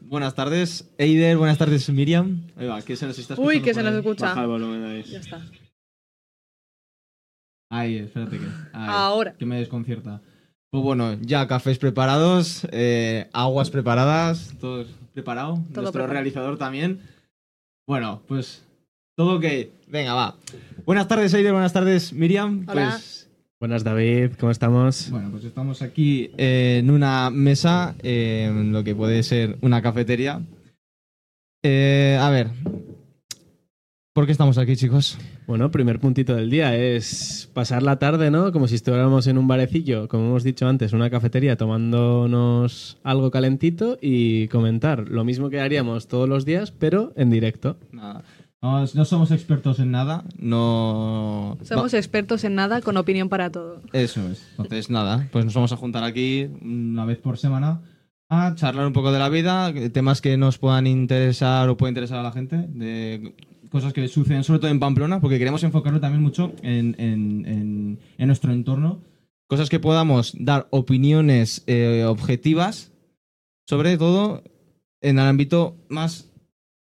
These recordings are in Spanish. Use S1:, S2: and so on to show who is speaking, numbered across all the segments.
S1: Buenas tardes, Eider. Buenas tardes, Miriam. Ahí va, que se nos está
S2: Uy,
S1: escuchando
S2: que se
S1: por
S2: nos
S1: ahí.
S2: escucha.
S3: Baja el volumen ahí.
S2: Ya está.
S1: Ay, espérate que. ay,
S2: Ahora.
S1: Que me desconcierta. Pues bueno, ya cafés preparados, eh, aguas preparadas, todo preparado.
S2: Todo
S1: Nuestro
S2: preparado.
S1: realizador también. Bueno, pues todo ok. Venga, va. Buenas tardes, Eider. Buenas tardes, Miriam.
S2: Hola.
S1: Pues
S4: Buenas David, ¿cómo estamos?
S1: Bueno, pues estamos aquí eh, en una mesa, eh, en lo que puede ser una cafetería. Eh, a ver, ¿por qué estamos aquí, chicos?
S4: Bueno, primer puntito del día es pasar la tarde, ¿no? Como si estuviéramos en un barecillo, como hemos dicho antes, una cafetería, tomándonos algo calentito y comentar lo mismo que haríamos todos los días, pero en directo.
S1: Nada. No, no somos expertos en nada, no...
S2: Somos
S1: va-
S2: expertos en nada con opinión para todo.
S1: Eso es. Entonces, nada, pues nos vamos a juntar aquí una vez por semana a charlar un poco de la vida, temas que nos puedan interesar o puede interesar a la gente, de cosas que suceden sobre todo en Pamplona, porque queremos enfocarlo también mucho en, en- en- en nuestro entorno. Cosas que podamos dar opiniones eh, objetivas, sobre todo en el ámbito más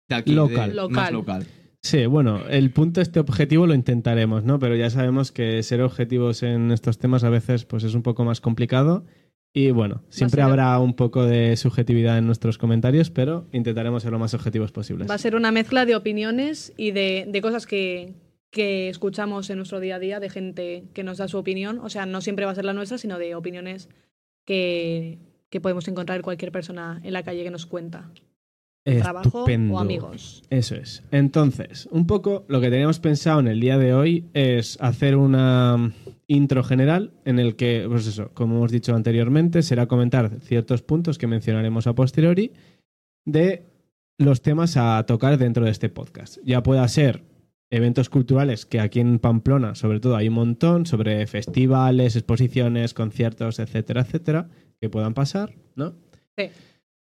S1: de aquí, de-
S4: Local.
S1: más
S2: Local.
S1: local.
S4: Sí, bueno, el punto, este objetivo lo intentaremos, ¿no? Pero ya sabemos que ser objetivos en estos temas a veces pues es un poco más complicado y bueno, siempre
S2: a ser-
S4: habrá un poco de subjetividad en nuestros comentarios, pero intentaremos ser lo más objetivos posibles.
S2: Va a ser una mezcla de opiniones y de, de cosas que, que escuchamos en nuestro día a día, de gente que nos da su opinión. O sea, no siempre va a ser la nuestra, sino de opiniones que, que podemos encontrar cualquier persona en la calle que nos cuenta. Trabajo
S4: Estupendo.
S2: o amigos.
S4: Eso es. Entonces, un poco lo que teníamos pensado en el día de hoy es hacer una intro general en el que, pues eso, como hemos dicho anteriormente, será comentar ciertos puntos que mencionaremos a posteriori de los temas a tocar dentro de este podcast. Ya pueda ser eventos culturales que aquí en Pamplona, sobre todo, hay un montón sobre festivales, exposiciones, conciertos, etcétera, etcétera, que puedan pasar, ¿no?
S2: Sí.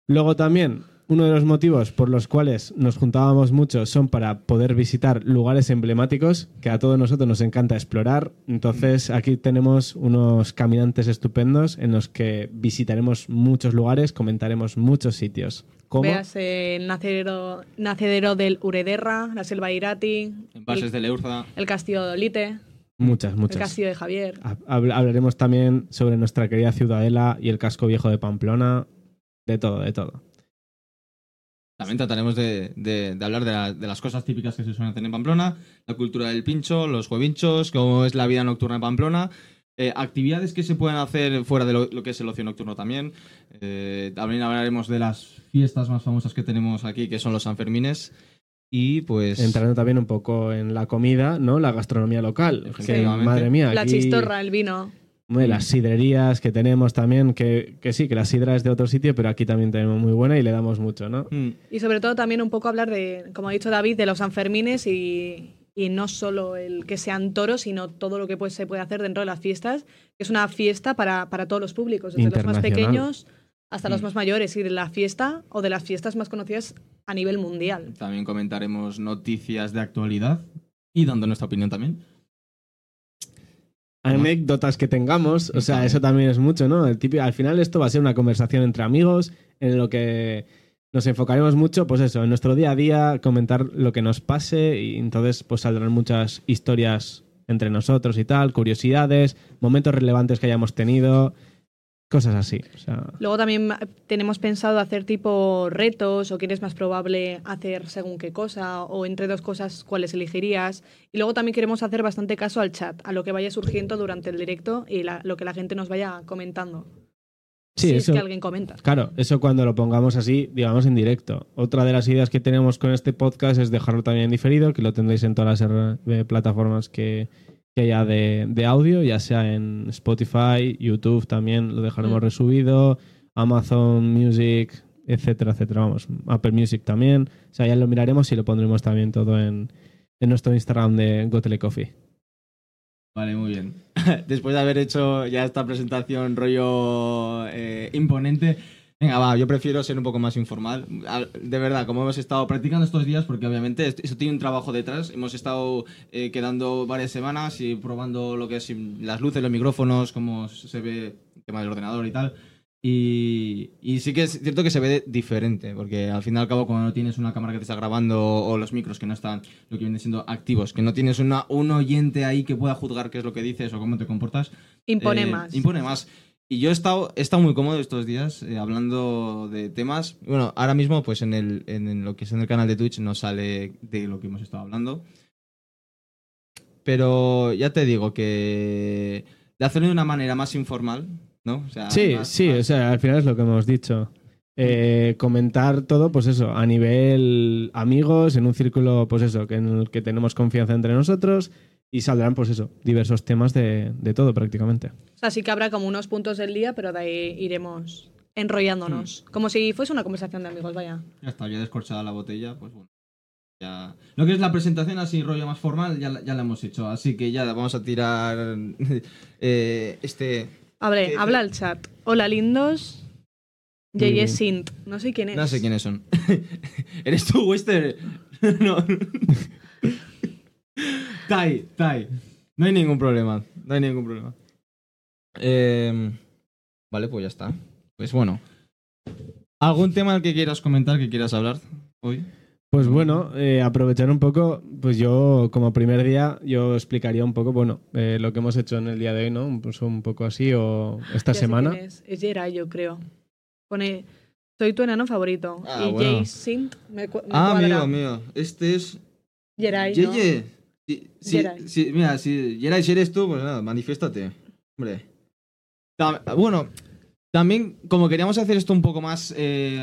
S4: Luego también, uno de los motivos por los cuales nos juntábamos mucho son para poder visitar lugares emblemáticos que a todos nosotros nos encanta explorar. Entonces, aquí tenemos unos caminantes estupendos en los que visitaremos muchos lugares, comentaremos muchos sitios. Como
S2: Veas el nacedero, nacedero del Urederra, la selva Irati,
S1: En bases
S2: el,
S1: de Leurza.
S2: el castillo de Olite,
S4: muchas,
S2: el
S4: muchas.
S2: castillo de Javier.
S4: Ha- habl- Hablaremos también sobre nuestra querida ciudadela y el casco viejo de Pamplona. De todo, de todo.
S1: También trataremos de, de- de hablar de, la- de las cosas típicas que se suelen hacer en Pamplona, la cultura del pincho, los huevinchos, cómo es la vida nocturna en Pamplona, eh, actividades que se pueden hacer fuera de lo, lo que es el ocio nocturno también. Eh, también hablaremos de las fiestas más famosas que tenemos aquí, que son los Sanfermines. Y pues...
S4: Entrando también un poco en la comida, ¿no? La gastronomía local. que,
S1: Efectivamente.
S4: madre mía.
S2: La
S4: aquí-
S2: chistorra, el vino.
S4: Hombre, las sidrerías que tenemos también, que, que sí, que la sidra es de otro sitio, pero aquí también tenemos muy buena y le damos mucho, ¿no?
S1: Mm,
S2: Y sobre todo también un poco hablar de, como ha dicho David, de los Sanfermines y, y no solo el que sean toros, sino todo lo que pues, se puede hacer dentro de las fiestas, que es una fiesta para, para todos los públicos, desde los más
S4: Internacional.
S2: pequeños hasta los
S1: Mm.
S2: más mayores, y de la fiesta o de las fiestas más conocidas a nivel mundial.
S1: También comentaremos noticias de actualidad y dando nuestra opinión también.
S4: Anécdotas que tengamos, o sea, eso también es mucho, ¿no? El típico- al final esto va a ser una conversación entre amigos en lo que nos enfocaremos mucho, pues eso, en nuestro día a día, comentar lo que nos pase y entonces pues saldrán muchas historias entre nosotros y tal, curiosidades, momentos relevantes que hayamos tenido, cosas así, o sea...
S2: Luego también eh, tenemos pensado hacer tipo retos o quién es más probable hacer según qué cosa o entre dos cosas cuáles elegirías. Y luego también queremos hacer bastante caso al chat, a lo que vaya surgiendo durante el directo y la- lo que la gente nos vaya comentando.
S4: Sí,
S2: si
S4: eso,
S2: es que alguien comenta.
S4: Claro, eso cuando lo pongamos así, digamos en directo. Otra de las ideas que tenemos con este podcast es dejarlo también en diferido, que lo tendréis en todas las er- eh, plataformas que, que haya de, de audio, ya sea en Spotify, YouTube también lo dejaremos
S2: Mm.
S4: resubido, Amazon Music, etcétera, etcétera. Vamos, Apple Music también. O sea, ya lo miraremos y lo pondremos también todo en, en nuestro Instagram de Gotele Coffee.
S1: Vale, muy bien. Después de haber hecho ya esta presentación rollo eh, imponente, venga, va, yo prefiero ser un poco más informal. Al- De verdad, como hemos estado practicando estos días, porque obviamente est- eso tiene un trabajo detrás, hemos estado eh, quedando varias semanas y probando lo que es mm, las luces, los micrófonos, cómo se ve el tema del ordenador y tal. Y, y sí que es cierto que se ve de- diferente, porque al fin y al cabo cuando no tienes una cámara que te está grabando o los micros que no están, lo que vienen siendo activos, que no tienes una, un oyente ahí que pueda juzgar qué es lo que dices o cómo te comportas,
S2: Impone
S1: eh,
S2: más.
S1: Impone más. Y yo he estado, he estado muy cómodo estos días eh, hablando de temas. Bueno, ahora mismo, pues en, el, en, en lo que es en el canal de Twitch no sale de lo que hemos estado hablando. Pero ya te digo que de hacerlo de una manera más informal, ¿no? O sea,
S4: Sí,
S1: más-
S4: sí,
S1: más-
S4: o sea, al final es lo que hemos dicho. Eh, comentar todo, pues eso, a nivel amigos, en un círculo, pues eso, que en el que tenemos confianza entre nosotros y saldrán, pues eso, diversos temas de, de todo prácticamente.
S2: O sea, sí que habrá como unos puntos del día, pero de ahí iremos enrollándonos. Como si fuese una conversación de amigos, vaya.
S1: Ya está, ya descorchada la botella, pues bueno. Ya... Lo que es la presentación así, rollo más formal, ya, la- ya la hemos hecho. Así que ya vamos a tirar eh, este...
S2: A ver,
S1: Eh,
S2: habla el chat. Hola, lindos.
S4: Muy
S2: JJ
S4: bien.
S2: Sint. No sé quién es.
S1: No sé quiénes son. ¿Eres tú, Wester? no. tai, Tai. No hay ningún problema. No hay ningún problema. Eh, vale, pues ya está. Pues bueno. ¿Algún tema al que quieras comentar, que quieras hablar hoy?
S4: Pues bueno, eh, aprovechar un poco, pues yo como primer día, yo explicaría un poco, bueno, eh, lo que hemos hecho en el día de hoy, ¿no? Pues un poco así, o
S2: Ya
S4: esta
S2: sé
S4: semana.
S2: quién es. Es Yeray, yo creo. Pone, soy tu enano favorito.
S1: Ah,
S2: y
S1: bueno.
S2: Jay Sint me, cu- me
S1: Ah,
S2: cuadra.
S1: mío, mío. Este es...
S2: Yeray, ¿no?
S1: Yeye. Si- si-
S2: Yeray.
S1: si- mira, si Yeray, si eres tú, pues nada, manifiéstate. Hombre. Ta- bueno, también, como queríamos hacer esto un poco más eh,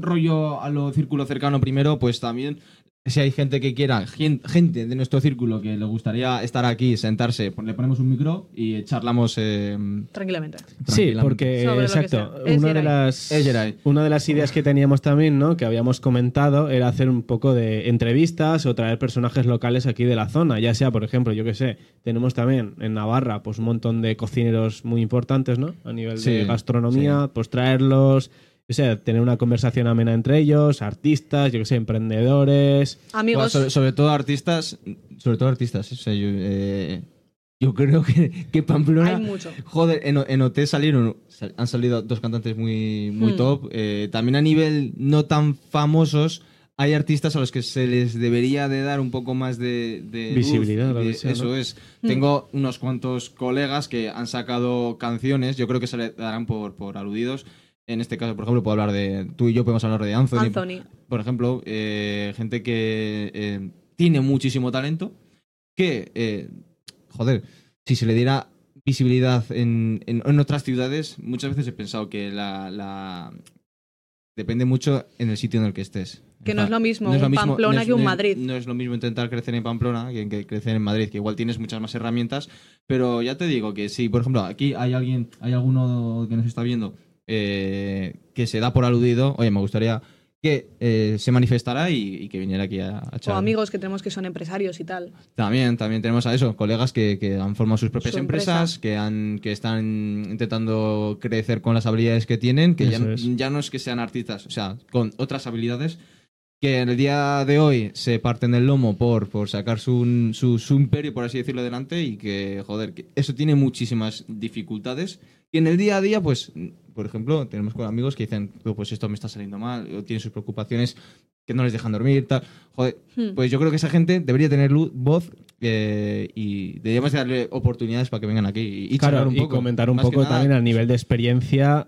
S1: rollo a lo círculo cercano primero, pues también, si hay gente que quiera, gen- gente de nuestro círculo que le gustaría estar aquí, sentarse, pues le ponemos un micro y charlamos. eh,
S2: Tranquilamente.
S4: Sí,
S1: tranquilamente.
S4: porque
S2: Sobre lo que
S4: exacto.
S2: sea. Es
S4: Una de,
S2: Jedi.
S4: las,
S1: Es Jedi.
S4: una de las ideas que teníamos también, ¿no? Que habíamos comentado, era hacer un poco de entrevistas o traer personajes locales aquí de la zona. Ya sea, por ejemplo, yo que sé, tenemos también en Navarra, pues un montón de cocineros muy importantes, ¿no? A nivel
S1: Sí,
S4: de gastronomía, pues traerlos. O sea, tener una conversación amena entre ellos, artistas, yo que sé, emprendedores.
S1: Bueno,
S2: Amigos,
S1: sobre, sobre todo artistas, sobre todo artistas, o sea, yo, eh, yo creo que, que Pamplona...
S2: hay mucho.
S1: Joder, en, O- en OT salieron, sal- han salido dos cantantes muy, muy
S2: Hmm.
S1: top. Eh, también a nivel no tan famosos, hay artistas a los que se les debería de dar un poco más de, de luz,
S4: Visibilidad, lo
S1: de-
S4: que sea,
S1: eso
S4: ¿no?
S1: es. Tengo unos cuantos colegas que han sacado canciones, yo creo que se le darán por, por aludidos. En este caso, por ejemplo, puedo hablar de. Tú y yo podemos hablar de Anthony.
S2: Anthony.
S1: Por ejemplo, eh, gente que eh, tiene muchísimo talento, que, eh, joder, si se le diera visibilidad en, en- en otras ciudades, muchas veces he pensado que la, la- depende mucho en el sitio en el que estés.
S2: Que
S1: O
S2: no
S1: sea,
S2: es lo mismo
S1: es
S2: un
S1: mismo-
S2: Pamplona
S1: no es-
S2: que un
S1: no es-
S2: Madrid.
S1: No es lo mismo intentar crecer en Pamplona que, que crecer en Madrid, que igual tienes muchas más herramientas, pero ya te digo que si, por ejemplo, aquí hay alguien, hay alguno que nos está viendo eh, que se da por aludido, oye, me gustaría que eh, se manifestara y, y que viniera aquí a, a
S2: O
S1: charlar.
S2: amigos que tenemos que son empresarios y tal.
S1: También, también tenemos a eso, colegas que, que han formado sus propias
S2: Su empresa.
S1: empresas, que han que están intentando crecer con las habilidades que tienen, que ya,
S4: Eso es.
S1: ya no es que sean artistas, o sea, con otras habilidades, que en el día de hoy se parten del lomo por, por sacar su, su, su imperio, por así decirlo, adelante, y que, joder, que eso tiene muchísimas dificultades. Y en el día a día, pues, por ejemplo, tenemos con amigos que dicen, "Oh, pues esto me está saliendo mal, o tienen sus preocupaciones que no les dejan dormir, tal. Joder,
S2: Hmm.
S1: pues yo creo que esa gente debería tener lu- voz eh, y deberíamos darle oportunidades para que vengan aquí y, y charlar
S4: claro,
S1: un
S4: y
S1: poco.
S4: comentar un
S1: Más que
S4: poco
S1: nada, pues
S4: también a nivel de experiencia,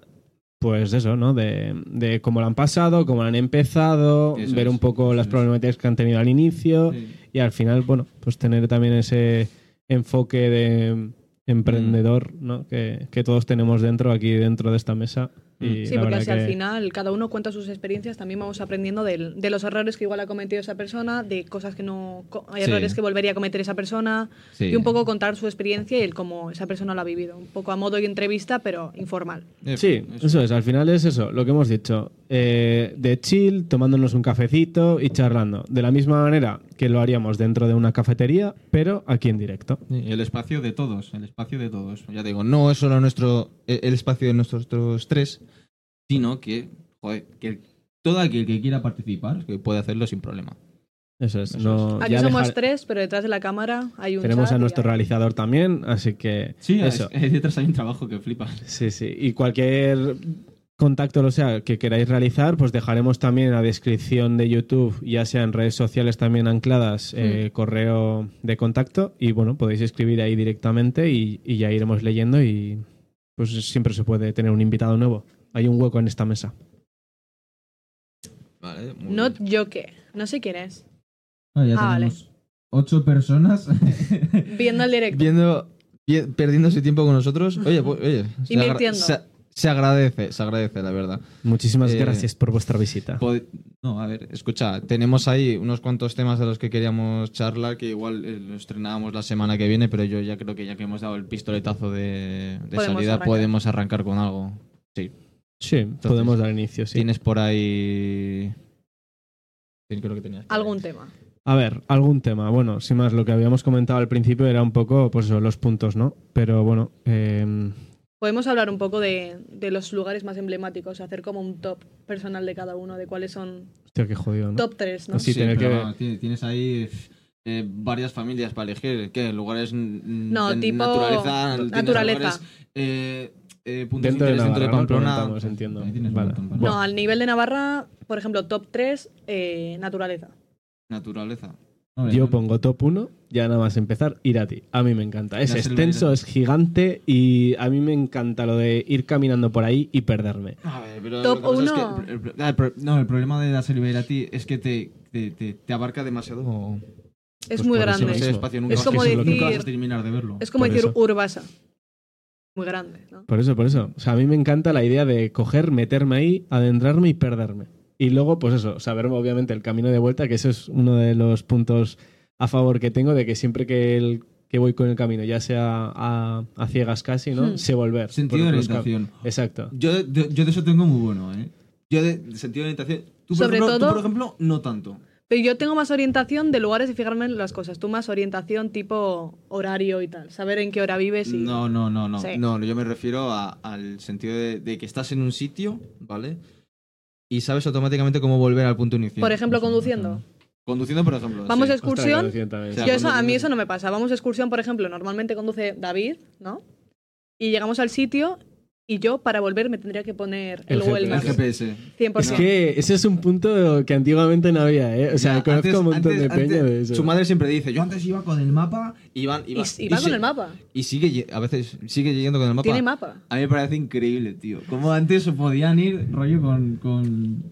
S4: pues eso, ¿no? De, de cómo lo han pasado, cómo lo han empezado,
S1: Eso
S4: ver
S1: es,
S4: un poco
S1: eso
S4: las
S1: es.
S4: problemáticas que han tenido al inicio
S1: sí.
S4: y al final, bueno, pues tener también ese enfoque
S1: Mm.
S4: de emprendedor, ¿no? Que, que todos tenemos dentro, aquí dentro de esta mesa.
S1: Mm.
S4: Y
S2: Sí,
S4: la
S2: porque
S4: verdad
S2: así
S4: que-
S2: al final cada uno cuenta sus experiencias, también vamos aprendiendo del- de, los errores que igual ha cometido esa persona, de cosas que no, co- errores que volvería a cometer esa persona,
S1: Sí.
S2: y un poco contar su experiencia y el cómo esa persona lo ha vivido, un poco a modo de entrevista, pero informal.
S1: Eh,
S4: Sí,
S1: eso.
S4: eso es. Al final es eso, lo que hemos dicho. Eh, de chill, tomándonos un cafecito y charlando. De la misma manera que lo haríamos dentro de una cafetería, pero aquí en directo.
S1: Y El espacio de todos, el espacio de todos. Ya te digo, no es solo nuestro, e- el espacio de nuestros otros tres, sino que, joder, que todo aquel que quiera participar que puede hacerlo sin problema.
S4: Eso es.
S1: Eso
S4: no-
S2: Aquí
S4: ya
S2: somos
S4: dejar-
S2: tres, pero detrás de la cámara hay un
S4: Tenemos
S2: chat
S4: a
S2: y
S4: nuestro
S2: hay-
S4: realizador también, así que.
S1: Sí,
S4: eso.
S1: es- es detrás hay un trabajo que flipas.
S4: Sí, sí. Y cualquier contacto, lo sea, que queráis realizar, pues dejaremos también en la descripción de YouTube, ya sea en redes sociales también ancladas, eh, correo de contacto. Y bueno, podéis escribir ahí directamente y, y ya iremos leyendo y pues siempre se puede tener un invitado nuevo. Hay un hueco en esta mesa.
S5: Vale, muy
S2: Not
S5: bien.
S2: yo qué. No sé quién es.
S1: Ah, ya
S2: Ah,
S1: tenemos ocho personas
S2: Viendo el directo.
S5: Viendo, vi- perdiendo su tiempo con nosotros. Oye, pues, oye. se agra-
S2: Invirtiendo.
S5: Se, se agradece, se agradece, la verdad.
S4: Muchísimas
S5: Eh,
S4: gracias por vuestra visita.
S1: pues,
S5: Pod- no, a ver, escucha, tenemos ahí unos cuantos temas de los que queríamos charlar, que igual eh, lo estrenábamos la semana que viene, pero yo ya creo que ya que hemos dado el pistoletazo de, de
S2: Podemos
S5: salida,
S2: arrancar.
S5: podemos arrancar con algo.
S4: Sí, podemos dar inicio, sí.
S5: Tienes por ahí... Sí, creo que tenías por ahí.
S2: Algún tema.
S4: A ver, algún tema. Bueno, sin más, lo que habíamos comentado al principio era un poco, pues eso, los puntos, ¿no? Pero bueno, em,
S2: Podemos hablar un poco de, de los lugares más emblemáticos, hacer como un top personal de cada uno, de cuáles son
S4: hostia, qué jodido, ¿no?
S2: top tres, ¿no?
S4: Sí, tener
S1: pero
S4: que-
S1: vamos, ti- tienes ahí eh, varias familias para elegir. ¿Qué? Lugares mm,
S2: No,
S1: de
S2: tipo-
S1: naturaleza. tienes
S2: naturaleza.
S1: lugares, eh, eh, puntos
S4: Dentro de
S1: de interés dentro de
S4: Navarra, ¿no?
S1: Pamplona.
S4: Comentamos, entiendo.
S1: Ahí tienes un
S4: Vale.
S1: montón, vale.
S4: Buah.
S2: No, al nivel de Navarra, por ejemplo, top 3, naturaleza.
S1: Naturaleza.
S4: Yo pongo top 1, ya nada más empezar, ir a ti. A mí me encanta. Es
S1: La selva
S4: extenso,
S1: irati.
S4: es gigante y a mí me encanta lo de ir caminando por ahí y perderme.
S1: A ver, pero
S2: Top
S1: lo que pasa
S2: uno.
S1: es que- el pro- el pro- no, el problema de la serie Beirati es que te, te, te, te abarca demasiado.
S2: Es
S4: Pues
S2: muy
S4: por eso
S2: grande.
S1: No
S4: es-
S1: sé, espacio nunca
S2: Es
S1: vas-
S2: como
S1: nunca
S2: decir-
S1: vas a terminar de verlo.
S2: Es como
S4: por
S2: decir
S4: eso.
S2: Urbasa. Muy grande, ¿no?
S4: Por eso, por eso. O sea, a mí me encanta la idea de coger, meterme ahí, adentrarme y perderme. Y luego, pues eso, saber obviamente el camino de vuelta, que eso es uno de los puntos a favor que tengo, de que siempre que, el- que voy con el camino, ya sea a, a ciegas casi, ¿no?
S2: Hmm.
S4: Sé volver.
S1: Sentido de
S4: por los cam-
S1: orientación.
S4: Exacto.
S1: Yo de, yo de eso tengo muy bueno, ¿eh? Yo de, de sentido de orientación. Tú, por
S2: Sobre
S1: ejemplo- tú,
S2: todo-
S1: por ejemplo, no tanto.
S2: Pero yo tengo más orientación de lugares y fijarme en las cosas. Tú más orientación tipo horario y tal. Saber en qué hora vives y...
S1: No, no, no, no.
S2: Sí.
S5: No, yo me refiero a- al sentido de, de que estás en un sitio, ¿vale? Y sabes automáticamente cómo volver al punto inicial.
S2: por ejemplo, conduciendo.
S5: Conduciendo, por ejemplo.
S2: Vamos
S5: sí.
S2: a excursión.
S4: Ostras, que lo siento también.
S1: O sea,
S2: Yo eso, a
S1: conduciendo.
S2: mí eso no me pasa. Vamos a excursión, por ejemplo, normalmente conduce David, ¿no? Y llegamos al sitio y yo para volver me tendría que poner el,
S4: El
S2: Google
S1: El
S2: Maps.
S1: GPS.
S2: 100%.
S4: Es que ese es un punto que antiguamente no había, ¿eh? O sea,
S1: Ya,
S4: conozco
S1: antes-
S4: un montón
S1: antes-
S4: de peña
S1: antes-
S4: de eso.
S1: Su madre siempre dice, yo antes iba con el mapa, iban,
S2: Y, y va con el mapa.
S5: Y sigue, ye- a veces sigue yendo con el mapa.
S2: Tiene mapa.
S1: A mí me parece increíble, tío. Como antes podían ir rollo con, con,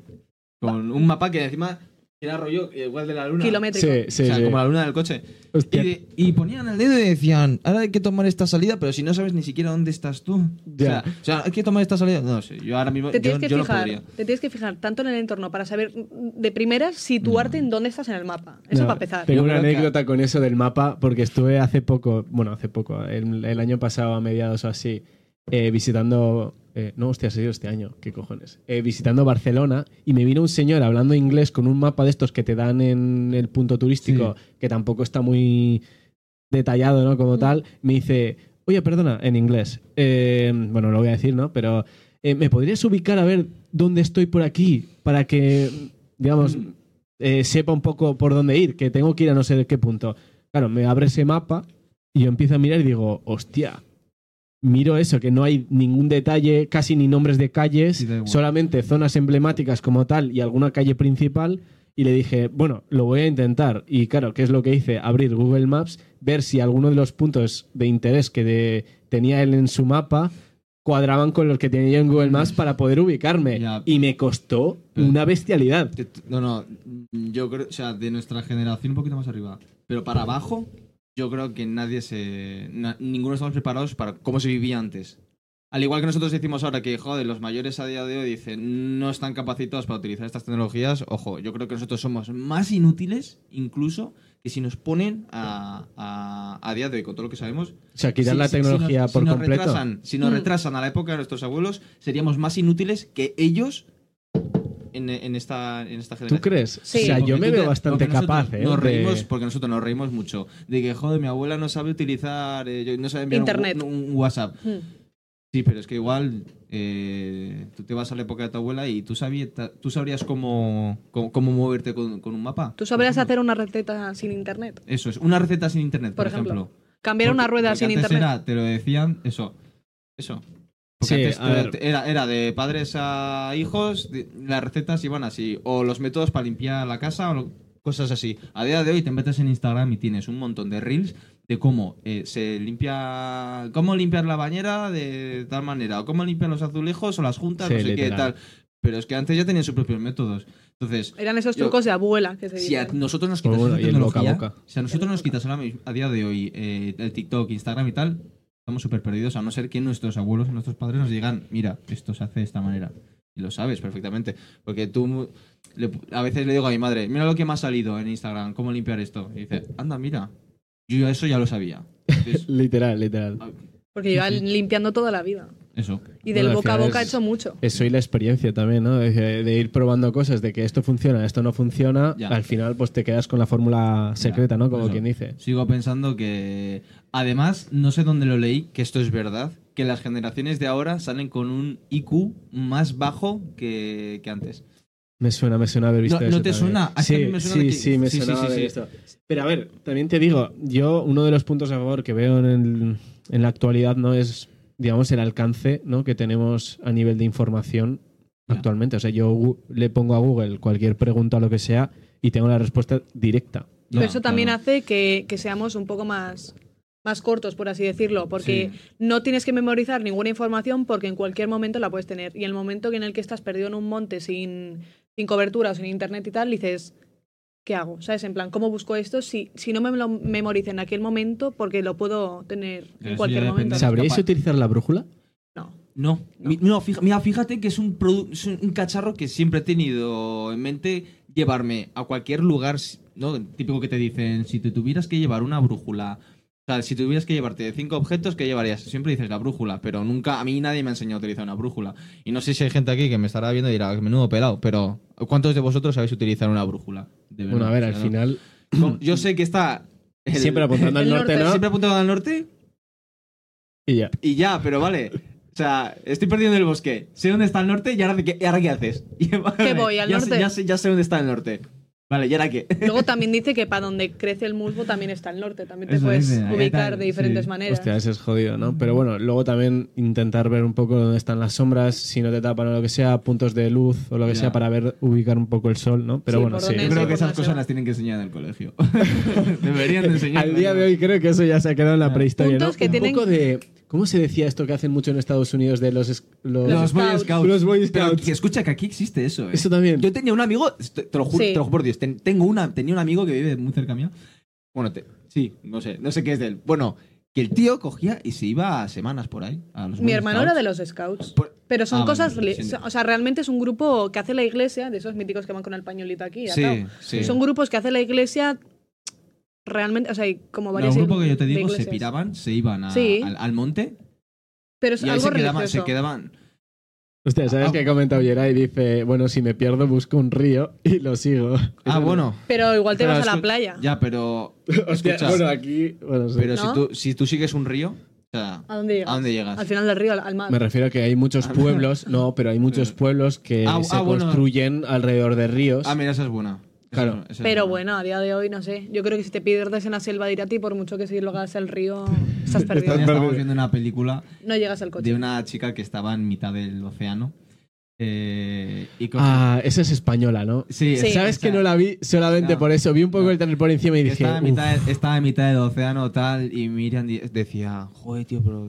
S1: con un mapa que encima era rollo eh, igual de la luna.
S2: Kilométrico.
S4: Sí,
S1: O
S4: sí,
S1: sea,
S4: sí.
S1: como la luna del coche. Y,
S4: Hostia,
S1: de- y ponían el dedo y decían, ahora hay que tomar esta salida, pero si no sabes ni siquiera dónde estás tú.
S4: Ya.
S1: O, sea, o sea, hay que tomar esta salida. No sé, yo ahora mismo
S2: Te
S1: yo,
S2: tienes, que
S1: yo no
S2: fijar,
S1: podría.
S2: te tienes que fijar tanto en el entorno para saber de primeras situarte en dónde estás en el mapa. Eso
S4: Mm. No,
S2: para empezar.
S4: Tengo
S1: Yo
S4: una
S1: creo que-
S4: anécdota con eso del mapa, porque estuve hace poco, bueno, hace poco, el, el año pasado a mediados o así, eh, visitando... eh, no, hostia, ha sido este año, qué cojones. Eh, visitando Barcelona y me vino un señor hablando inglés con un mapa de estos que te dan en el punto turístico, que tampoco está muy detallado, ¿no? Como
S2: Mm.
S4: tal, me dice, oye, perdona, en inglés. Eh, bueno, lo voy a decir, ¿no? Pero, eh, ¿me podrías ubicar a ver dónde estoy por aquí para que, digamos, eh, sepa un poco por dónde ir, que tengo que ir a no sé de qué punto? Claro, me abre ese mapa y yo empiezo a mirar y digo, hostia. Miro eso, que no hay ningún detalle, casi ni nombres de calles,
S1: Sí, da igual.
S4: solamente zonas emblemáticas como tal y alguna calle principal. Y le dije, bueno, lo voy a intentar. Y claro, ¿qué es lo que hice? Abrir Google Maps, ver si alguno de los puntos de interés que de- tenía él en su mapa cuadraban con los que tenía yo en Google Maps para poder ubicarme.
S1: Ya.
S4: Y me costó
S1: Pero-
S4: una bestialidad.
S1: De t- No, no, yo creo, o sea, de nuestra generación un poquito más arriba, pero para abajo, yo creo que nadie se. na- ninguno estamos preparados para cómo se vivía antes. Al igual que nosotros decimos ahora que, joder, los mayores a día de hoy dicen no están capacitados para utilizar estas tecnologías, ojo, yo creo que nosotros somos más inútiles incluso que si nos ponen a, a, a día de hoy con todo lo que sabemos.
S4: O sea, quitar
S1: Si-
S4: la
S1: si- si
S4: tecnología
S1: nos-
S4: por
S1: si nos
S4: completo.
S1: retrasan- si nos
S2: Mm.
S1: retrasan a la época de nuestros abuelos, seríamos más inútiles que ellos en, en esta, en esta generación.
S4: ¿Tú crees?
S2: Sí.
S4: O sea,
S1: Porque
S4: yo me
S1: tú
S4: veo
S1: te-
S4: bastante
S1: porque nosotros
S4: capaz, ¿eh?
S1: Nos
S4: de-
S1: reímos, porque nosotros nos reímos mucho. De que, joder, mi abuela no sabe utilizar, eh, yo- no sabe enviar un-
S2: Internet.
S1: Un, un WhatsApp.
S2: Mm.
S1: Sí, pero es que igual eh, tú te vas a la época de tu abuela y tú, sabías, tú sabrías cómo, cómo, cómo moverte con, con, un mapa.
S2: Tú sabrías hacer una receta sin internet.
S1: Eso es, una receta sin internet, por, por ejemplo. ejemplo.
S2: Cambiar una rueda porque sin
S1: antes
S2: internet.
S1: Era, te lo decían, eso. Eso. Porque sí, antes a te, era, era, de padres a hijos, de, las recetas iban así. O los métodos para limpiar la casa, o lo, cosas así. A día de hoy te metes en Instagram y tienes un montón de reels de cómo eh, se limpia, cómo limpiar la bañera de tal manera, o cómo limpiar los azulejos o las juntas, sí, no sé literal. qué tal. Pero es que antes ya tenían sus propios métodos. Entonces,
S2: eran esos trucos yo, de abuela que se
S1: Si a nosotros nos quitas bueno, esa tecnología, boca a boca. si a nosotros nos quitas ahora a día de hoy eh, el TikTok, Instagram y tal, estamos súper perdidos a no ser que nuestros abuelos, nuestros padres nos digan, mira, esto se hace de esta manera. Y lo sabes perfectamente, porque tú le, a veces le digo a mi madre, mira lo que me ha salido en Instagram, cómo limpiar esto. Y dice, anda, mira, yo eso ya lo sabía.
S4: Entonces, literal,
S1: Ah.
S4: literal.
S2: Porque lleva limpiando toda la vida.
S1: Eso.
S2: Y del bueno, boca a boca ha hecho mucho.
S4: Eso y la experiencia también, ¿no? De, de, ir probando cosas, de que esto funciona, esto no funciona. Ya. Al final, pues te quedas con la fórmula secreta, ya, ¿no? Como eso. quien dice.
S1: Sigo pensando que. Además, no sé dónde lo leí, que esto es verdad, que las generaciones de ahora salen con un IQ más bajo que, que antes.
S4: Me suena, me suena haber visto
S1: no,
S4: eso
S1: ¿No te
S4: también.
S1: suena?
S4: Sí,
S1: a mí me suena
S4: sí,
S1: que...
S4: sí, me sí, suena sí, haber visto. Pero a ver, también te digo, yo uno de los puntos a favor que veo en, el, en la actualidad no es, digamos, el alcance ¿no? que tenemos a nivel de información yeah. actualmente. O sea, yo le pongo a Google cualquier pregunta o lo que sea y tengo la respuesta directa.
S2: Pero no, eso también claro. hace que, que seamos un poco más más cortos, por así decirlo, porque sí. no tienes que memorizar ninguna información porque en cualquier momento la puedes tener. Y en el momento en el que estás perdido en un monte sin, sin cobertura o sin internet y tal, dices, ¿qué hago? ¿Sabes? En plan, ¿cómo busco esto? Si, si no me lo memorizo en aquel momento, porque lo puedo tener Pero en cualquier momento.
S4: ¿Sabríais capaz? utilizar la brújula?
S2: No.
S1: No. no. no fija, mira, fíjate que es un, es un cacharro que siempre he tenido en mente llevarme a cualquier lugar, ¿no? Típico que te dicen, si te tuvieras que llevar una brújula o sea, si tuvieras que llevarte cinco objetos, ¿qué llevarías? Siempre dices la brújula, pero nunca, a mí nadie me ha enseñado a utilizar una brújula. Y no sé si hay gente aquí que me estará viendo y dirá, menudo pelado, pero ¿cuántos de vosotros sabéis utilizar una brújula? De
S4: bueno, a ver, al o sea, final.
S1: No. Yo sé que está.
S4: El, siempre apuntando al norte, norte, ¿no?
S1: Siempre apuntando al norte.
S4: Y ya.
S1: Y ya, pero vale. O sea, estoy perdiendo el bosque. Sé dónde está el norte y ahora qué, y ahora qué haces. Y,
S2: vale, ¿Qué voy al
S1: ya
S2: norte?
S1: Sé, ya, sé, ya sé dónde está el norte. Vale, ¿y ahora qué?
S2: Luego también dice que para donde crece el musgo también está el norte, también te Eso puedes dice, ubicar tal, de diferentes sí. maneras.
S4: Hostia, eso es jodido, ¿no? Pero bueno, luego también intentar ver un poco dónde están las sombras, si no te tapan o lo que sea, puntos de luz o lo que ya. sea para ver, ubicar un poco el sol, ¿no? Pero
S2: sí,
S4: bueno, sí.
S1: Yo creo que esas cosas las tienen que enseñar en el colegio. Deberían de enseñar.
S4: Al día de hoy creo que eso ya se ha quedado en la prehistoria,
S2: puntos
S4: ¿no?
S2: Que
S4: un
S2: tienen...
S4: poco de... ¿Cómo se decía esto que hacen mucho en Estados Unidos de los
S1: los, los Boy Scouts?
S4: Los Boy Scouts.
S1: Pero que escucha que aquí existe eso. ¿eh?
S4: Eso también.
S1: Yo tenía un amigo, te, te lo juro, sí. te lo juro por Dios, ten, tengo una, tenía un amigo que vive muy cerca mía. Bueno, te, sí, no sé, no sé qué es de él. Bueno, que el tío cogía y se iba a semanas por ahí. A los
S2: Mi hermano Scouts. era de los Scouts. Por... Pero son ah, cosas. Bueno, sí, o sea, realmente es un grupo que hace la iglesia, de esos míticos que van con el pañuelito aquí.
S1: Sí, atao. sí.
S2: Son grupos que hace la iglesia realmente, o sea, como varios.
S1: No, el grupo que yo te digo se piraban, se iban a, sí. al, al, monte.
S2: Pero es
S1: y ahí
S2: algo
S1: se quedaban, se
S2: religioso.
S1: quedaban.
S4: Ah, Usted, ¿sabes ah, que ha comentado Geray? Dice, bueno, si me pierdo, busco un río y lo sigo.
S1: Ah, bueno.
S2: Pero igual te pero vas a la playa.
S1: Ya, pero.
S4: Hostia, escucha, bueno, aquí. Bueno, sí.
S1: Pero
S2: ¿No?
S1: si, tú, si tú sigues un río,
S2: ¿A dónde,
S1: ¿A dónde llegas?
S2: Al final del río, al mar.
S4: Me refiero a que hay muchos pueblos, no, pero hay muchos pueblos que ah, se bueno. construyen alrededor de ríos.
S1: Ah, mira, esa es buena.
S4: Claro.
S2: Eso, eso pero bueno, a día de hoy no sé. Yo creo que si te pierdes en la selva de Irati, por mucho que si lo hagas al río, estás perdido.
S1: Estábamos viendo una película.
S2: No llegas al coche.
S1: De una chica que estaba en mitad del océano. Eh, y coge...
S4: Ah, esa es española, ¿no?
S1: Sí, sí
S4: sabes esa, que no la vi solamente no, por eso. Vi un poco no, el trailer por encima y dije.
S1: Estaba en, mitad de, estaba en mitad del océano, tal. Y Miriam decía, joder, tío, pero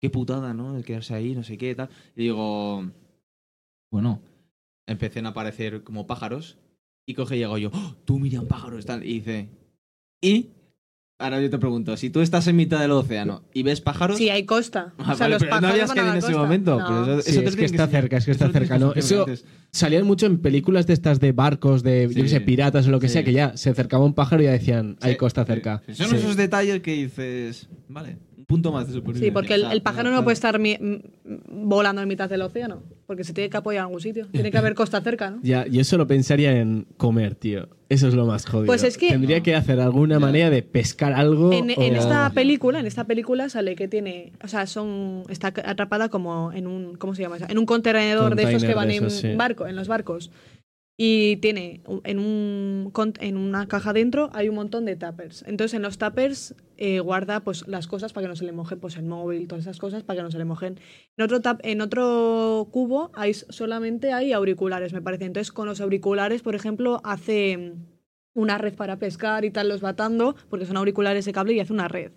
S1: qué putada, ¿no? El quedarse ahí, no sé qué, tal. Y digo, bueno, empecé a aparecer como pájaros. Y coge y llego yo, ¡Oh, tú Miriam pájaros, tal. Y dice, ¿y? Ahora yo te pregunto, si tú estás en mitad del océano y ves pájaros.
S2: Sí, hay costa.
S1: Ah,
S2: o sea, los
S1: pero no habías caído en ese
S2: costa.
S1: momento.
S2: No.
S1: Pero eso,
S4: sí,
S1: eso
S4: es que está que cerca, es que está cerca, ¿no? Eso salían mucho en películas de estas de barcos, de, sí, yo qué sé, piratas o lo que sí. sea, que ya se acercaba un pájaro y ya decían, hay costa cerca.
S1: Son esos detalles que dices, vale, un punto más de supervivencia.
S2: Sí, porque el, el pájaro no puede estar mi, volando en mitad del océano. Porque se tiene que apoyar en algún sitio. Tiene que haber costa cerca, ¿no?
S4: Ya, yo solo pensaría en comer, tío. Eso es lo más jodido.
S2: Pues es que-
S4: Tendría que hacer alguna manera de pescar algo.
S2: En, en
S4: o-
S2: esta película, en esta película sale que tiene, o sea, son está atrapada como en un ¿cómo se llama? eso? En un contenedor de esos que
S4: Container de
S2: van
S4: esos,
S2: en
S4: sí.
S2: barco, en los barcos. Y tiene un- en un cont- en una caja dentro hay un montón de tuppers. Entonces en los tuppers eh, guarda pues las cosas para que no se le mojen, pues el móvil, todas esas cosas para que no se le mojen. En otro tap, en otro cubo hay solamente hay auriculares, me parece. Entonces con los auriculares, por ejemplo, hace una red para pescar y tal, los va atando, porque son auriculares de cable y hace una red.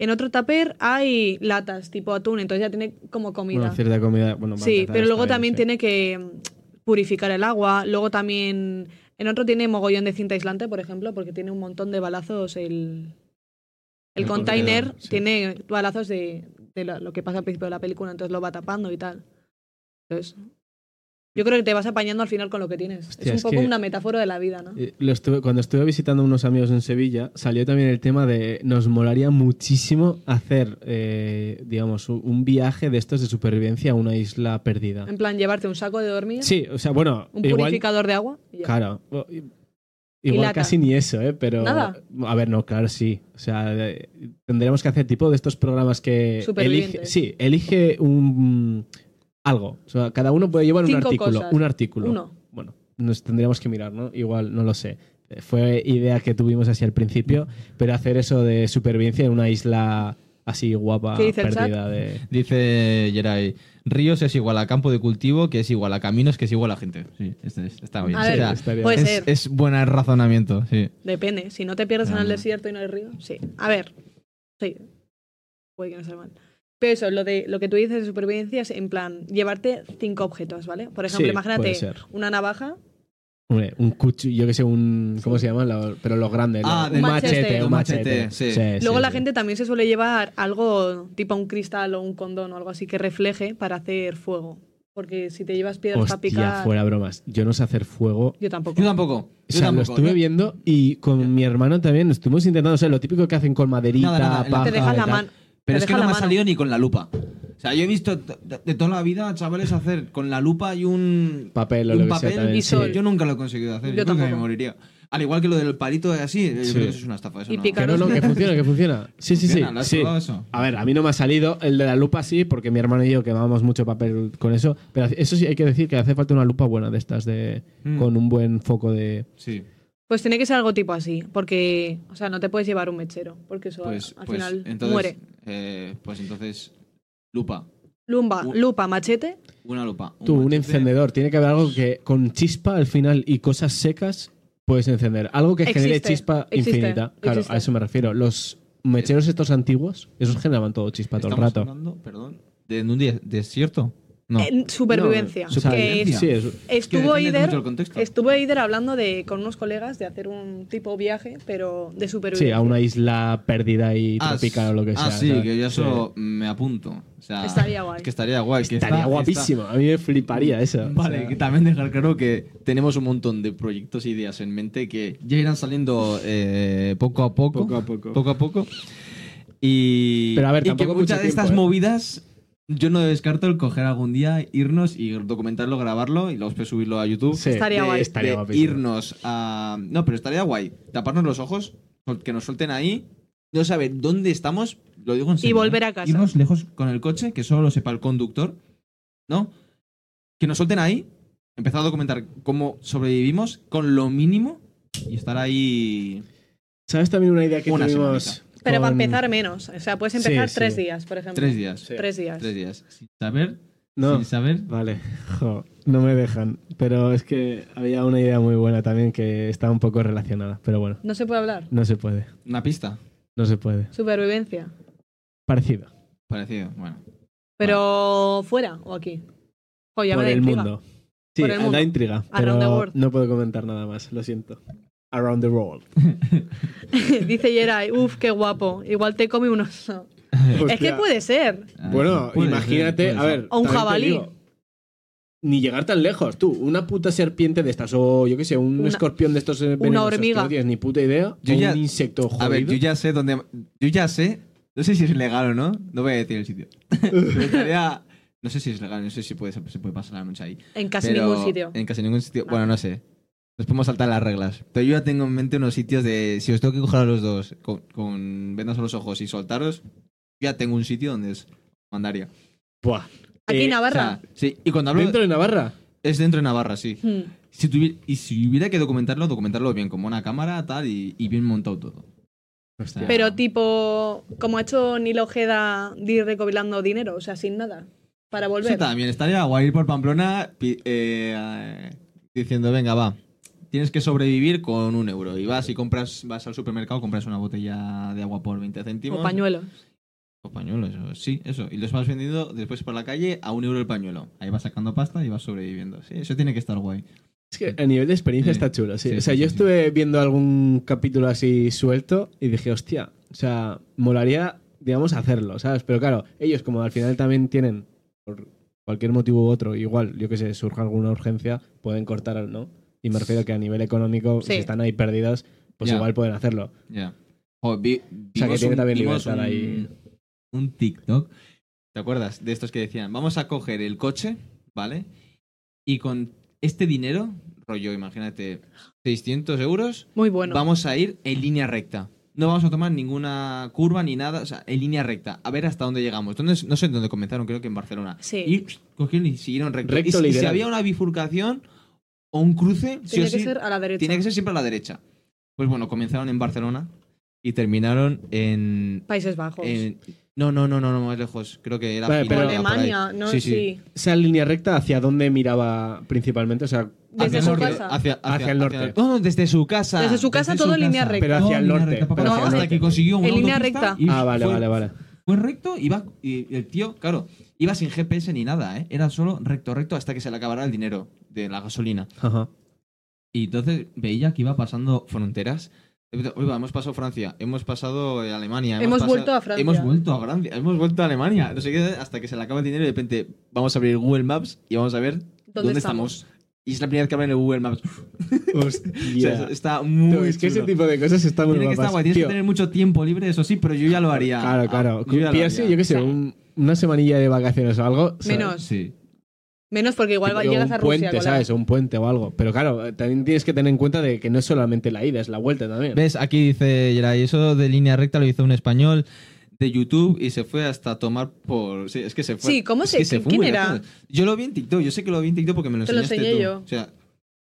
S2: En otro tupper hay latas tipo atún, entonces ya tiene como comida.
S4: Bueno, cierta comida. Bueno,
S2: sí,
S4: bandeja,
S2: pero luego
S4: está
S2: también
S4: bien,
S2: tiene
S4: sí.
S2: que mm, purificar el agua, luego también en otro tiene mogollón de cinta aislante, por ejemplo, porque tiene un montón de balazos el el
S4: El
S2: container
S4: contenedor, sí.
S2: tiene balazos de, de lo, lo que pasa al principio de la película, entonces lo va tapando y tal. Entonces, yo creo que te vas apañando al final con lo que tienes. es
S4: Hostia,
S2: un
S4: es
S2: poco
S4: que-
S2: una metáfora de la vida, ¿no?
S4: Eh, lo estuve- cuando estuve visitando unos amigos en Sevilla, salió también el tema de nos molaría muchísimo hacer, eh, digamos, u- un viaje de estos de supervivencia a una isla perdida.
S2: En plan, llevarte un saco de dormir,
S4: Sí, o sea, bueno,
S2: un
S4: igual,
S2: purificador de agua. y ya.
S4: claro, o- i- igual
S2: lata.
S4: casi ni eso, ¿eh? Pero
S2: Nada.
S4: a ver, no, claro, sí. O sea, eh, tendríamos que hacer tipo de estos programas que
S2: Supervivientes.
S4: elige, sí, elige un algo, o sea, cada uno puede llevar un
S2: Cinco
S4: artículo,
S2: cosas.
S4: un artículo
S2: Uno.
S4: bueno, nos tendríamos que mirar, ¿no? Igual, no lo sé. Eh, Fue idea que tuvimos así al principio, pero hacer eso de supervivencia en una isla así guapa,
S2: ¿Qué dice el
S4: perdida de...
S1: Dice Geray, ríos es igual a campo de cultivo, que es igual a caminos, que es igual a gente. Sí, este es- está bien.
S2: A
S1: O
S2: ver,
S1: sea,
S4: estaría
S2: puede
S1: es,
S2: ser.
S1: es buen razonamiento, sí.
S2: Depende. Si no te pierdes en el
S1: Ah.
S2: desierto y no hay río, sí. A ver. Sí. Puede que no sea mal. Pero eso, lo, de, lo que tú dices de supervivencia es en plan llevarte cinco objetos, ¿vale? Por ejemplo,
S4: Sí, puede
S2: imagínate
S4: ser.
S2: una navaja,
S4: Hombre, un cuchillo, yo que sé, un... ¿Cómo se llama? La- Pero los grandes.
S1: Ah,
S4: ¿no?
S1: del
S4: un
S2: machete.
S4: machete,
S2: Un
S4: un machete.
S1: machete, sí.
S2: Luego
S4: sí,
S2: la
S4: sí.
S2: gente también se suele llevar algo tipo un cristal o un condón o algo así que refleje para hacer fuego. Porque si te llevas piedras para
S4: Hostia,
S2: picar.
S4: fuera bromas. Yo no sé hacer fuego.
S2: Yo tampoco.
S1: Yo tampoco.
S4: O
S1: Yo
S4: sea, lo
S1: tampoco.
S4: estuve
S1: Yo-
S4: viendo y con mi hermano también estuvimos intentando, o sea, lo típico que hacen con maderita,
S1: Nada, nada, en la-
S4: paja...
S2: te dejas
S4: y
S2: la
S4: tal.
S2: mano.
S1: Pero
S2: te
S1: es que no me
S2: dejas la
S1: ha
S2: mano.
S1: salido ni con la lupa. O sea, yo he visto t- de de toda la vida chavales hacer con la lupa y un
S4: Papel o
S1: y
S4: lo
S1: un
S4: que sea
S1: papel.
S4: también,
S2: Y sí. sol.
S1: Yo nunca lo he conseguido hacer.
S2: Yo
S1: Yo, creo que me
S2: tampoco.
S1: moriría. Al igual que lo del palito así, yo
S4: Sí.
S1: creo que eso es una estafa. Eso
S2: Y
S1: no.
S2: picar.
S4: Que no, no, que funciona, que funciona. Sí, sí, sí.
S1: Funciona, ¿lo has
S4: sí.
S1: probado eso?
S4: A ver, a mí no me ha salido. El de la lupa sí, porque mi hermano y yo quemábamos mucho papel con eso. Pero eso sí, hay que decir que hace falta una lupa buena de estas, de
S1: Mm.
S4: con un buen foco de.
S1: Sí,
S2: Pues tiene que ser algo tipo así, porque, o sea, no te puedes llevar un mechero, porque eso
S1: pues,
S2: al
S1: pues,
S2: final
S1: entonces,
S2: muere.
S1: eh, pues entonces, lupa.
S2: Lumba,
S1: u-
S2: lupa, machete,
S1: Una lupa.
S4: Tú, un
S1: machete.
S4: encendedor. Tiene que haber algo que con chispa al final y cosas secas puedes encender. Algo que genere
S2: Existe,
S4: chispa
S2: existe,
S4: infinita. Claro,
S2: existe.
S4: a eso me refiero. Los mecheros estos antiguos, esos generaban todo chispa todo el
S1: Estamos
S4: rato.
S1: hablando, perdón, de un die- desierto. No.
S2: en eh, supervivencia.
S4: O sea,
S2: que
S1: supervivencia.
S4: sí, es-
S2: estuvo
S1: depende
S2: Ider,
S1: mucho del contexto.
S2: estuvo Ider hablando de con unos colegas de hacer un tipo viaje, pero de
S4: sí,
S2: supervivencia.
S4: a una isla perdida y
S1: Ah,
S4: tropical o lo que sea.
S1: Ah, sí,
S4: ¿sabes?
S1: que yo
S4: Sí.
S1: solo me apunto. O sea,
S2: Estaría guay.
S1: Es que estaría guay. que
S4: Estaría
S1: está-
S4: guapísimo. A mí me fliparía eso.
S1: está- Vale,
S4: O sea,
S1: que también dejar claro que tenemos un montón de proyectos e ideas en mente que ya irán saliendo eh, poco a poco.
S4: Poco a poco.
S1: Poco a poco. Y,
S4: Pero a ver,
S1: y que
S4: tampoco
S1: muchas
S4: mucho
S1: de estas
S4: tiempo, ¿eh?
S1: movidas yo no descarto el coger algún día, irnos y documentarlo, grabarlo y luego después subirlo a YouTube.
S4: Sí.
S2: Estaría
S1: de-
S2: guay.
S4: Estaría
S1: de
S4: guapísimo.
S1: irnos a... No, pero estaría guay. Taparnos los ojos, que nos suelten ahí, no saber dónde estamos, lo digo en serio.
S2: volver
S1: ¿eh?
S2: a casa.
S1: Irnos lejos con el coche, que solo lo sepa el conductor, ¿no? Que nos suelten ahí, empezar a documentar cómo sobrevivimos con lo mínimo y estar ahí...
S4: ¿Sabes también una idea que
S1: Una
S4: tuvimos?
S2: pero para
S4: con-
S2: empezar menos, o sea, puedes
S4: Sí,
S2: empezar
S4: sí.
S2: tres días, por ejemplo.
S1: Tres días.
S4: Sí.
S2: Tres días.
S1: Tres días. Sin saber,
S4: No,
S1: sin saber...
S4: vale. Jo, no me dejan. Pero es que había una idea muy buena también que estaba un poco relacionada. Pero bueno,
S2: No se puede hablar.
S4: no se puede.
S1: Una pista,
S4: No se puede.
S2: Supervivencia.
S4: Parecido.
S1: parecido. Bueno. Ah.
S2: Pero fuera o aquí. O ya
S4: por
S2: me da
S4: el
S2: intriga.
S4: mundo. Sí,
S2: Por el mundo.
S4: da intriga.
S2: Around the
S4: Pero
S2: world.
S4: no puedo comentar nada más. Lo siento. Around the world.
S2: Dice Yeray, uff, qué guapo. Igual te come unos. Es que
S4: Hostia.
S2: puede ser.
S4: Bueno,
S1: Ah, Puede ser,
S4: imagínate,
S1: puede
S4: a
S1: ser.
S4: ver.
S2: O un
S4: también te
S2: jabalí.
S4: digo, ni llegar tan lejos, tú. Una puta serpiente de estas, o yo qué sé, un
S2: Una-
S4: escorpión de estos. eh, venenosos que
S2: hormiga.
S4: No tienes ni puta idea.
S1: Yo
S4: o
S1: ya-
S4: un insecto jodido.
S1: A ver, yo ya sé dónde. Yo ya sé. No sé si es legal o no. No voy a decir el sitio. Pero estaría, No sé si es legal, no sé si puede, se puede pasar la noche ahí.
S2: En casi
S1: Pero eh,
S2: ningún sitio.
S1: En casi ningún sitio.
S2: Ah.
S1: Bueno, no sé. Nos podemos saltar las reglas. Pero yo ya tengo en mente unos sitios de. Si os tengo que coger a los dos con, con vendas a los ojos y soltaros, ya tengo un sitio donde os mandaría.
S4: Buah.
S2: Aquí
S4: Eh,
S2: en
S1: O sea,
S2: Navarra.
S1: sí. Y cuando hablo.
S4: ¿Dentro de Navarra?
S1: Es dentro de Navarra, sí.
S2: Hmm.
S1: Si tuvi- y si hubiera que documentarlo, documentarlo bien, con buena cámara, tal, y, y bien montado todo.
S4: Hostia.
S2: Pero tipo, como ha hecho Nil Ojeda de ir recopilando dinero, o sea, sin nada, para volver.
S1: Eso también estaría guay ir por Pamplona pi- eh, eh, diciendo, venga, va. Tienes que sobrevivir con un euro. Y vas y compras, vas al supermercado, compras una botella de agua por 20 céntimos.
S2: o pañuelos.
S1: O pañuelos, o- sí, eso. Y los vas vendiendo después por la calle a un euro el pañuelo. Ahí vas sacando pasta y vas sobreviviendo. Sí, eso tiene que estar guay.
S4: Es que a nivel de experiencia
S1: Sí.
S4: está chulo, sí.
S1: Sí,
S4: o sea,
S1: sí,
S4: yo
S1: sí,
S4: estuve viendo algún capítulo así suelto y dije, hostia, o sea, molaría, digamos, hacerlo, ¿sabes? Pero claro, ellos como al final también tienen, por cualquier motivo u otro, igual, yo que sé, surge alguna urgencia, pueden cortar o no. Y me refiero que a nivel económico,
S2: Sí.
S4: si están ahí perdidos, pues
S1: Ya.
S4: igual pueden hacerlo.
S1: Ya. Jo, vi-
S4: sea, que
S1: vimos
S4: tiene
S1: un-
S4: también
S1: vimos
S4: libertad
S1: un-
S4: ahí.
S1: Un TikTok. ¿Te acuerdas? De estos que decían, vamos a coger el coche, ¿vale? Y con este dinero, rollo, imagínate, 600 euros,
S2: Muy bueno.
S1: vamos a ir en línea recta. No vamos a tomar ninguna curva ni nada, o sea, en línea recta. A ver hasta dónde llegamos. ¿Dónde es- no sé dónde comenzaron, creo que en Barcelona.
S2: Sí.
S1: Y cogieron y siguieron recto.
S4: Recto,
S1: y, si- y si
S4: literal.
S1: había una bifurcación o un cruce, sí
S2: Tiene
S1: o
S2: que
S1: sí,
S2: ser a la derecha.
S1: tiene que ser siempre a la derecha. Pues bueno, comenzaron en Barcelona y terminaron en.
S2: Países Bajos.
S1: en- no, no, no, no, no, más lejos. Creo que era.
S4: Vale,
S2: O
S1: Finlandia,
S4: pero-
S1: por ahí.
S2: Alemania, ¿no?
S1: Sí,
S2: Sí.
S1: sí.
S4: Esa línea recta, ¿hacia dónde miraba principalmente? O sea,
S2: Desde
S1: Hacia
S2: su
S1: el norte,
S2: casa.
S1: Hacia, hacia-
S4: Hacia el norte.
S1: no, no, desde su casa.
S2: Desde su casa, todo en línea recta.
S4: Pero hacia el
S1: Todo en línea
S4: norte,
S1: recta, para
S4: pero
S1: abajo,
S2: hacia el
S1: hasta
S2: norte.
S1: que consiguió una
S2: En línea
S1: autopista
S2: recta.
S1: y
S4: ah, vale,
S1: fue-
S4: vale, vale.
S1: Fue recto iba, y el tío, claro, iba sin GPS ni nada, ¿eh? Era solo recto, recto hasta que se le acabara el dinero de la gasolina.
S4: Ajá.
S1: Y entonces veía que iba pasando fronteras. De repente, Oiga, hemos pasado Francia, hemos pasado eh, Alemania.
S2: Hemos
S1: pasado-
S2: vuelto a Francia.
S1: Hemos vuelto a Francia, hemos vuelto a Alemania. No sé qué, hasta que se le acaba el dinero y de repente vamos a abrir Google Maps y vamos a ver dónde, estamos? Y es la primera vez que abren el Google Maps. O sea,
S4: Hostia.
S1: está
S4: Tú,
S1: muy.
S4: es que ese
S1: chulo.
S4: tipo de cosas están muy
S1: Tiene que
S4: guapas.
S1: estar guay, tienes
S4: Tío,
S1: que tener mucho tiempo libre, eso sí, pero yo ya lo haría.
S4: Claro, claro.
S1: Ah, yo ya lo
S4: Pillarse,
S1: haría.
S4: yo qué sé, un- una semanilla de vacaciones o algo. ¿sabes?
S2: Menos.
S1: Sí.
S2: Menos porque igual
S4: Tipo,
S2: llegas
S4: un
S2: a Rusia.
S4: puente,
S2: colega.
S4: ¿sabes? O un puente o algo. Pero claro, eh, también tienes que tener en cuenta de que no es solamente la ida, es la vuelta también.
S1: ¿Ves? Aquí dice Geray, eso de línea recta lo hizo un español de YouTube y se fue hasta tomar por... Sí, es que se fue.
S2: Sí, ¿cómo
S1: es
S2: se-
S1: que fue
S2: quién
S1: muy
S2: era?
S1: lejos. Yo lo vi en TikTok, yo sé que lo vi en TikTok porque me lo
S2: Te lo
S1: enseñaste tú.
S2: enseñé yo.
S1: O sea,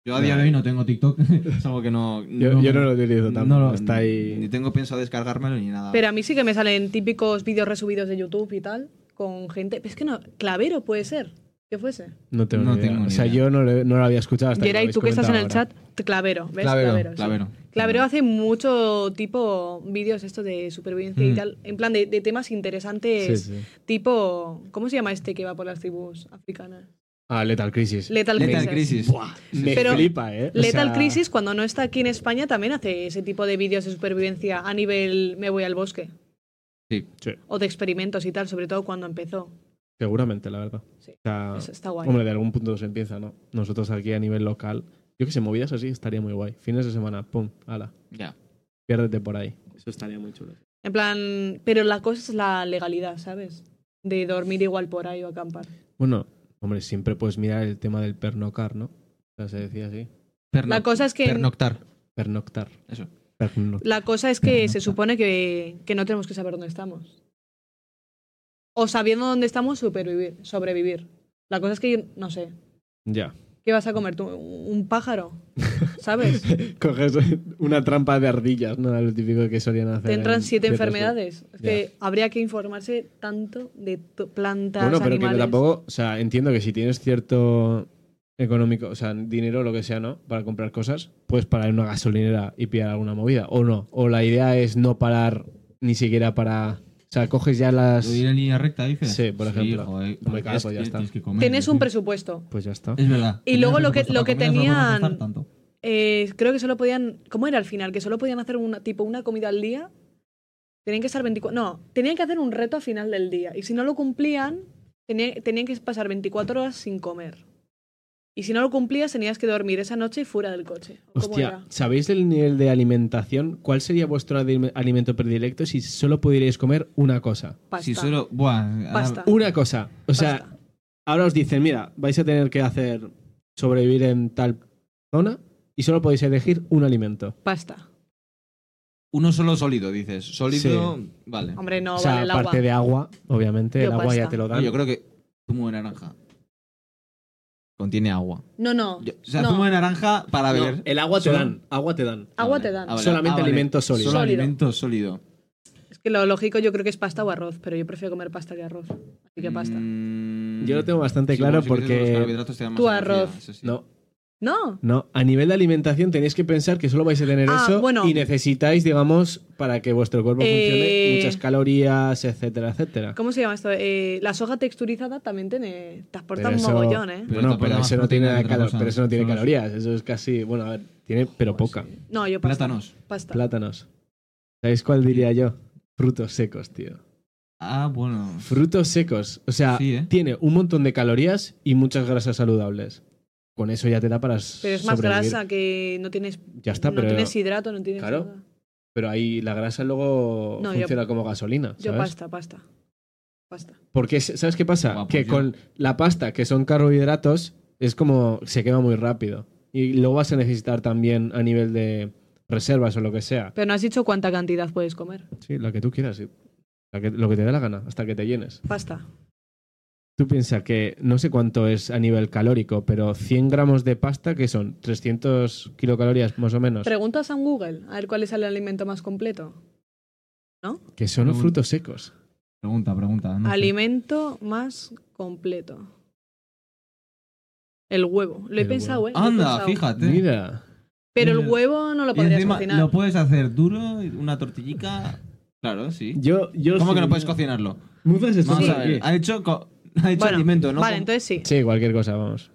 S1: yo a día de hoy no tengo TikTok. es algo que no...
S4: Yo, yo no lo utilizo tampoco.
S1: no lo-
S4: Está
S1: Ni
S4: ahí.
S1: tengo pensado descargármelo ni nada.
S2: Pero a mí sí que me salen típicos vídeos resubidos de YouTube y tal, con gente. Es que no, Clavero puede ser, que fuese.
S4: No tengo
S1: No
S4: ni idea.
S1: tengo ni
S4: O sea,
S1: idea.
S4: yo no, lo- no lo había escuchado hasta
S2: Geray,
S4: lo
S2: tú que
S4: habéis
S2: estás en el
S4: comentado
S2: chat, t- Clavero, ¿ves?
S1: Clavero,
S2: sí.
S1: Clavero.
S4: Mm.
S2: Clavero hace mucho tipo vídeos estos de supervivencia y
S1: Mm.
S2: tal, en plan de, de temas interesantes,
S4: ahora. Sí, sí.
S2: tipo, ¿cómo se llama este que va por las tribus africanas?
S4: Ah, Lethal Crisis.
S2: Lethal,
S1: Lethal
S2: Crisis.
S1: Crisis.
S4: Buah, me
S2: Pero-
S4: flipa, ¿eh? O
S2: Lethal
S4: sea,
S2: Crisis, cuando no está aquí en España, también hace ese tipo de vídeos de supervivencia a nivel me voy al bosque.
S1: Sí.
S4: Sí.
S2: O de experimentos y tal, sobre todo cuando empezó.
S4: Seguramente, la verdad.
S2: Sí.
S4: O sea,
S2: Eso está guay.
S4: Ah, hombre, de algún punto se empieza, ¿no? Nosotros aquí a nivel local. Yo que sé, movidas así estaría muy guay. Fines de semana, pum, ala.
S1: Ya.
S4: Piérdete por ahí. Eso estaría muy chulo.
S2: En plan, pero la cosa es la legalidad, ¿sabes? De dormir igual por ahí o acampar.
S4: Bueno, hombre, siempre puedes mirar el tema del pernocar, ¿no? O sea, se decía así.
S1: Perno-
S2: La cosa es que
S1: Pernoctar.
S4: Pernoctar.
S1: Eso.
S4: Pernoc-
S2: la cosa es que se supone que, que no tenemos que saber dónde estamos. O sabiendo dónde estamos, supervivir, sobrevivir. La cosa es que yo no sé.
S4: Ya.
S2: ¿Qué vas a comer tú? ¿Un pájaro? ¿Sabes?
S4: Coges una trampa de ardillas, ¿no? Era Lo típico que solían hacer.
S2: Te entran
S4: en
S2: siete
S4: ciertos-
S2: enfermedades. Es que habría que informarse tanto de to- plantas,
S4: Bueno, pero
S2: animales.
S4: que tampoco. O sea, entiendo que si tienes cierto económico, o sea, dinero, lo que sea, ¿no? Para comprar cosas, puedes parar en una gasolinera y pillar alguna movida. O no. O la idea es no parar ni siquiera para. O sea, coges ya las.
S1: ¿Lo diré en línea recta, dices?
S4: Pues, Sí, por ejemplo.
S1: joder,
S4: Hombre, claro,
S1: es
S4: pues ya
S1: que
S4: está.
S1: tienes que comer,
S2: Tienes
S1: yo
S2: un
S1: creo.
S2: presupuesto.
S4: Pues ya está.
S1: Es verdad.
S2: Y luego lo que-
S1: Tenías
S2: lo que
S1: presupuesto, para comer no
S2: tenían-
S1: podemos gastar tanto.
S2: Eh, creo que solo podían. ¿Cómo era al final? Que solo podían hacer una, tipo una comida al día. Tenían que estar 24. No, tenían que hacer un reto al final del día. Y si no lo cumplían, tenía- tenían que pasar 24 horas sin comer. Y si no lo cumplías, tenías que dormir esa noche fuera del coche. ¿Cómo
S4: Hostia,
S2: era?
S4: ¿sabéis el nivel de alimentación? ¿Cuál sería vuestro ali- alimento predilecto si solo pudierais comer una cosa?
S2: Pasta.
S1: Si solo. Buah, ahora-
S2: Pasta.
S4: Una cosa. O sea,
S2: Pasta.
S4: Ahora os dicen, mira, vais a tener que hacer sobrevivir en tal zona y solo podéis elegir un alimento.
S2: Pasta.
S1: Uno solo sólido, dices. Sólido, vale.
S2: Hombre, no
S4: o sea,
S2: vale el agua.
S4: aparte de agua, obviamente,
S2: Yo
S4: el agua ya
S2: pasta.
S4: te lo
S1: No,
S4: dan.
S1: yo creo que zumo de naranja contiene agua.
S2: No, no.
S1: Yo- o sea,
S2: no.
S1: zumo de naranja para
S4: No,
S1: beber. Ah,
S4: el agua te
S1: Solo-
S4: dan, agua te dan.
S2: Agua te dan.
S4: Solamente alimento sólido.
S1: Solo
S2: Sólido.
S1: alimento sólido.
S2: Es que lo lógico yo creo que es pasta o arroz, pero yo prefiero comer pasta que arroz. Así que pasta.
S1: Mm,
S4: Yo lo tengo bastante
S1: sí,
S4: claro
S1: bueno, sí que
S4: porque-
S1: los carbohidratos te dan más
S2: Tu
S1: energía,
S2: arroz.
S1: eso sí.
S4: No,
S2: No.
S4: no. A nivel de alimentación tenéis que pensar que solo vais a tener
S2: Ah,
S4: eso
S2: bueno.
S4: y necesitáis, digamos, para que vuestro cuerpo funcione,
S2: Eh,
S4: muchas calorías, etcétera, etcétera.
S2: ¿Cómo se llama esto? Eh, la soja texturizada también tiene, te aporta
S4: Pero
S2: un
S4: eso-
S2: mogollón, ¿eh?
S1: Pero
S4: Bueno,
S1: tampoco
S4: pero
S1: más
S4: eso no
S1: proteína
S4: tiene nada
S1: que otra
S4: calo-
S1: cosa.
S4: pero eso no tiene
S1: Son los-
S4: calorías. Eso es casi, bueno, a ver, tiene, pero poca.
S2: No, yo pasta.
S1: Plátanos.
S2: Pasta.
S4: Plátanos. ¿Sabéis cuál diría yo? Frutos secos, tío.
S1: Ah, bueno.
S4: Frutos secos. O sea,
S1: Sí, ¿eh?
S4: tiene un montón de calorías y muchas grasas saludables. Con eso ya te da para
S2: pero es más
S4: sobrevivir.
S2: grasa que no tienes,
S4: Ya está,
S2: no
S4: pero,
S2: tienes hidrato, no tienes
S4: Claro.
S2: nada.
S4: pero ahí la grasa luego
S2: No, yo-
S4: funciona como gasolina.
S2: Yo
S4: ¿sabes?
S2: pasta, pasta. Pasta.
S4: Porque, ¿sabes qué pasa?
S1: Guau,
S4: que
S1: pues yo-
S4: con la pasta, que son carbohidratos, es como se quema muy rápido. Y luego vas a necesitar también a nivel de reservas o lo que sea.
S2: Pero no has dicho cuánta cantidad puedes comer.
S4: Sí, la que tú quieras. sí. La que- lo que te dé la gana, hasta que te llenes.
S2: Pasta.
S4: Tú piensas que no sé cuánto es a nivel calórico, pero 100 gramos de pasta, que son 300 kilocalorías más o menos,
S2: Pregunta a San Google, a ver cuál es el alimento más completo.
S4: que son
S1: Pregunta.
S4: frutos secos.
S1: Pregunta, pregunta. no sé.
S2: Alimento más completo. El huevo. Lo he
S4: El
S2: pensado,
S4: huevo.
S2: ¿eh? Lo he
S1: Anda,
S2: pensado.
S1: fíjate.
S4: Mira,
S2: Pero el
S1: Mira.
S2: huevo no lo
S1: Y
S2: podrías
S1: encima
S2: cocinar.
S1: lo puedes hacer duro, una tortillica. Claro, sí.
S4: yo... yo
S1: ¿Cómo
S4: sí-
S1: que no puedes cocinarlo?
S4: Muchas
S1: Vamos
S4: estrellas
S1: a
S4: aquí.
S1: ver. Ha hecho, co- ha hecho
S2: Bueno,
S1: alimento, ¿no?
S2: Vale,
S1: Como-
S2: entonces sí.
S4: Sí, cualquier cosa, vamos.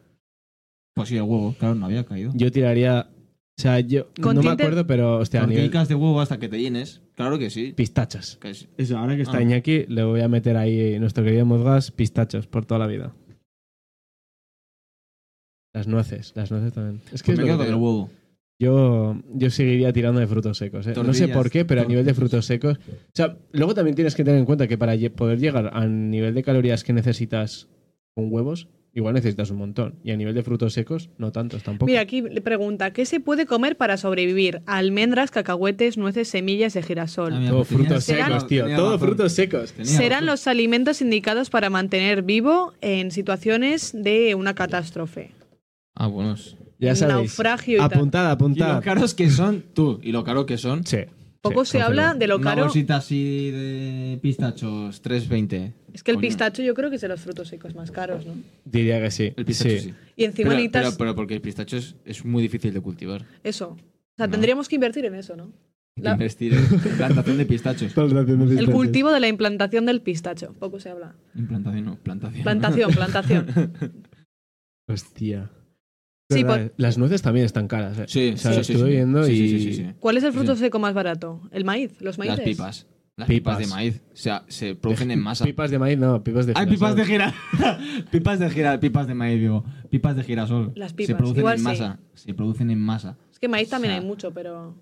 S1: Pues sí, de huevo. Claro, no había caído.
S4: Yo tiraría... O sea, yo
S2: Con
S4: no me
S2: tinte-
S4: acuerdo, pero hostia, a nivel...
S1: Tortillicas de huevo hasta que te llenes. Claro que sí.
S4: Pistachas.
S1: que sí.
S4: Eso, ahora que está
S1: Ah.
S4: Iñaki, le voy a meter ahí nuestro querido Mozgas pistachos por toda la vida. Las nueces, las nueces también. Es que
S1: Pues
S4: es
S1: me quedo
S4: lo que
S1: con
S4: te
S1: el
S4: digo.
S1: huevo.
S4: Yo, yo seguiría tirando de frutos secos. ¿eh? No sé
S1: Tortillas,
S4: por qué, pero a nivel de frutos
S1: tortillas.
S4: secos. O sea, luego también tienes que tener en cuenta que para lle- poder llegar al nivel de calorías que necesitas con huevos, igual necesitas un montón. Y a nivel de frutos secos, no tantos tampoco.
S2: Mira, aquí le pregunta, ¿qué se puede comer para sobrevivir? Almendras, cacahuetes, nueces, semillas de
S1: Ah,
S2: girasol.
S1: mira,
S4: todo
S1: pues tenía-
S4: frutos
S2: Serán-
S4: secos, tío.
S1: tenía
S4: Todo
S1: razón.
S4: frutos secos.
S1: Tenía
S2: Serán
S1: razón.
S2: los alimentos indicados para mantener vivo en situaciones de una catástrofe.
S1: Ah, buenos.
S4: Ya sabéis.
S2: Naufragio y tal.
S4: Apuntad,
S1: Y lo
S4: apuntad.
S1: caros que son, tú, y lo caro que son.
S4: Sí,
S2: Poco
S4: sí,
S2: se habla
S4: cógelo.
S2: de lo
S1: Una
S2: caro.
S1: bolsita así de pistachos, 3.20.
S2: Es que el
S1: Coño.
S2: pistacho yo creo que es de los frutos secos más caros, ¿no?
S4: Diría que sí.
S1: El pistacho sí.
S2: Y encima
S1: Pero,
S2: necesitas
S1: pero- pero porque el pistacho es, es muy difícil de cultivar.
S2: eso. O sea,
S1: No.
S2: tendríamos que invertir en eso, ¿no? La-
S1: Investir en plantación de pistachos.
S2: El cultivo de la implantación del pistacho. Poco se habla.
S1: Implantación, no, plantación.
S2: Plantación, plantación.
S4: Hostia.
S2: Sí,
S4: Verdad, eh. Las nueces también están caras. ¿eh?
S1: Sí,
S4: O sea,
S1: sí,
S4: lo
S1: sí,
S4: estuve
S1: sí.
S4: viendo
S1: Sí,
S4: y.
S1: sí, sí, sí, sí.
S2: ¿Cuál es el fruto
S1: Sí.
S2: seco más barato? ¿El maíz? ¿Los maíces?
S1: Las pipas. Las pipas.
S4: Pipas.
S1: de maíz. O sea, se producen en masa.
S4: Pipas de maíz, no, pipas de
S1: Hay
S4: girasol.
S1: pipas de girasol. pipas de girasol, pipas de maíz, digo. Pipas de girasol.
S2: Las
S1: Se
S2: pipas,
S1: producen
S2: igual
S1: en
S2: sí.
S1: masa. Se producen en masa.
S2: Es que maíz también
S1: O sea,
S2: hay mucho, pero.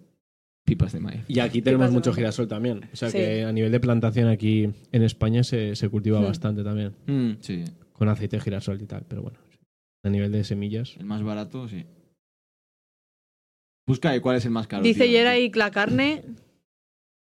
S1: Pipas de maíz.
S4: Y aquí tenemos
S2: de
S4: mucho
S2: maíz.
S4: girasol también. O sea
S2: Sí.
S4: que a nivel de plantación aquí en España se, se cultiva
S2: Hmm.
S4: bastante también.
S1: Mm, sí,
S4: Con aceite de girasol y tal, pero bueno. sí. A nivel de semillas.
S1: el más barato, sí. Busca eh, cuál es el más caro.
S2: Dice
S1: tío.
S2: Yeray la carne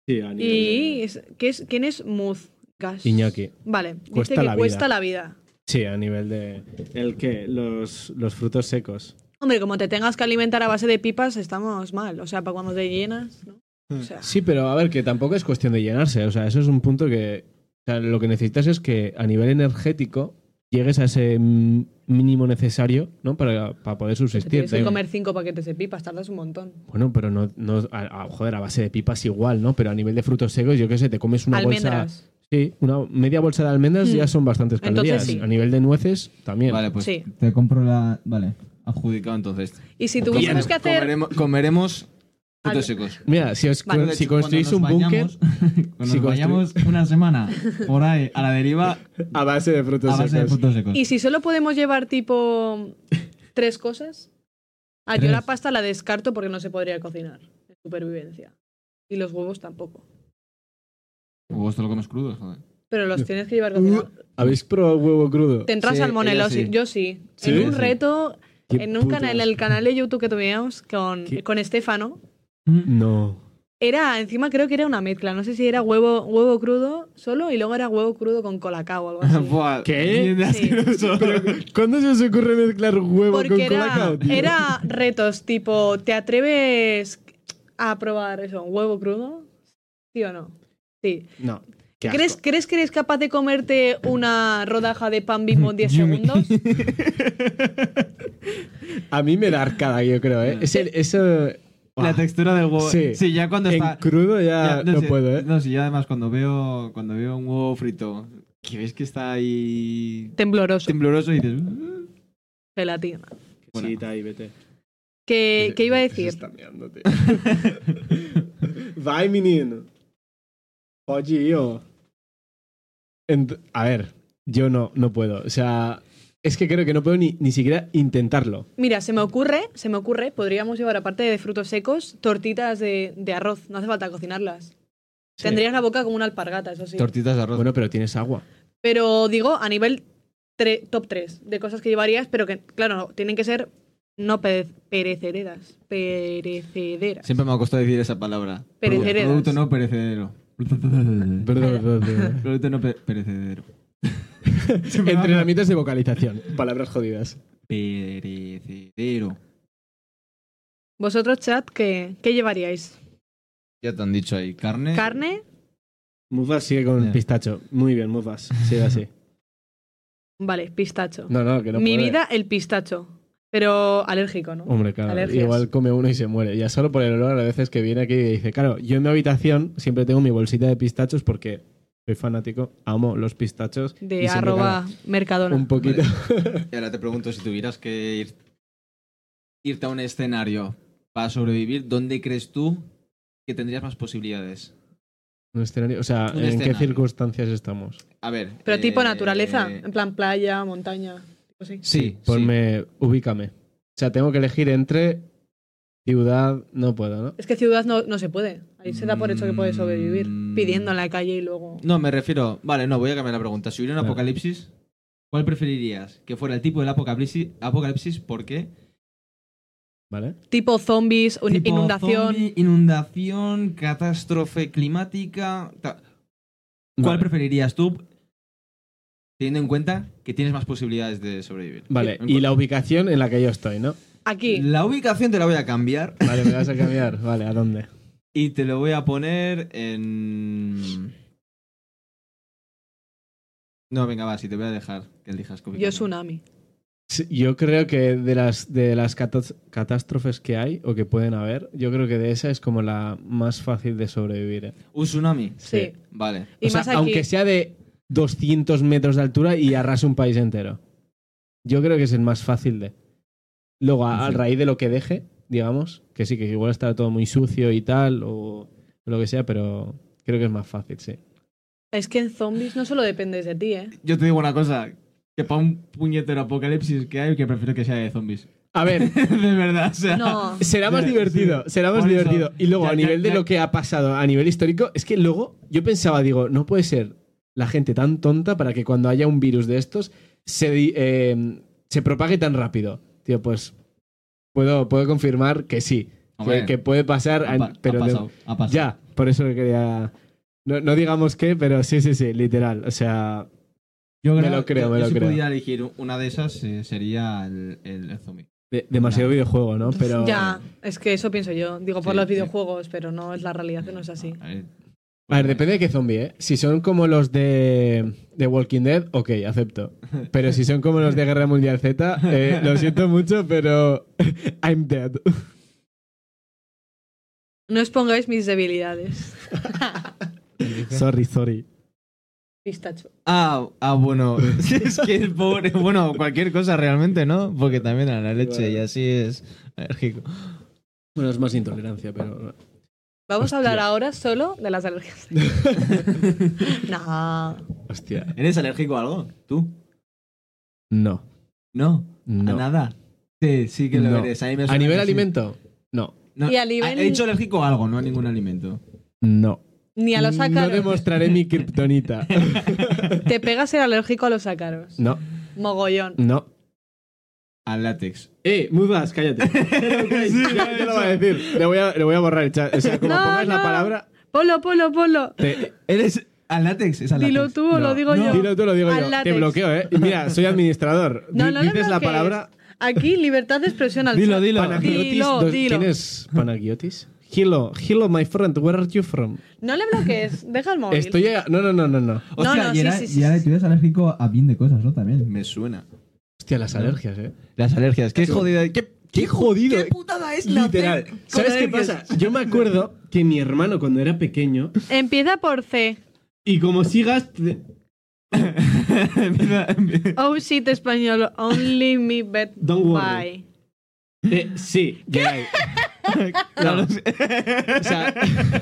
S4: Sí, a
S2: y. es- ¿qué es- ¿Quién es Muzgas?
S4: Iñaki.
S2: Vale, dice
S4: Cuesta
S2: que
S4: la vida.
S2: cuesta la vida.
S4: Sí, a nivel de. ¿El qué? Los, los frutos secos.
S2: Hombre, como te tengas que alimentar a base de pipas, estamos mal. O sea, para cuando te llenas, ¿no? O sea,
S4: Sí, pero a ver, que tampoco es cuestión de llenarse. O sea, eso es un punto que. o sea, lo que necesitas es que a nivel energético llegues a ese mm, mínimo necesario, ¿no? Para, para poder
S2: te
S4: subsistir.
S2: tienes que
S4: Da-
S2: comer cinco paquetes de pipas, tardas un montón.
S4: Bueno, pero no. no a, a- joder, a base de pipas igual, ¿no? Pero a nivel de frutos secos, yo qué sé, te comes una bolsa.
S2: Almendras.
S4: Sí, una media bolsa de almendras
S2: Hmm.
S4: ya son bastantes
S2: Entonces
S4: calorías.
S2: sí.
S4: A nivel de nueces también.
S1: Vale, pues
S2: Sí.
S1: te compro la. Vale, adjudicado entonces.
S2: Y si tuviésemos
S1: Bien,
S2: que hacer.
S1: Comeremos, comeremos frutos
S2: Al-
S1: secos.
S4: Mira, si, os-
S2: Vale.
S1: De
S4: si
S1: hecho, cuando
S4: construís
S1: nos
S4: un búnker
S1: vayamos- Cuando
S4: si
S1: nos vayamos una semana por ahí a la deriva
S4: a base de frutos
S1: a base de
S4: secos.
S1: frutos secos.
S2: Y si solo podemos llevar tipo tres cosas, ah, yo
S4: Tres.
S2: la pasta la descarto porque no se podría cocinar. Es supervivencia. Y los huevos tampoco.
S1: Huevos te lo comes crudo, joder.
S2: Pero los tienes que llevar cocinados.
S4: Uh, ¿Habéis probado huevo crudo?
S2: Tendrás
S1: Sí,
S2: salmonella,
S1: ella sí.
S2: sí. yo sí.
S4: Sí,
S2: En un
S4: sí.
S2: reto,
S4: Qué
S2: en un canal, en
S4: putas.
S2: el canal de YouTube que tuvimos con,
S4: Qué-
S2: con Estefano,
S1: Mm.
S4: No.
S2: era, encima creo que era una mezcla. No sé si era huevo, huevo crudo solo y luego era huevo crudo con colacao o algo así.
S1: Buah,
S4: Mm. ¿Qué?
S1: bien de
S2: Sí.
S1: asqueroso.
S4: ¿Cuándo se os ocurre mezclar huevo con
S2: Porque era,
S4: colacao, tío?
S2: era retos tipo, ¿te atreves a probar eso? ¿Huevo crudo? ¿Sí o no? Sí.
S4: No. qué asco.
S2: ¿Crees, ¿Crees que eres capaz de comerte una rodaja de pan bimbo en 10
S1: Yumi.
S2: segundos?
S4: A mí me da arcada, yo creo, ¿eh? Es el- eso...
S1: La textura del huevo.
S4: Sí.
S1: Sí, ya cuando
S4: en
S1: está.
S4: crudo
S1: ya,
S4: ya, no
S1: sé,
S4: puedo, ¿eh?
S1: No, sí, ya además cuando veo, cuando veo un huevo frito, que ves que está ahí
S2: Tembloroso.
S1: tembloroso y dices. "Uh".
S2: Gelatina.
S1: Bueno.
S4: Sí, ahí, vete.
S2: ¿Qué,
S4: Ese-
S2: Eh, qué iba a
S4: ese
S2: decir?
S4: está meando, tío. Vai, menino. Pode ir, ó. Ent- a ver, yo no, no puedo. O sea, es que creo que no puedo ni, ni siquiera intentarlo.
S2: Mira, se me ocurre, se me ocurre, podríamos llevar aparte de frutos secos, tortitas de, de arroz. No hace falta cocinarlas. Tendrías la boca como una alpargata, eso sí.
S1: Tortitas de arroz.
S4: Bueno, pero tienes agua.
S2: Pero digo, a nivel tre- top 3 de cosas que llevarías, pero que, claro, no, tienen que ser no pere- perecederas. Perecederas.
S1: Siempre me ha costado decir esa palabra.
S2: Perecederas.
S1: Producto no perecedero. Producto
S4: Perdón, perdón, perdón.
S1: no pe- perecedero.
S4: Entrenamientos de vocalización. Palabras jodidas.
S1: Perecedero.
S2: Vosotros, chat, ¿qué, qué llevaríais?
S6: Ya te han dicho ahí, carne.
S2: ¿Carne?
S4: Mufas sigue con
S6: Ya.
S4: pistacho. Muy bien, Mufas. Sigue así.
S2: Vale, pistacho.
S4: No, no, que no
S2: Mi
S4: puede.
S2: vida, el pistacho. Pero alérgico, ¿no?
S4: Hombre, claro.
S2: Alergias.
S4: Igual come uno y se muere. Ya solo por el olor a las veces que viene aquí y dice, claro, yo en mi habitación siempre tengo mi bolsita de pistachos porque soy fanático, amo los pistachos. y
S2: De
S4: siempre,
S2: arroba
S4: claro,
S2: mercadona.
S4: Un poquito.
S1: Y ahora te pregunto si tuvieras que ir, irte a un escenario para sobrevivir, ¿dónde crees tú que tendrías más posibilidades?
S4: Un escenario- O sea,
S1: Un
S4: ¿en
S1: escenario.
S4: qué circunstancias estamos?
S1: A ver.
S2: Pero tipo
S1: eh,
S2: naturaleza, en plan playa, montaña. tipo así.
S1: Sí, sí.
S4: Ponme, ubícame. O sea, tengo que elegir entre ciudad, no puedo, ¿no?
S2: Es que ciudad no, no se puede. Ahí se da por hecho que puedes sobrevivir.
S1: Mm.
S2: Pidiendo en la calle y luego.
S1: No, me refiero. Vale, no, voy a cambiar la pregunta. Si hubiera un
S4: Vale.
S1: apocalipsis, ¿cuál preferirías? Que fuera el tipo del apocalipsis, apocalipsis ¿por qué?
S4: ¿Vale?
S2: Tipo zombies, un-
S1: Tipo
S2: inundación.
S1: zombie, inundación, catástrofe climática. ta- ¿Cuál
S4: Vale.
S1: preferirías tú? Teniendo en cuenta que tienes más posibilidades de sobrevivir.
S4: Vale,
S1: En
S4: y la ubicación en la que yo estoy, ¿no?
S2: Aquí.
S1: La ubicación te la voy a cambiar
S4: Vale, me vas a cambiar. Vale, ¿a dónde?
S1: y te lo voy a poner en. No, venga, va, sí, te voy a dejar que elijas con
S2: Yo tsunami.
S4: Sí, Yo creo que de las, de las catas- catástrofes que hay o que pueden haber, yo creo que de esa es como la más fácil de sobrevivir. ¿eh?
S1: Un tsunami.
S2: Sí.
S1: Vale.
S2: Y
S4: O sea,
S2: más aquí.
S4: aunque sea de 200 metros de altura y arrase un país entero. Yo creo que es el más fácil de. Luego, a, a
S1: Sí.
S4: raíz de lo que deje, digamos, que sí, que igual estará todo muy sucio y tal, o lo que sea, pero creo que es más fácil, sí.
S2: Es que en zombies no solo dependes de ti, ¿eh?
S1: Yo te digo una cosa: que para un puñetero apocalipsis que hay, que prefiero que sea de zombies.
S4: A ver,
S1: de verdad, o sea.
S2: No.
S4: Será más
S1: Sí,
S4: divertido,
S1: sí.
S4: será más
S1: Por eso,
S4: divertido. Y luego,
S1: ya-
S4: a nivel
S1: ya-
S4: de
S1: ya-
S4: lo que ha pasado, a nivel histórico, es que luego yo pensaba, digo, no puede ser la gente tan tonta para que cuando haya un virus de estos se, di- eh, se propague tan rápido. Tío, pues puedo, puedo confirmar que sí, que,
S1: Hombre,
S4: que puede pasar,
S1: ha, pa- ha
S4: pero de-
S1: pasado, ha pasado.
S4: ya, por eso que quería... No, no digamos qué, pero sí, sí, sí, literal. O sea,
S1: Yo
S4: Me lo creo,
S1: yo-
S4: me
S1: yo
S4: lo
S1: si
S4: creo.
S1: pudiera elegir una de esas, eh, sería el, el, el zombie.
S4: de- demasiado
S1: Ya.
S4: videojuego, ¿no? Pero
S2: Ya, es que eso pienso yo. Digo por
S1: Sí,
S2: los
S1: sí.
S2: videojuegos, pero no es la realidad, que no es así.
S1: A ver,
S4: A ver, depende de qué zombie, ¿eh? Si son como los de, de Walking Dead, ok, acepto. Pero si son como los de Guerra Mundial Z, eh, lo siento mucho, pero I'm dead.
S2: No expongáis mis debilidades.
S4: Sorry, sorry.
S2: Pistacho.
S1: Ah, ah, bueno, es que el pobre, bueno, cualquier cosa realmente, ¿no? Porque también a la leche y así es alérgico.
S4: Bueno, es más intolerancia, pero...
S2: Vamos a hablar
S4: Hostia.
S2: ahora solo de las alergias. no.
S4: Hostia.
S1: ¿Eres alérgico a algo? ¿Tú?
S4: No,
S1: No, a
S4: no.
S1: nada. Sí, sí que lo
S4: No.
S1: eres. A, mí me
S4: A
S1: suena
S4: nivel
S1: que sí. Ah,
S4: alimento, no,
S1: No,
S2: Y a nivel-
S1: He dicho alérgico a algo, no a ningún alimento.
S4: no.
S2: Ni a los
S4: No
S2: ácaros.
S4: demostraré mi kriptonita.
S2: Te pega ser alérgico a los ácaros.
S4: No,
S2: Mogollón.
S4: no.
S1: Al látex.
S4: Eh, mudas, cállate. ya te lo voy a decir. Le voy a, le voy a borrar el chat. O sea, como
S2: No,
S4: pongas la
S2: no.
S4: palabra,
S2: Polo, polo, polo.
S4: te,
S1: Eres al látex, es al látex.
S2: Dilo tú o lo
S4: No,
S2: digo
S4: no.
S2: yo.
S4: Dilo tú, lo digo
S2: Al
S4: yo. Te
S2: látex.
S4: bloqueo, ¿eh? Y mira, soy administrador.
S2: No,
S4: Di-
S2: no lo
S4: Dices la
S2: bloquees.
S4: palabra
S2: Aquí, libertad de expresión al
S1: Dilo,
S2: chat.
S1: dilo.
S4: Panagiotis.
S2: Dilo,
S4: dos-
S2: dilo.
S4: ¿Quién es Panagiotis? Hilo, Hilo, my friend, where are you from?
S2: No le bloquees, deja el móvil.
S4: Estoy a... No, no, no, no, no.
S1: Hostia,
S2: no,
S1: y
S2: sí,
S1: era-
S2: sí, sí,
S1: y era-
S2: sí.
S1: tú eres alérgico a bien de cosas, ¿no? También. Me suena.
S4: Hostia, las alergias, ¿eh?
S1: Las alergias. Qué jodida. Qué,
S4: Qué jodido. eh.
S2: Ah,
S1: putada es
S4: Literal. ¿Sabes qué pasa? Yo me acuerdo que mi hermano cuando era pequeño
S2: Empieza por C.
S4: y como sigas te-
S2: Oh shit español, only me bet.
S4: Don't worry.
S2: Bye.
S4: eh, sí, ya hay. No. O sea,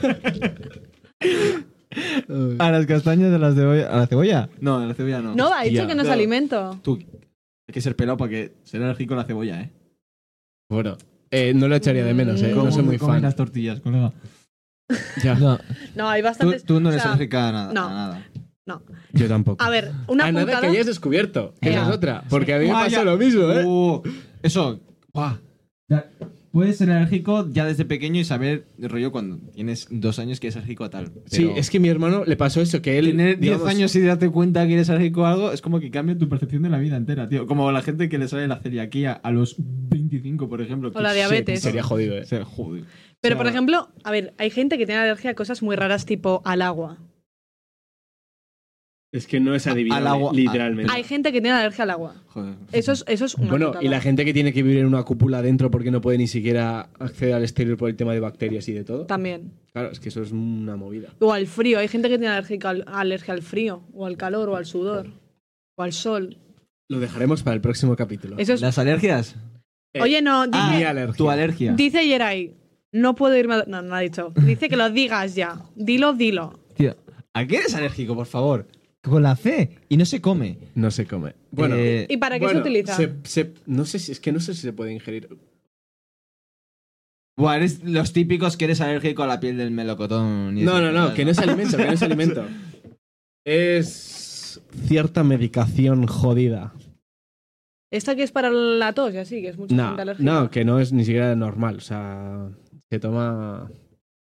S6: A las castañas de las de hoy. ¿A la cebolla?
S1: No, la cebolla no.
S2: No, ha dicho
S4: Hostia.
S2: que no es
S1: No.
S2: alimento.
S1: Tú. Hay que ser pelado para que ser alérgico a la cebolla, ¿eh?
S4: bueno, eh, no lo echaría de menos, ¿eh? No soy muy
S1: comes
S4: fan.
S1: las tortillas, colega?
S4: Ya.
S6: No.
S2: No, hay
S1: Tú,
S2: bastantes.
S1: tú no
S2: o
S1: eres
S2: sea,
S1: alérgica a nada.
S2: no.
S1: a nada.
S2: No.
S4: Yo tampoco.
S2: A ver, una
S4: a
S1: Ah,
S4: nada que
S2: puntada.
S4: hayas descubierto. que Esa
S2: Ya.
S4: es otra. Porque a mí me
S1: Guau,
S4: pasa
S1: Ah, ya.
S4: lo mismo, ¿eh?
S1: Uh, eso. Guau.
S6: Ya.
S1: Puedes ser alérgico ya desde pequeño y saber, rollo, cuando tienes dos años que eres alérgico a tal.
S4: Sí,
S1: Pero
S4: es que mi hermano le pasó eso, que él...
S1: Tener 10
S4: digamos,
S1: años y darte cuenta que eres alérgico a algo es como que cambia tu percepción de la vida entera, tío. Como la gente que le sale la celiaquía a los 25, por ejemplo.
S2: O la
S1: que-
S2: diabetes.
S4: Sería jodido, ¿eh?
S1: Se jode.
S2: Pero por ejemplo, a ver, hay gente que tiene alergia a cosas muy raras tipo al agua.
S4: Es que no es adivinable,
S1: Al agua-
S4: literalmente.
S2: Hay gente que tiene alergia al agua.
S1: Joder.
S2: Eso es, eso es una
S4: bueno,
S2: putada.
S4: y la gente que tiene que vivir en una cúpula adentro porque no puede ni siquiera acceder al exterior por el tema de bacterias y de todo.
S2: También.
S4: Claro, es que eso es una movida.
S2: O al frío. Hay gente que tiene alergia al, alergia al frío, o al calor, o al sudor, o al sol.
S4: Lo dejaremos para el próximo capítulo.
S2: Eso es.
S1: ¿Las Ah, alergias?
S4: Eh,
S2: Oye, no,
S4: mi
S2: dice,
S4: alergia.
S1: Tu alergia.
S2: dice Yeray, no puedo irme. a- No, no ha dicho. Dice que lo digas ya. Dilo, dilo.
S6: Tío. ¿A qué eres alérgico, por favor? Con la C. Y no se come.
S4: No se come. Bueno,
S6: Eh,
S2: ¿Y para qué
S4: bueno,
S2: se utiliza?
S4: se- se- no sé si, es que no sé si se puede ingerir.
S1: Buah, eres los típicos que eres alérgico a la piel del melocotón. y
S4: No,
S1: esas
S4: no, no,
S1: cosas,
S4: que no es alimento, que no es alimento. Es cierta medicación jodida.
S2: Esta que es para la tos, ya sí, que es mucha
S4: No,
S2: gente alérgica.
S4: no, que no es ni siquiera normal. O sea, se toma.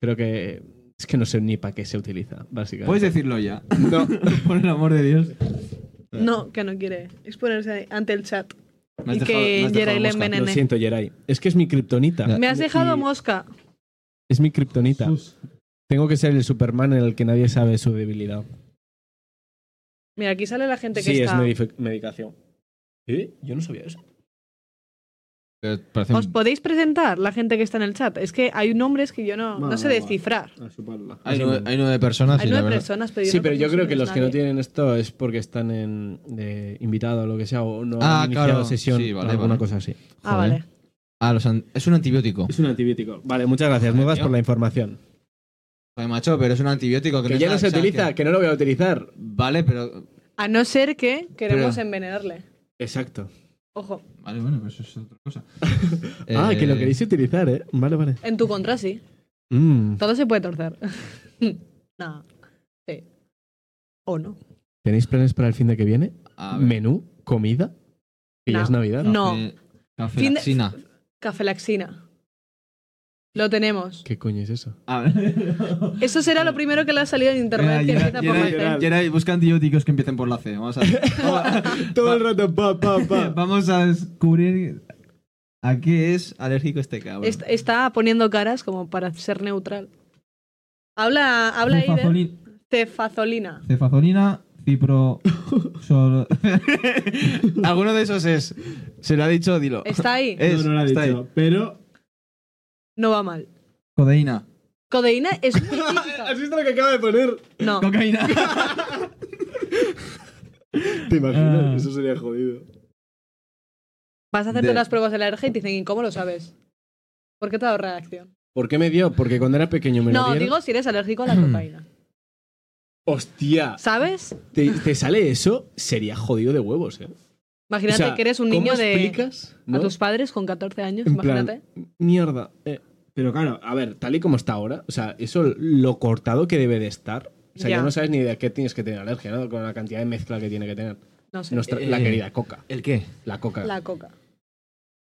S4: Creo que. Es que no sé ni para qué se utiliza,
S1: Puedes
S4: básicamente.
S1: decirlo ya. No, por el amor de Dios.
S2: No, que no quiere. Es ponerse ante el chat.
S1: Me has
S2: Y
S1: dejado-
S2: que
S1: me has dejado
S2: Yeray le
S1: mosca.
S2: envenene.
S4: Lo siento, Jerai. Es que es mi kriptonita.
S6: Ya.
S2: Me has dejado
S4: Y-
S2: mosca.
S4: Es mi kriptonita. Tengo que ser el Superman en el que nadie sabe su debilidad.
S2: Mira, aquí sale la gente que
S4: Sí, es
S2: está.
S4: medif- medicación. ¿Eh? Yo no sabía eso.
S6: pero parece
S2: ¿Os
S6: un-
S2: podéis presentar la gente que está en el chat? Es que hay nombres que yo no,
S4: No,
S2: no sé
S4: no,
S2: descifrar.
S4: A chuparla.
S6: Hay, nueve, hay nueve personas.
S2: Hay
S6: y la
S2: nueve
S6: verdad-
S2: personas, pero yo
S4: Ah, Sí,
S2: no
S4: pero yo
S2: conozco
S4: creo que los que no
S2: nadie.
S4: tienen esto es porque están en de invitado o lo que sea, o no
S6: Ah,
S4: han iniciado
S6: claro.
S4: sesión
S6: Sí, vale,
S4: o alguna
S6: vale.
S4: cosa así.
S2: Ah,
S6: Joder.
S2: vale.
S6: Ah, los an- es un antibiótico.
S4: Es un antibiótico. Vale, muchas gracias, Mudas,
S6: tío.
S4: por la información.
S6: Joder, macho, pero es un antibiótico. Que,
S4: Que ya
S6: es
S4: no se
S6: nada-
S4: utiliza,
S6: que-
S4: que no lo voy a utilizar.
S6: Vale, pero.
S2: A no ser que queremos
S6: Pero-
S2: envenenarle.
S4: Exacto.
S2: Ojo,
S1: Vale, bueno, pero eso es otra cosa.
S4: Ah,
S6: eh,
S4: que lo queréis utilizar, ¿eh? Vale, vale.
S2: en tu contra sí.
S4: Mm,
S2: Todo se puede torcer. no. Sí. O no.
S4: ¿Tenéis planes para el fin de que viene?
S1: A ver,
S4: ¿Menú? ¿Comida? Que ya
S2: No.
S4: es Navidad.
S2: No.
S6: eh, café
S2: Fin de-
S6: laxina.
S2: Cafelaxina. Lo tenemos.
S4: ¿Qué coño es eso?
S1: A ver.
S2: Eso será lo primero que le ha salido en internet. que empieza por la C.
S4: Gerard.
S1: Yeray, busca antibióticos que empiecen por la C. Vamos a ver.
S4: Todo el rato, pa, pa, pa.
S1: Vamos a descubrir a qué es alérgico este cabrón.
S2: Est- Está poniendo caras como para ser neutral. Habla, habla Eider.
S1: Cefazolin-
S2: Cefazolina.
S1: Cefazolina, cipro... sol- Alguno de esos es. Se lo ha dicho, dilo.
S2: Está ahí.
S4: Eh.
S1: Es, está ahí.
S4: pero...
S2: No va mal.
S1: Codeína.
S2: Codeína es muy típica.
S4: ¿Has visto lo que acaba de poner?
S2: No.
S1: Cocaína.
S4: Te imaginas,
S1: Ah.
S4: eso sería jodido.
S2: Vas a hacerte
S1: De-
S2: las pruebas de la alergia y te dicen, ¿y cómo lo sabes? ¿Por qué te ha dado reacción?
S4: ¿Por qué me dio? Porque cuando era pequeño me lo
S2: No,
S4: dieron.
S2: digo si eres alérgico a la cocaína.
S4: Hostia,
S2: ¿Sabes?
S4: ¿te, te sale eso? Sería jodido de huevos, ¿eh? O
S2: Imagínate
S4: sea,
S2: que eres un
S4: ¿cómo
S2: niño de...
S4: explicas, no?
S2: A tus padres con 14 años,
S4: En plan,
S2: imagínate.
S4: Mierda, eh, Pero claro, a ver, tal y como está ahora, o sea, eso lo cortado que debe de estar. O sea, ya,
S2: Ya.
S4: no sabes ni de qué tienes que tener alergia, ¿no? Con la cantidad de mezcla que tiene que tener.
S2: No sé.
S4: Nuestra- la
S1: Eh,
S4: querida coca.
S1: ¿El qué?
S4: La coca.
S2: La coca.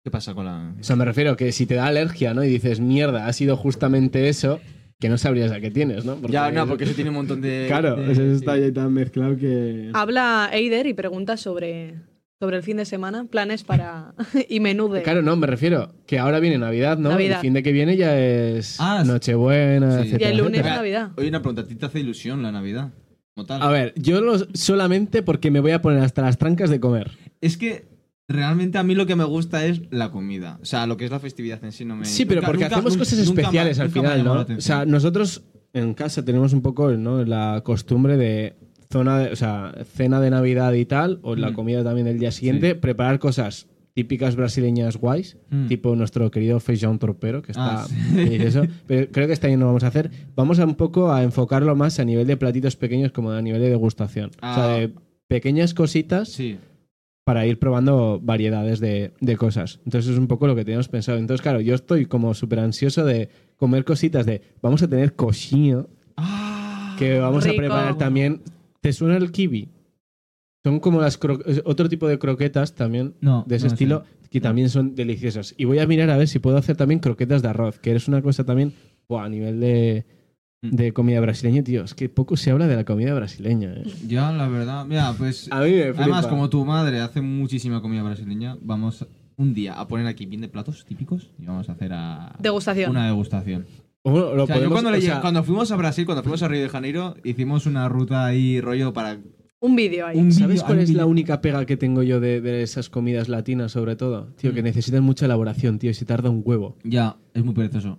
S1: ¿Qué pasa con la.?
S4: O sea, me refiero que si te da alergia, ¿no? Y dices, mierda, ha sido justamente eso, que no sabrías a qué tienes, ¿no?
S1: Ya, no, porque eso tiene un montón de.
S4: Claro,
S1: de-
S4: eso
S1: de-
S4: está ya tan mezclado que...
S2: Ah, Habla Eider y pregunta sobre, sobre el fin de semana, planes para. y menú de.
S4: Claro, no, me refiero que ahora viene Navidad, ¿no?
S2: pues. Navidad.
S4: El fin de que viene ya es
S1: Ah, sí.
S4: Nochebuena,
S1: Sí.
S2: y
S4: etcétera,
S2: el lunes
S4: etcétera.
S2: es Navidad.
S1: Oye, una pregunta, ¿a ti te hace ilusión la Navidad? Como tal.
S4: A ver, yo lo, solamente porque me voy a poner hasta las trancas de comer.
S1: Es que realmente a mí lo que me gusta es la comida. O sea, lo que es la festividad en sí no me.
S4: Sí, pero
S1: nunca-
S4: porque
S1: nunca-
S4: hacemos
S1: nun-
S4: cosas
S1: nunca me-
S4: especiales al
S1: nunca me ha
S4: final,
S1: llamado la
S4: ¿no? O
S1: atención.
S4: sea, nosotros en casa tenemos un poco ¿no? la costumbre de zona de, o sea, cena de Navidad y tal, o la
S1: Mm.
S4: comida también del día siguiente, preparar cosas típicas brasileñas guays,
S1: Mm.
S4: tipo nuestro querido feijão torpero, que está
S1: Ah, sí.
S4: que dice eso, pero creo que este año no lo vamos a hacer. Vamos a un poco a enfocarlo más a nivel de platitos pequeños como a nivel de degustación. O sea,
S1: Ah.
S4: de pequeñas cositas
S1: Sí.
S4: para ir probando variedades de, de cosas. Entonces es un poco lo que teníamos pensado. Entonces, claro, yo estoy como súper ansioso de comer cositas de vamos a tener cochino
S1: Ah,
S4: que vamos a
S2: rico.
S4: preparar también. ¿Te suena el kiwi? Son como las cro- otro tipo de croquetas también
S6: No,
S4: de ese
S6: no me
S4: estilo que también son deliciosas. Y voy a mirar a ver si puedo hacer también croquetas de arroz, que es una cosa también buah, a nivel de,
S1: Mm.
S4: de comida brasileña, tío. Es que poco se habla de la comida brasileña. eh.
S6: Ya, la verdad. Mira, pues.
S4: A mí Ah, me flipa.
S6: Además, como tu madre hace muchísima comida brasileña, vamos un día a poner aquí bien de platos típicos y vamos a hacer a
S2: Degustación.
S6: una degustación.
S4: Bueno, lo
S6: O sea, yo
S4: podemos-
S6: cuando, le
S4: o sea,
S6: llegué- cuando fuimos a Brasil, cuando fuimos a Río de Janeiro, hicimos una ruta ahí rollo para...
S2: Un vídeo ahí.
S6: Un
S4: ¿Sabes
S6: vídeo-
S4: cuál
S6: hay un
S4: es la
S6: vídeo-
S4: única pega que tengo yo de, de esas comidas latinas, sobre todo? Tío,
S1: Mm.
S4: que necesitan mucha elaboración, tío, y se tarda un huevo.
S6: Ya, es muy perezoso.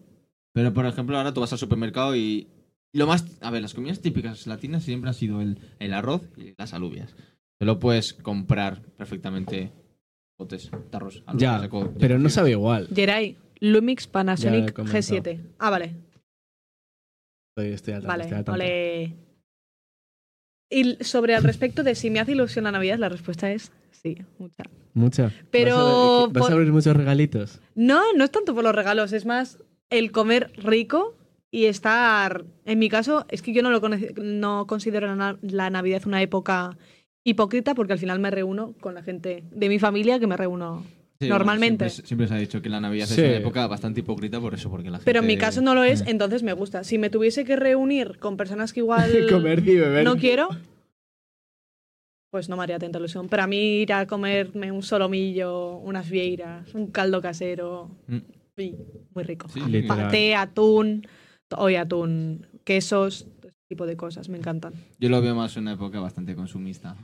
S1: Pero por ejemplo, ahora tú vas al supermercado y. Lo más. A ver, las comidas típicas latinas siempre ha sido el, el arroz y las alubias. Te lo puedes comprar perfectamente. Botes, tarros, alubias.
S4: ya, pero no sabe igual.
S2: Jerai, Lumix
S4: Ya lo he
S2: Panasonic
S4: comentado.
S2: G7. Ah, vale.
S4: Estoy, estoy al tanto,
S2: Vale,
S4: estoy al tanto.
S2: vale. Y sobre al respecto de si me hace ilusión la Navidad, la respuesta es sí, mucha.
S4: Mucha.
S2: Pero
S4: ¿Vas a, vas
S2: por-
S4: a abrir muchos regalitos.
S2: No, no es tanto por los regalos, es más el comer rico y estar. En mi caso, es que yo no lo conoce- no considero la, na- la Navidad una época hipócrita porque al final me reúno con la gente de mi familia que me reúno. normalmente.
S1: siempre, siempre se ha dicho que la Navidad
S4: Sí.
S1: es una época bastante hipócrita por eso, porque la gente.
S2: Pero en mi caso no lo es,
S4: Mm.
S2: entonces me gusta. Si me tuviese que reunir con personas que igual
S4: Comer y beber.
S2: no quiero, pues no me haría tanta ilusión. Pero a mí ir a comerme un solomillo, unas vieiras, un caldo casero,
S1: Mm.
S2: y muy rico.
S1: Sí,
S4: Literal.
S2: Paté, atún, hoy atún, quesos, todo ese tipo de cosas, me encantan.
S1: Yo lo veo más una época bastante consumista.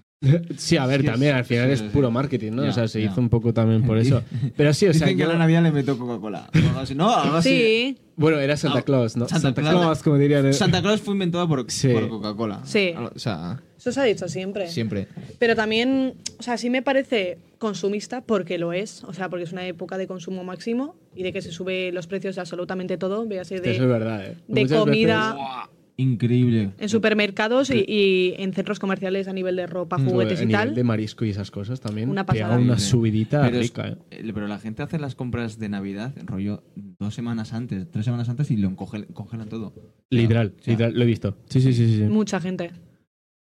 S4: Sí, a ver,
S1: Sí,
S4: también
S1: sí,
S4: al final
S1: sí,
S4: es
S1: sí.
S4: puro marketing, ¿no?
S1: Ya,
S4: o sea, se
S1: ya.
S4: hizo un poco también por eso. Pero sí, o sea,
S1: Dicen que
S4: yo-
S1: a la Navidad le meto Coca-Cola. o algo así. No,
S4: Ah,
S1: algo así.
S2: Sí,
S4: bueno, era Santa
S1: Ah,
S4: Claus, ¿no?
S1: Santa
S4: Santa
S1: Claus.
S4: Claus, como dirían. eh.
S1: Santa Claus fue inventada por,
S4: Sí.
S1: por Coca-Cola.
S2: Sí.
S1: O sea,
S2: eso se ha dicho siempre.
S1: siempre.
S2: Pero también, o sea, sí me parece consumista porque lo es, o sea, porque es una época de consumo máximo y de que se sube los precios de absolutamente todo, véase de,
S4: Eso es verdad, ¿eh?
S2: de
S4: Muchas
S2: comida.
S4: veces-
S1: Increíble.
S2: En supermercados y, y en centros comerciales a nivel de ropa,
S4: Joder,
S2: juguetes
S4: a
S2: y
S4: nivel
S2: tal.
S4: de marisco y esas cosas también.
S2: Una
S4: pega
S2: pasada.
S4: una
S1: Sí.
S4: subidita
S1: Pero, es-
S4: rica, ¿eh?
S1: eh, pero la gente hace las compras de Navidad, rollo, dos semanas antes, tres semanas antes y lo encogel- congelan todo.
S4: Literal,
S1: O sea,
S4: literal, lo he visto. Sí, sí, sí, sí. sí.
S2: Mucha gente.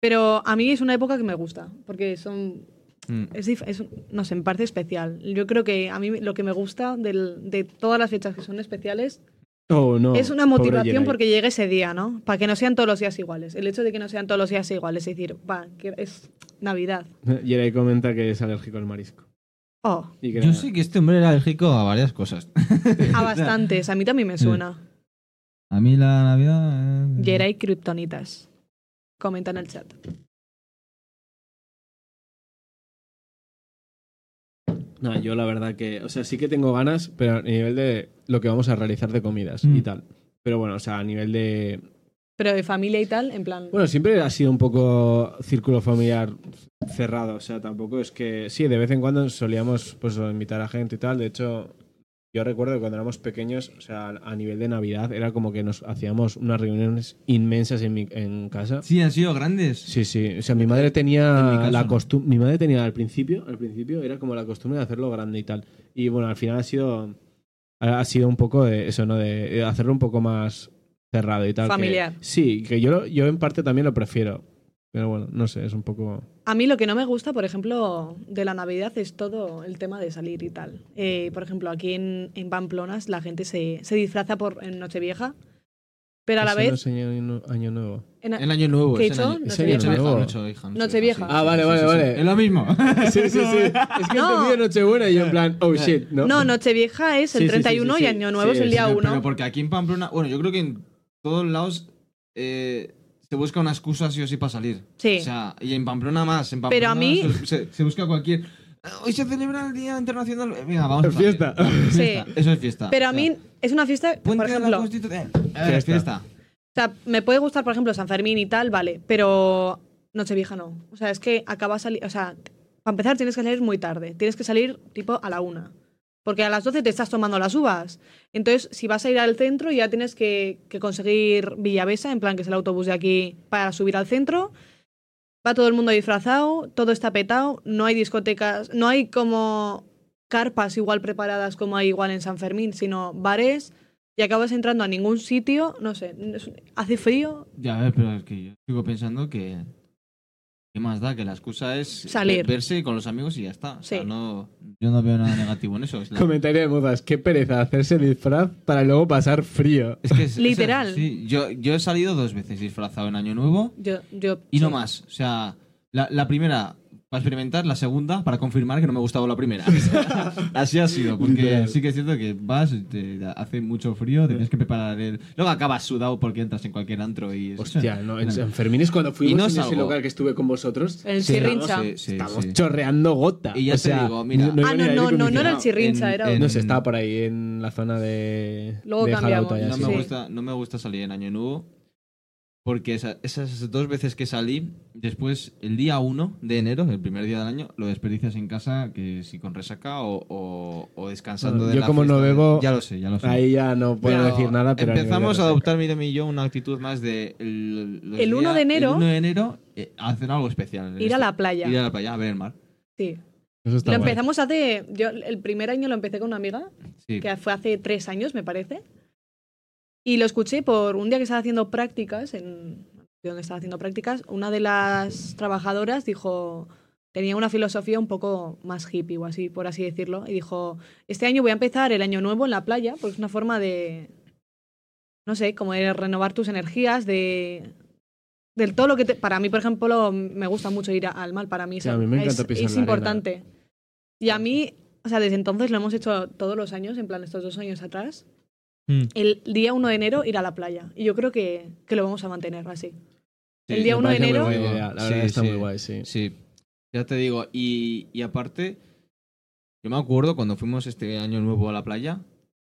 S2: Pero a mí es una época que me gusta, porque son,
S1: mm,
S2: es, dif- es- no sé, me parece especial. Yo creo que a mí lo que me gusta del- de todas las fechas que son especiales
S4: Oh, no,
S2: es una
S4: pobre
S2: motivación
S4: Jedi.
S2: porque llegue ese día, ¿no? Para que no sean todos los días iguales. El hecho de que no sean todos los días iguales, es decir, va, que es Navidad.
S4: Jedi comenta que es alérgico al marisco.
S2: Oh,
S4: Y que
S6: Yo sé que este hombre era alérgico a varias cosas.
S2: a bastantes, a mí también me suena.
S6: A mí la Navidad... eh,
S2: Yeray Kryptonitas. Comenta en el chat.
S4: No, yo la verdad que. O sea, sí que tengo ganas, pero a nivel de lo que vamos a realizar de comidas y
S6: Mm.
S4: tal. Pero bueno, o sea, a nivel de.
S2: Pero de familia y tal, en plan.
S4: Bueno, siempre ha sido un poco círculo familiar cerrado. O sea, tampoco es que. Sí, de vez en cuando solíamos pues invitar a gente y tal. De hecho, yo recuerdo que cuando éramos pequeños, o sea, a nivel de Navidad, era como que nos hacíamos unas reuniones inmensas en, mi, en casa.
S1: Sí, han sido grandes.
S4: Sí, sí. O sea, mi madre tenía
S1: En mi caso,
S4: la
S1: no.
S4: costumbre. Mi madre tenía al principio, al principio era como la costumbre de hacerlo grande y tal. Y bueno, al final ha sido ha ha sido un poco de eso, ¿no? De de hacerlo un poco más cerrado y tal. que-
S2: Familiar.
S4: sí, que yo, lo- yo en parte también lo prefiero. Pero bueno, no sé, es un poco...
S2: A mí lo que no me gusta, por ejemplo, de la Navidad es todo el tema de salir y tal. Eh, por ejemplo, aquí en, en Pamplonas la gente se, se disfraza por en Nochevieja, pero a la
S4: Eso
S2: vez...
S4: no es año, nu- año nuevo.
S2: en a-
S1: En Año Nuevo.
S2: ¿Qué
S1: es
S2: he
S1: en
S2: hecho?
S1: año-
S4: es
S2: Nochevieja.
S4: año nuevo.
S1: Nochevieja,
S2: Nochevieja.
S1: sí,
S4: Ah,
S1: sí,
S4: vale,
S1: sí,
S4: vale,
S1: sí, sí.
S4: vale.
S1: Es lo mismo.
S4: Sí, sí, sí. Es que
S2: No.
S4: he entendido Nochebuena y yo en plan, oh shit, ¿no?
S2: No, Nochevieja es el
S4: Sí, sí, sí,
S2: 31
S4: sí, sí.
S2: y Año Nuevo
S4: Sí,
S2: es el día
S4: sí,
S2: 1.
S1: Pero porque aquí en Pamplona, bueno, yo creo que en todos lados eh, se busca una excusa sí o sí para salir.
S2: Sí.
S1: O sea, y en Pamplona más. En Pamplona
S2: Pero a mí-
S1: Se, se- se busca cualquier. "Ah, Hoy se celebra el Día Internacional. eh, Venga, vamos. a salir".
S4: Fiesta.
S2: Sí.
S1: Eso es fiesta.
S2: Pero a
S1: O sea,
S2: mí es una fiesta,
S1: Puente
S2: por
S1: de la
S2: ejemplo, o
S1: Constitución.
S4: Fiesta.
S1: Eh, fiesta.
S2: sea, me puede gustar, por ejemplo, San Fermín y tal, vale, pero Nochevieja no. O sea, es que acaba salir, o sea, para empezar tienes que salir muy tarde, tienes que salir tipo a la una, porque a las 12 te estás tomando las uvas. Entonces, si vas a ir al centro, ya tienes que, que conseguir Villavesa, en plan que es el autobús de aquí para subir al centro. Va todo el mundo disfrazado, todo está petado, no hay discotecas, no hay como carpas igual preparadas como hay igual en San Fermín, sino bares y acabas entrando a ningún sitio, no sé, es- hace frío,
S1: Ya ves, pero es que yo sigo pensando que. ¿Qué más da? Que la excusa es
S2: Salir.
S1: ve- verse con los amigos y ya está. O sea,
S2: Sí.
S1: no, yo no veo nada negativo en eso. Es, la-
S4: Comentario de modas, qué pereza hacerse disfraz para luego pasar frío.
S1: es que es- es-
S2: Literal.
S1: sí, yo, yo he salido dos veces disfrazado en Año Nuevo
S2: yo... yo
S1: y no más. O sea, la, la primera para experimentar, la segunda para confirmar que no me gustaba la primera. Así ha sido, porque
S4: Literal.
S1: sí que es cierto que vas, te hace mucho frío, te tienes que preparar el. Luego acabas sudado porque entras en cualquier antro y. o sea,
S4: Hostia, no, en San Fermín es cuando fuimos
S1: Y no
S4: en ese
S1: salgo.
S4: local que estuve con vosotros.
S2: El
S1: Sí,
S2: chirrincha.
S1: sí, sí,
S4: Estamos
S1: sí.
S4: chorreando gota.
S1: Y ya
S4: o
S1: te
S4: sea,
S1: digo, mira-
S2: Ah,
S4: iba ni
S2: no,
S4: aire
S2: no, no, no era el
S4: acondicionado.
S2: chirrincha,
S1: En-
S2: era
S1: en-
S2: otro.
S4: No sé, estaba por ahí en la zona de.
S2: Luego
S4: de
S2: cambiamos.
S4: Jalauta y
S2: No
S1: No
S4: así.
S1: me,
S2: Sí.
S1: gusta, no me gusta salir en Año Nuevo. Porque esa- esas dos veces que salí, después, el día 1 de enero, el primer día del año, lo desperdicias en casa, que si con resaca o, o- o descansando
S4: Bueno,
S1: de
S4: yo
S1: la
S4: como no
S1: fiesta de-
S4: bebo,
S1: Ya lo sé, ya lo sé.
S4: Ahí ya no puedo
S1: Pero
S4: decir nada, pero. a nivel
S1: empezamos
S4: de
S1: a adoptar, Miremi y yo, una actitud más de. El, los
S2: El 1 de enero-
S1: El 1 de enero, eh, hacer algo especial. en
S2: Ir a
S1: este-
S2: la playa.
S1: Ir a la playa, a ver el mar.
S2: Sí.
S4: Eso está
S2: Lo
S4: guay.
S2: empezamos hace. Yo el primer año lo empecé con una amiga,
S1: Sí.
S2: que fue hace tres años, me parece. Y lo escuché por un día que estaba haciendo prácticas, en donde estaba haciendo prácticas, una de las trabajadoras dijo. Tenía una filosofía un poco más hippie o así, por así decirlo. Y dijo: Este año voy a empezar el año nuevo en la playa, porque es una forma de. No sé, como de renovar tus energías, de. Del todo lo que te- Para mí, por ejemplo, me gusta mucho ir a- al mar. Para mí es,
S4: Sí, a mí me encanta
S2: es-
S4: pisar
S2: es
S4: la arena.
S2: importante. Y a mí, o sea, desde entonces lo hemos hecho todos los años, en plan estos dos años atrás.
S6: Mm.
S2: El día 1 de enero ir a la playa. Y yo creo que, que lo vamos a mantener así. el
S1: Sí,
S2: día
S4: Me
S2: 1 de
S4: parece muy
S2: enero.
S4: guay la idea, La verdad
S1: Sí,
S4: está
S1: sí.
S4: muy guay, sí.
S1: Sí, ya te digo. Y, y aparte, yo me acuerdo cuando fuimos este año nuevo a la playa,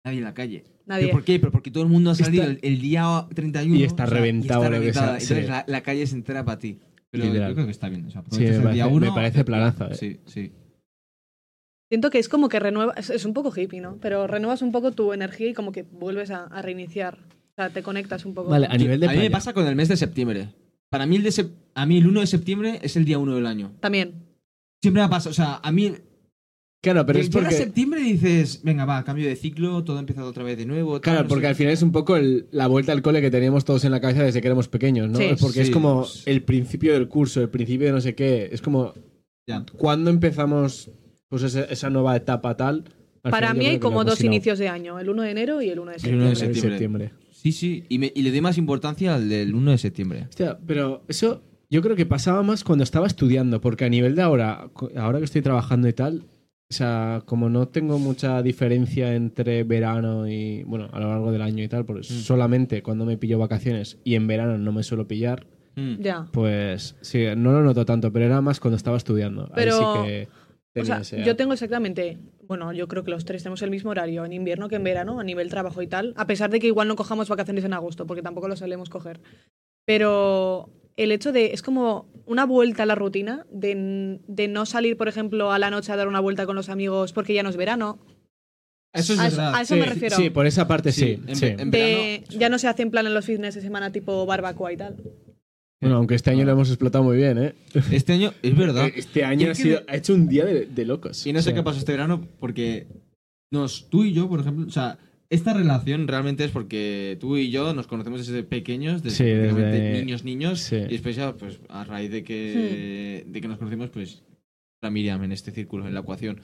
S1: nadie en la calle. ¿Pero
S2: Nadie.
S1: por qué? Pero porque todo el mundo ha
S4: Está-
S1: salido el, el día 31.
S4: Y está reventado
S1: está
S4: lo que
S1: reventada.
S4: sea, sí.
S1: Entonces la, la calle se entera para ti. Pero
S4: Literal.
S1: yo creo que está bien. O sea,
S4: Sí,
S1: aprovechas
S4: me
S1: el día
S4: parece,
S1: uno,
S4: me parece planazo. eh.
S1: Sí, sí.
S2: Siento que es como que renuevas. Es, es un poco hippie, ¿no? Pero renuevas un poco tu energía y como que vuelves a, a reiniciar. O sea, te conectas un poco.
S4: Vale, a nivel de.
S1: a mí me
S4: playa.
S1: pasa con el mes de septiembre. Para mí el, de sep- a mí el 1 de septiembre es el día 1 del año.
S2: También.
S1: Siempre me pasa, o sea, a mí
S4: Claro, pero es
S1: llega
S4: porque.
S1: septiembre y dices, venga, va, cambio de ciclo, todo empieza otra vez de nuevo. tal,
S4: Claro,
S1: no
S4: porque
S1: sé
S4: al final es un poco el- la vuelta al cole que teníamos todos en la cabeza desde que éramos pequeños, ¿no?
S2: Sí.
S4: Es porque es
S1: Sí,
S4: como
S1: pues-
S4: el principio del curso, el principio de no sé qué. Es como
S1: Ya.
S4: ¿Cuándo empezamos pues, esa, esa nueva etapa tal? Al
S2: Para
S4: final yo
S2: mí
S4: creo
S2: hay
S4: que lo
S2: como
S4: hemos
S2: dos
S4: hilado.
S2: inicios de año: el 1 de enero y el 1 de
S1: El 1 de
S2: septiembre.
S4: El septiembre.
S1: Sí, sí, y, me- y le doy más importancia al del 1 de septiembre.
S4: Hostia, pero eso yo creo que pasaba más cuando estaba estudiando, porque a nivel de ahora, co- ahora que estoy trabajando y tal, o sea, como no tengo mucha diferencia entre verano y, bueno, a lo largo del año y tal,
S1: Mm.
S4: porque solamente cuando me pillo vacaciones y en verano no me suelo pillar,
S2: Ya.
S4: pues sí, no lo noto tanto, pero era más cuando estaba estudiando.
S2: Pero,
S4: Ahí sí que
S2: O
S4: tenía
S2: sea,
S4: ese-
S2: yo tengo exactamente, bueno, yo creo que los tres tenemos el mismo horario en invierno que en verano a nivel trabajo y tal, a pesar de que igual no cojamos vacaciones en agosto, porque tampoco lo solemos coger. Pero el hecho de, es como una vuelta a la rutina, de, n- de no salir, por ejemplo, a la noche a dar una vuelta con los amigos porque ya no es verano,
S1: Eso es
S2: a,
S1: verdad.
S2: a eso
S4: Sí,
S2: me refiero.
S4: Sí, por esa parte sí.
S1: Sí, en-
S4: sí.
S1: en-
S2: de,
S1: verano-
S2: ya no se hacen plan en los fitness de semana tipo barbacoa y tal.
S4: Bueno, aunque este año lo hemos explotado muy bien, ¿eh?
S1: Este año, es Ah. verdad.
S4: Este
S1: Y
S4: año
S1: es
S4: ha,
S1: que
S4: sido-
S1: de-
S4: ha hecho un día de, de locos.
S1: Y no
S4: O
S1: sé
S4: sea,
S1: qué pasó este verano porque nos, tú y yo, por ejemplo, o sea, esta relación realmente es porque tú y yo nos conocemos desde pequeños, desde,
S4: Sí, desde-
S1: prácticamente niños, niños,
S4: sí.
S1: y después ya, pues a raíz de que,
S2: Hmm.
S1: de que nos conocimos, pues la Miriam en este círculo, en la ecuación.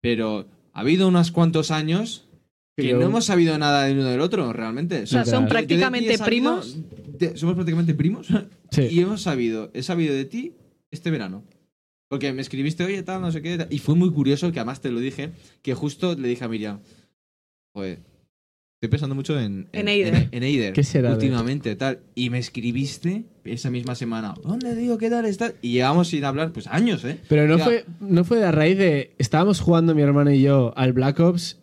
S1: Pero ha habido unos cuantos años que
S4: Pero-
S1: no hemos sabido nada del uno del otro, realmente. O
S2: sea,
S4: son
S1: yo de ti he
S2: prácticamente
S1: sabido-
S2: primos.
S1: de- somos prácticamente primos.
S4: Sí.
S1: Y hemos sabido, he sabido de ti este verano. Porque me escribiste, oye, tal, no sé qué. tal". Y fue muy curioso, que además te lo dije, que justo le dije a Miriam, joder, estoy pensando mucho en...
S2: En Eider".
S1: en Eider,
S4: ¿Qué será de-
S1: Últimamente, tal. Y me escribiste esa misma semana, ¿dónde digo qué tal está? Y llevamos sin hablar, pues años, ¿eh?
S4: Pero no
S1: Ya.
S4: fue, no fue a raíz de. Estábamos jugando mi hermano y yo al Black Ops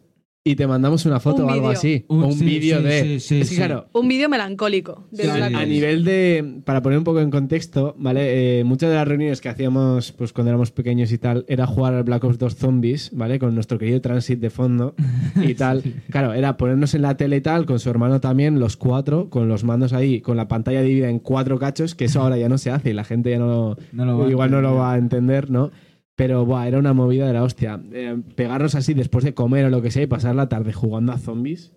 S4: y te mandamos una foto
S2: Un
S4: o algo
S2: vídeo.
S4: así.
S1: Un-
S4: o un
S1: sí,
S4: vídeo
S1: sí,
S4: de.
S1: sí, sí,
S4: es
S1: sí.
S4: que claro,
S2: Un vídeo melancólico. De
S1: Sí.
S2: Black
S4: a
S2: Ops.
S4: nivel de. Para poner un poco en contexto, ¿vale? Eh, muchas de las reuniones que hacíamos pues cuando éramos pequeños y tal era jugar al Black Ops 2 Zombies, ¿vale? Con nuestro querido Transit de fondo y tal. Claro, era ponernos en la tele y tal, con su hermano también, los cuatro, con los mandos ahí, con la pantalla dividida en cuatro cachos, que eso ahora ya no se hace y la gente ya no lo,
S6: No lo va a
S4: igual no lo
S6: entender.
S4: va a entender, ¿no? Pero buah, era una movida de la hostia. Eh, pegarnos así después de comer o lo que sea y pasar la tarde jugando a zombies.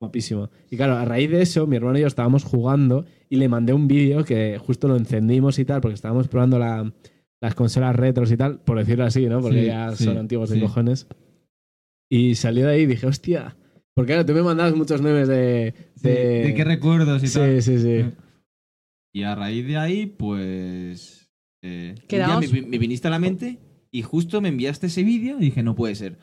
S4: Guapísimo. Y claro, a raíz de eso, mi hermano y yo estábamos jugando y le mandé un vídeo que justo lo encendimos y tal, porque estábamos probando la- las consolas retros y tal, por decirlo así, ¿no? Porque
S6: Sí,
S4: ya
S6: sí,
S4: son antiguos de
S6: sí.
S4: cojones. Y salió de ahí y dije, hostia. Porque claro, tú me mandabas muchos memes de.
S6: Sí,
S4: De,
S6: ¿De qué recuerdos y
S4: Sí,
S6: tal? Eh,
S4: sí, sí.
S1: Y a raíz de ahí, pues... eh, un día
S2: Quedamos.
S1: me, vi- me viniste a la mente y justo me enviaste ese vídeo y dije, no puede ser.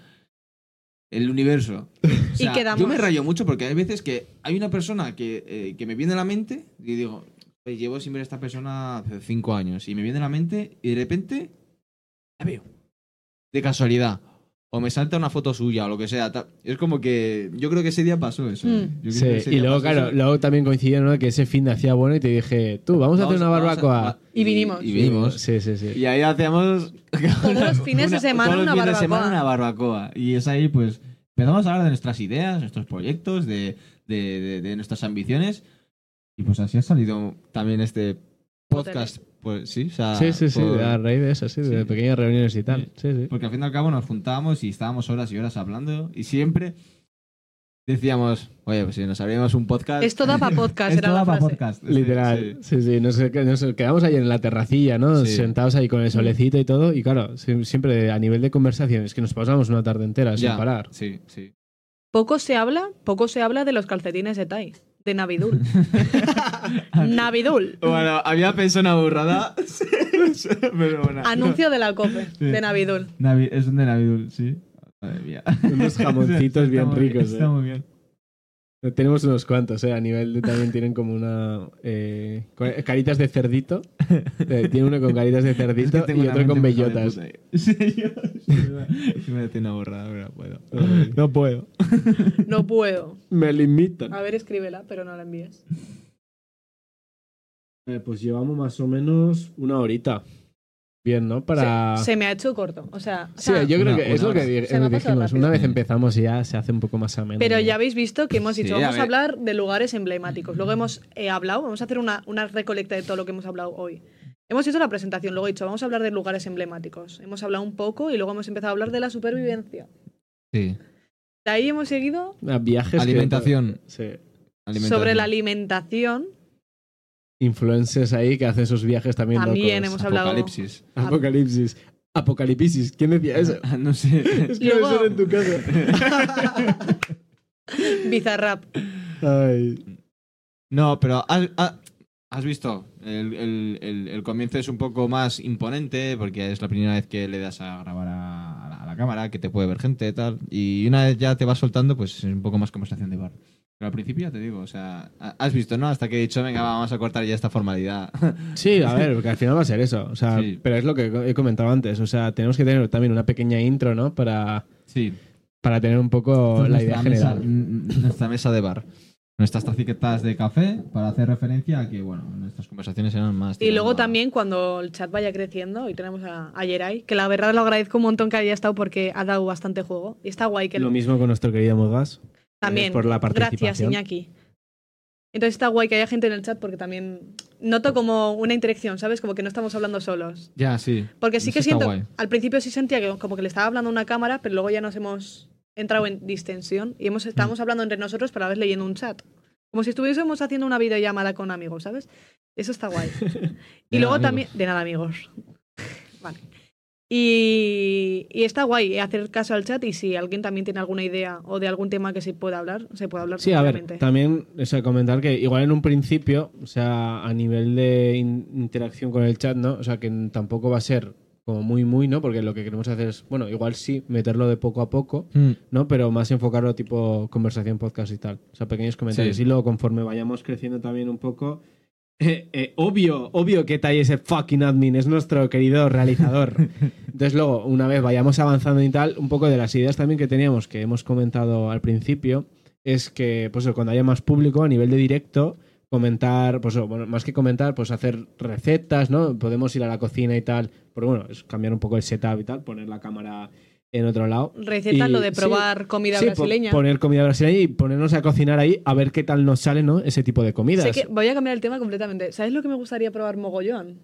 S1: El universo. O sea,
S2: quedamos.
S1: Yo me rayo mucho porque hay veces que hay una persona que, eh, que me viene a la mente y digo, "Joder, llevo sin ver a esta persona hace cinco años. Y me viene a la mente y de repente la veo. De casualidad. O me salta una foto suya o lo que sea. tal. Es como que yo creo que ese día pasó eso. ¿eh?
S2: Mm.
S1: Yo creo
S4: Sí,
S1: que ese
S4: y
S1: día
S4: luego,
S1: pasó
S4: claro,
S1: eso.
S4: luego también coincidió ¿no? que ese fin de hacía bueno y te dije, tú, vamos a hacer una
S1: vamos a-
S4: barbacoa.
S1: va-
S2: Y vinimos.
S1: Y vinimos.
S4: Sí, sí, sí.
S1: Y ahí hacíamos.
S2: Todos los fines de semana
S1: todos los
S2: una
S1: fines de
S2: barbacoa.
S1: semana una barbacoa. Y es ahí, pues, empezamos a hablar de nuestras ideas, nuestros proyectos, de, de, de- de nuestras ambiciones. Y pues así ha salido también este podcast. Pues sí, o sea,
S4: Sí, sí, sí,
S1: por-
S4: a raíz de eso, sí, de
S1: Sí.
S4: pequeñas reuniones y tal. Sí, sí.
S1: porque al fin y al cabo nos juntábamos y estábamos horas y horas hablando. Y siempre decíamos, oye, pues si nos abrimos un podcast.
S2: Esto da para podcast,
S1: esto
S2: era
S1: da
S2: la
S1: pa'
S2: frase.
S1: podcast. Sí,
S4: Literal.
S1: sí.
S4: Sí, sí, nos, nos quedamos ahí en la terracilla, ¿no?
S1: Sí. Mm.
S4: Sentados ahí con el solecito y todo. Y claro, si- siempre a nivel de conversaciones que nos pasamos una tarde entera sin
S1: Ya,
S4: parar.
S1: Sí, sí.
S2: Poco se habla, poco se habla de los calcetines de Tai, de Navidul. Navidul.
S1: Bueno, había pensado una burrada. pero bueno.
S2: Anuncio de la COPE, de Navidul.
S6: Navi- es un de Navidul, sí. Madre mía.
S4: Unos jamoncitos bien
S6: Está muy-
S4: ricos,
S6: Está
S4: eh.
S6: muy bien.
S4: Tenemos unos cuantos, ¿eh? A nivel de también tienen como una. eh, co- caritas de cerdito. Eh, tiene uno con caritas de
S1: Es que
S4: cerdito
S1: tengo
S4: y
S1: una
S4: otro con
S1: mente muy
S4: bellotas.
S1: hija de puta, eh. Sí, yo- sí, me- sí me decía una borrada, pero no puedo.
S4: No puedo.
S2: No puedo.
S4: Me limitan.
S2: A ver, escríbela, pero no la envíes.
S4: Eh, pues llevamos más o menos una horita. Bien, ¿no? Para.
S2: Se, se me ha hecho corto. O sea, o
S4: Sí,
S2: sea,
S4: yo creo
S1: Una-
S4: que es
S1: una
S4: lo que
S1: hora.
S4: di-
S2: Se me ha pasado
S4: dijimos.
S2: rápido.
S4: Una vez empezamos ya se hace un poco más ameno.
S2: Pero ya habéis visto que hemos
S1: Sí,
S2: dicho,
S1: a
S2: vamos a,
S1: ver.
S2: hablar de lugares emblemáticos. Luego hemos eh, hablado, vamos a hacer una, una recolecta de todo lo que hemos hablado hoy. Hemos hecho la presentación, luego he dicho, vamos a hablar de lugares emblemáticos. Hemos hablado un poco y luego hemos empezado a hablar de la supervivencia. De ahí hemos seguido
S4: Ah, Viajes. que-
S1: Alimentación,
S4: Sí.
S1: alimentación.
S2: sobre la alimentación.
S4: Influencers ahí que hacen sus viajes también.
S2: También
S4: locos.
S2: hemos hablado.
S1: Apocalipsis.
S4: Apocalipsis. Apocalipsis. ¿Quién decía eso?
S1: no sé.
S4: Es
S2: que Luego- eso era
S4: en tu casa.
S2: Bizarrap.
S4: Ay.
S1: No, pero has, ha- has visto, el, el- el- el comienzo es un poco más imponente porque es la primera vez que le das a grabar a, a la, a la cámara, que te puede ver gente y tal. Y una vez ya te vas soltando, pues es un poco más conversación de bar. Pero al principio ya te digo, o sea, ha- has visto, ¿no? Hasta que he dicho, venga, va, vamos a cortar ya esta formalidad.
S4: Sí, a ver, porque al final va a ser eso. O sea,
S1: Sí.
S4: pero es lo que he comentado antes. O sea, tenemos que tener también una pequeña intro, ¿no? Para,
S1: Sí.
S4: para tener un poco la idea
S6: mesa,
S4: general.
S6: mm, mm,
S1: nuestra mesa de bar. Nuestras taciquetas de café para hacer referencia a que, bueno, nuestras conversaciones eran más...
S2: Y luego
S1: tirando a-
S2: también cuando el chat vaya creciendo, y tenemos a, a Yeray, que la verdad lo agradezco un montón que haya estado porque ha dado bastante juego. Y está guay que
S4: Lo mismo con nuestro querido Mogas.
S2: también.
S4: por la
S2: Gracias,
S4: participación.
S2: Iñaki. Entonces está guay que haya gente en el chat porque también noto como una interacción, ¿sabes? Como que no estamos hablando solos.
S1: Ya, sí.
S2: Porque sí
S1: Eso
S2: que
S1: está
S2: siento,
S1: guay.
S2: al principio sí sentía que como que le estaba hablando a una cámara, pero luego ya nos hemos entrado en distensión y hemos,
S4: Mm.
S2: estábamos hablando entre nosotros, pero a la vez leyendo un chat. Como si estuviésemos haciendo una videollamada con amigos, ¿sabes? Eso está guay. y
S6: De
S2: luego
S6: nada,
S2: también. De nada, amigos. vale. Y, y está guay hacer caso al chat y si alguien también tiene alguna idea o de algún tema que se pueda hablar, se puede hablar.
S4: Sí, a ver,
S2: tranquilamente.
S4: también o sea, comentar que igual en un principio, o sea, a nivel de in- interacción con el chat, ¿no? O sea, que n- tampoco va a ser como muy, muy, ¿no? Porque lo que queremos hacer es, bueno, igual sí, meterlo de poco a poco,
S1: Mm.
S4: ¿no? Pero más enfocarlo tipo conversación, podcast y tal. O sea, pequeños comentarios.
S6: Sí.
S4: Y luego, conforme vayamos creciendo también un poco... eh, eh, obvio, obvio que Tai es el fucking admin, es nuestro querido realizador. Entonces luego, una vez vayamos avanzando y tal, un poco de las ideas también que teníamos, que hemos comentado al principio, es que, pues eso, cuando haya más público a nivel de directo, comentar, pues eso, bueno, más que comentar, pues hacer recetas, ¿no? Podemos ir a la cocina y tal, pero bueno, es cambiar un poco el setup y tal, poner la cámara en otro lado.
S2: Recetas,
S4: Y-
S2: lo de
S4: sí,
S2: probar comida
S4: sí, po-
S2: brasileña.
S4: poner comida brasileña y ponernos a cocinar ahí a ver qué tal nos sale, ¿no? Ese tipo de comidas.
S2: Sé que voy a cambiar el tema completamente. ¿Sabes lo que me gustaría probar mogollón?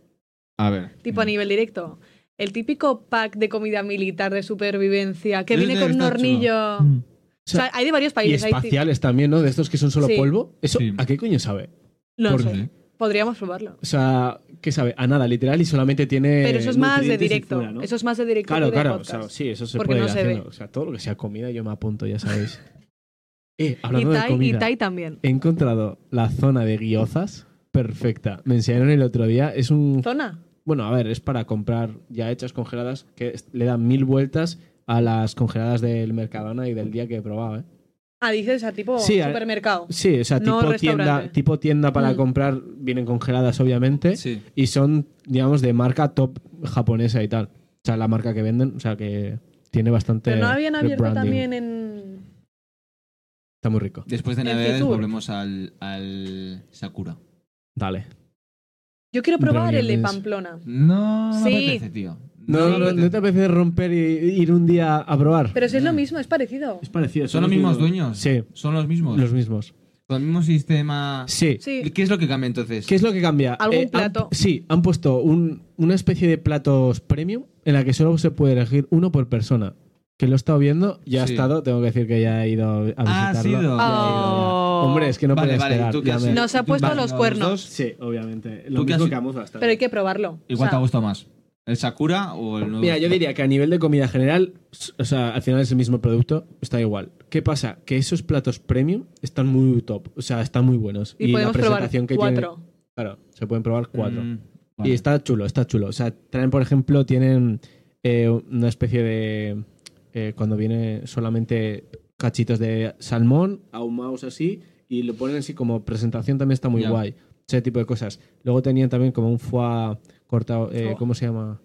S6: A ver.
S2: Tipo
S1: Mm.
S4: Mm.
S2: a nivel directo. El típico pack de comida militar de supervivencia que
S6: Ese
S2: viene
S6: debe
S2: con un
S6: estar chulo.
S2: hornillo.
S6: Mm.
S2: O sea, hay de varios
S4: y
S2: países. hay ti-
S4: espaciales también, ¿no? De estos que son solo
S2: Sí.
S4: polvo. ¿Eso
S6: Sí.
S4: a qué coño sabe?
S2: No
S6: Por-
S2: sé. Podríamos probarlo.
S4: O sea, ¿qué sabe? A nada, literal, y solamente tiene.
S2: Pero eso es más de
S4: nutrientes Eh, y
S2: directo.
S4: fibra, ¿no?
S2: Eso es más de directo. que
S4: Claro,
S2: de
S4: claro. O
S2: podcast.
S4: sea, sí, eso se
S2: Porque
S4: puede
S2: no
S4: ir
S2: se
S4: haciendo.
S2: ve.
S4: O sea, todo lo que sea comida yo me apunto, ya sabéis.
S2: y,
S4: eh, hablando de
S2: tai, y
S4: comida,
S2: Tai también.
S4: he encontrado la zona de guiozas perfecta. Me enseñaron el otro día. Es un.
S2: Zona.
S4: Bueno, a ver, es para comprar ya hechas congeladas que es- le dan mil vueltas a las congeladas del Mercadona y del día que he probado, ¿eh?
S2: Ah, dices, o sea, tipo
S4: Sí, a-
S2: supermercado.
S4: Sí, o sea,
S2: No
S4: tipo,
S2: restaurante.
S4: tienda, tipo tienda para
S2: Mm.
S4: comprar, vienen congeladas obviamente,
S6: Sí.
S4: y son, digamos, de marca top japonesa y tal. O sea, la marca que venden, o sea, que tiene bastante...
S2: Pero no habían abierto
S4: rebranding.
S2: también en.
S4: Está muy rico.
S1: Después de
S2: En
S1: Navidades
S2: Fitur.
S1: volvemos al, al Sakura.
S4: Dale.
S2: Yo quiero probar el de
S4: Reuniones.
S2: Pamplona.
S1: No me
S2: Sí.
S1: apetece, tío. me
S4: No, no,
S1: apetece.
S4: no te apetece romper y ir un día a probar.
S2: Pero si es lo mismo, es parecido.
S4: es parecido.
S1: ¿Son los mismos dueños? Ah.
S4: Sí,
S1: Son los mismos.
S4: los mismos.
S1: Con el mismo sistema.
S4: Sí.
S2: Sí.
S1: ¿Qué es lo que cambia entonces?
S4: ¿Qué es lo que cambia? Eh,
S2: Algún
S4: han-
S2: plato.
S4: sí, han puesto un- una especie de platos premium en la que solo se puede elegir uno por persona. Que lo he estado viendo, ya
S1: Sí.
S4: ha estado, tengo que decir que ya he ido a visitarlo.
S1: Ah, has ido.
S4: Ya he ido, ya.
S2: Oh.
S4: Hombre, es que no
S1: vale,
S4: puedes
S1: vale. ¿y
S4: esperar.
S1: ¿Tú qué
S4: ya
S1: has
S4: me-
S1: ido?
S2: Nos ha
S1: ¿Tú-
S2: puesto
S1: vale,
S2: los
S1: los
S2: cuernos.
S1: dos?
S4: Sí, obviamente.
S1: ¿Tú
S4: Lo
S1: qué
S4: mismo
S1: has-
S4: que a Muzas también.
S2: Pero hay que probarlo. O
S1: Igual te
S2: sea,
S1: ha gustado más. ¿El Sakura o el nuevo?
S4: Mira, yo diría que a nivel de comida general, s- o sea, al final es el mismo producto, está igual. ¿Qué pasa? Que esos platos premium están muy top, o sea, están muy buenos.
S2: y, podemos
S4: la
S2: probar
S4: presentación que tiene-
S2: cuatro.
S4: Claro, se pueden probar cuatro.
S1: Mm,
S4: Y
S1: vale.
S4: está chulo, está chulo. O sea, traen, por ejemplo, tienen eh, una especie de. eh, cuando viene solamente cachitos de salmón, ahumados así, y lo ponen así como presentación también está muy
S1: Ya.
S4: guay. Ese tipo de cosas. Luego tenían también como un foie cortado, eh,
S2: Oh.
S4: ¿cómo se llama?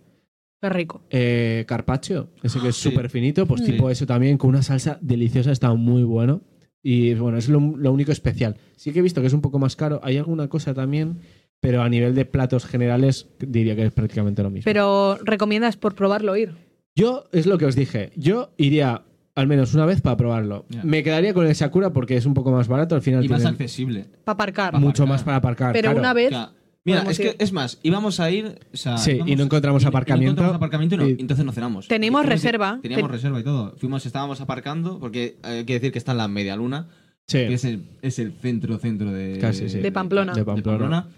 S2: Qué rico.
S4: Eh, carpaccio, ese que es
S1: Ah, Sí.
S4: súper finito, pues
S2: Mm.
S4: tipo eso también, con una salsa deliciosa, está muy bueno. Y bueno, es lo, lo único especial. Sí que he visto que es un poco más caro, hay alguna cosa también, pero a nivel de platos generales diría que es prácticamente lo mismo.
S2: Pero recomiendas por probarlo ir.
S4: Yo, es lo que os dije, yo iría al menos una vez para probarlo.
S1: Ya.
S4: Me quedaría con el Sakura porque es un poco más barato, al final
S1: Y más
S4: tienen
S1: accesible.
S2: Para aparcar.
S1: Mu-
S4: mucho
S1: aparcar.
S4: más para aparcar.
S2: Pero
S4: Ah, claro.
S2: una vez.
S1: Ya. Mira,
S2: podemos
S1: es que
S2: ir.
S1: es más, íbamos a ir, o sea,
S4: Sí, y
S1: íbamos-
S4: no encontramos
S1: y- y
S4: aparcamiento.
S1: encontramos aparcamiento y no,
S4: Y-
S1: entonces no cenamos.
S2: Tenemos
S1: Y fuimos-
S2: reserva.
S1: Teníamos
S2: Ten-
S1: reserva y todo. Fuimos, estábamos aparcando porque hay que decir que está en la media luna,
S4: Sí.
S1: que es el, es el centro centro de
S4: Casi, sí.
S2: De Pamplona.
S4: De Pamplona.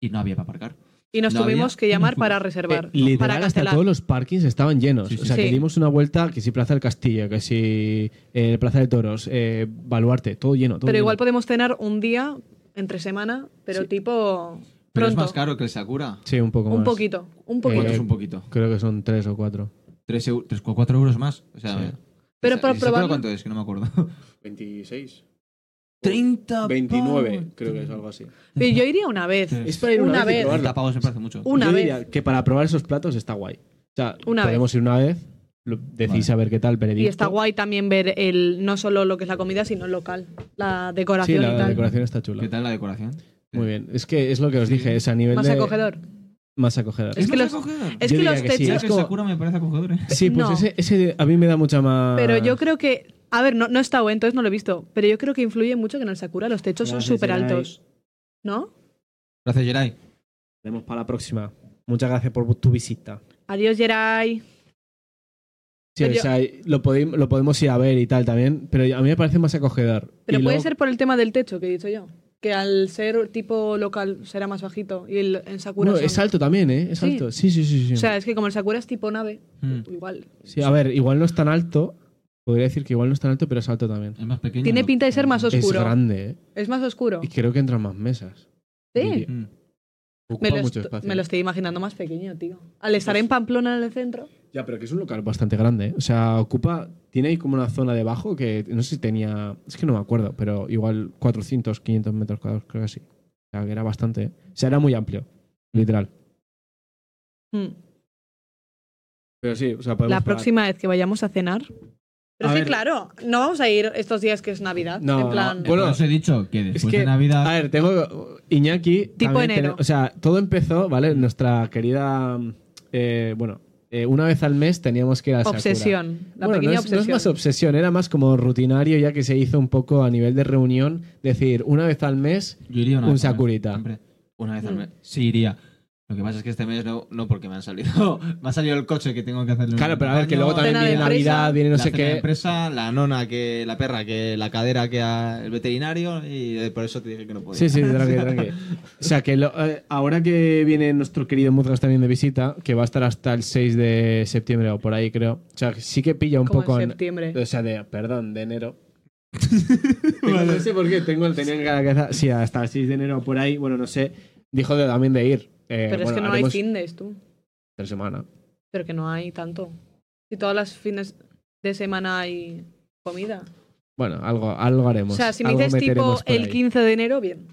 S1: y no había para aparcar.
S2: Y nos
S1: No
S2: tuvimos
S1: había.
S2: que llamar para
S4: Eh,
S2: reservar.
S4: literal,
S2: este para
S4: hasta
S2: cancelar.
S4: todos los parkings estaban llenos.
S1: Sí, sí,
S4: o sea,
S2: sí.
S4: que
S2: Sí.
S4: dimos una vuelta, que si Plaza del Castillo, que si eh, Plaza de Toros, eh, Baluarte, todo lleno. todo
S2: Pero
S4: lleno.
S2: igual podemos cenar un día entre semana, pero tipo. Pronto.
S1: Pero es más caro que el Sakura.
S4: Sí, un poco más.
S2: Un poquito. Un poquito.
S1: ¿Cuánto
S4: Eh,
S1: es un poquito?
S4: Creo que son tres o cuatro.
S1: 3 o 4 euros más. O sea,
S4: Sí.
S1: eh,
S2: Pero
S1: ¿el
S2: para
S1: Sakura
S2: probarlo-
S1: ¿Cuánto es? Que no me acuerdo.
S4: 26.
S1: 30
S4: creo que es algo así.
S2: Pero yo iría una vez.
S1: Sí.
S4: Es para ir una,
S2: Una vez.
S4: vez. y probarlo.
S1: 30 pavos me parece mucho.
S2: Una
S4: Yo
S2: vez.
S4: diría que para probar esos platos está guay. O sea,
S2: Una
S4: podemos ir una vez, lo- decís
S1: Vale.
S4: a ver qué tal,
S2: Y
S4: veredicto.
S2: está guay también ver el no solo lo que es la comida, sino el local. La
S4: Sí,
S2: decoración
S4: la,
S2: y
S4: la
S2: tal.
S4: decoración está chula.
S1: ¿Qué tal la decoración?
S4: Muy bien. Es que es lo que os
S1: Sí.
S4: dije, es a nivel
S2: Más
S4: de...
S2: acogedor.
S4: Más acogedor.
S2: Es que
S1: más
S2: los-
S1: acogedor.
S2: Es que
S4: Yo diría
S2: los
S4: que sí,
S1: Ya
S2: techos.
S4: es
S1: que
S4: como-
S1: Sakura me parece acogedor, ¿eh?
S4: Sí, pues
S2: No.
S4: ese, ese a mí me da mucha más...
S2: Pero yo creo que. A ver, no, no he estado, ¿eh? entonces no lo he visto. Pero yo creo que influye mucho que en el Sakura los techos son
S4: Gracias,
S2: súper
S4: Geray.
S2: altos. ¿No?
S1: Gracias, Geray.
S4: Vemos para la próxima. Muchas gracias por tu visita.
S2: Adiós, Geray.
S4: Sí,
S2: Pero
S4: o
S2: yo-
S4: sea, lo, podi- lo podemos ir a ver y tal también, pero a mí me parece más acogedor.
S2: Pero
S4: Y
S2: puede
S4: luego-
S2: ser por el tema del techo que he dicho yo. Que al ser tipo local será más bajito. Y el, en Sakura.
S4: No,
S2: son-
S4: es alto también, ¿eh? Es
S2: Sí.
S4: alto. Sí, sí, sí. sí.
S2: O sea, es que como el Sakura es tipo nave,
S1: Mm.
S4: Mm.
S2: igual.
S4: Sí, a ver, igual no es tan alto. Podría decir que igual no es tan alto, pero es alto también.
S1: Es más pequeño.
S2: Tiene
S1: ¿no? Mm.
S2: pinta de ser más oscuro.
S4: Es
S2: Es,
S4: grande, ¿eh?
S2: más oscuro.
S4: Y creo que entran más mesas.
S2: Sí.
S4: diría.
S1: Mm.
S4: Ocupa
S2: Me lo,
S4: mucho
S2: est-
S4: espacio. Pues
S2: me lo estoy imaginando más pequeño, tío. Al estar en Pamplona en el centro.
S4: Ya, pero que es un local bastante grande, ¿eh? O sea, ocupa... Tiene ahí como una zona debajo que no sé si tenía... Es que no me acuerdo, pero igual 400, 500 metros cuadrados, creo que sí. O sea, que era bastante... ¿eh? O sea, era muy amplio, literal.
S2: Mm.
S4: Pero sí, o sea, podemos...
S2: La
S4: parar.
S2: próxima vez que vayamos a cenar. Pero
S4: A
S2: es que,
S4: ver.
S2: claro, no vamos a ir estos días que es Navidad.
S4: No,
S2: en plan.
S4: no, bueno,
S6: Por eso he dicho que después
S4: que-
S6: de Navidad.
S4: A ver, tengo Iñaki.
S2: Tipo
S4: también
S2: enero.
S4: tiene- o sea, todo empezó, ¿vale? Nuestra querida. eh, bueno, eh, una vez al mes teníamos que ir a Sakura.
S2: obsesión. La
S4: Bueno,
S2: pequeña
S4: no es, no es
S2: obsesión.
S4: más obsesión, era más como rutinario, ya que se hizo un poco a nivel de reunión, decir una vez al mes.
S6: yo iría una
S4: un
S6: vez al mes,
S4: Sakurita.
S6: siempre.
S1: Una vez al
S2: Mm.
S1: mes. Sí, iría. Lo que pasa es que este mes no, no porque me han salido. me ha salido el coche que tengo que hacerle.
S4: Claro,
S6: un
S4: pero a ver, que
S6: baño,
S4: luego también
S2: Cena de
S4: viene
S2: empresa.
S4: Navidad, viene no
S1: la
S4: sé
S1: cena de
S4: qué.
S1: empresa, la nona que la perra que la cadera que ha- el veterinario y eh, por eso te dije que no podía.
S4: Sí, sí, tranqui, tranqui. O sea, que lo- eh, ahora que viene nuestro querido Muzgas también de visita, que va a estar hasta el 6 de septiembre o por ahí, creo. O sea, que sí que pilla un
S2: Como
S4: poco
S2: en
S4: en,
S2: septiembre.
S4: O sea, de, perdón, de enero. Tengo- No sé por qué, tengo, tenía en la cabeza, sí, hasta el 6 de enero por ahí, bueno, no sé, dijo de, también de ir. Eh,
S2: Pero es
S4: bueno,
S2: que no hay
S4: haremos
S2: findes, tú.
S4: tres semanas.
S2: Pero que no hay tanto. Si todas las fines de semana hay comida.
S4: Bueno, algo, algo haremos.
S2: o sea, si me
S4: algo
S2: dices tipo
S4: meteremos por
S2: el
S4: ahí.
S2: 15 de enero, bien.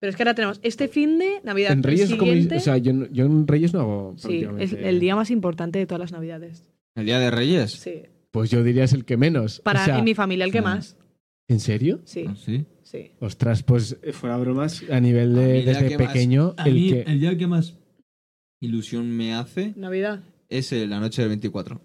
S2: Pero es que ahora tenemos este fin de Navidad.
S4: En
S2: el
S4: Reyes, como-
S2: siguiente,
S4: o sea, yo, no- yo en Reyes no hago
S2: sí, es
S4: prácticamente-
S2: el día más importante de todas las Navidades.
S1: El día de Reyes.
S2: Sí.
S4: Pues yo diría es el que menos.
S2: Para
S4: O sea,
S2: en mi familia el que
S6: sí.
S2: más.
S4: ¿En serio?
S2: Sí,
S6: Ah, sí.
S2: sí.
S4: Ostras, pues eh, fuera bromas, a nivel
S1: A mí
S4: de
S1: el día
S4: desde
S1: que más-
S4: pequeño,
S6: A
S4: el
S6: mí,
S4: que...
S6: el día que más.
S1: Ilusión me hace
S2: Navidad.
S1: es eh, la noche del 24.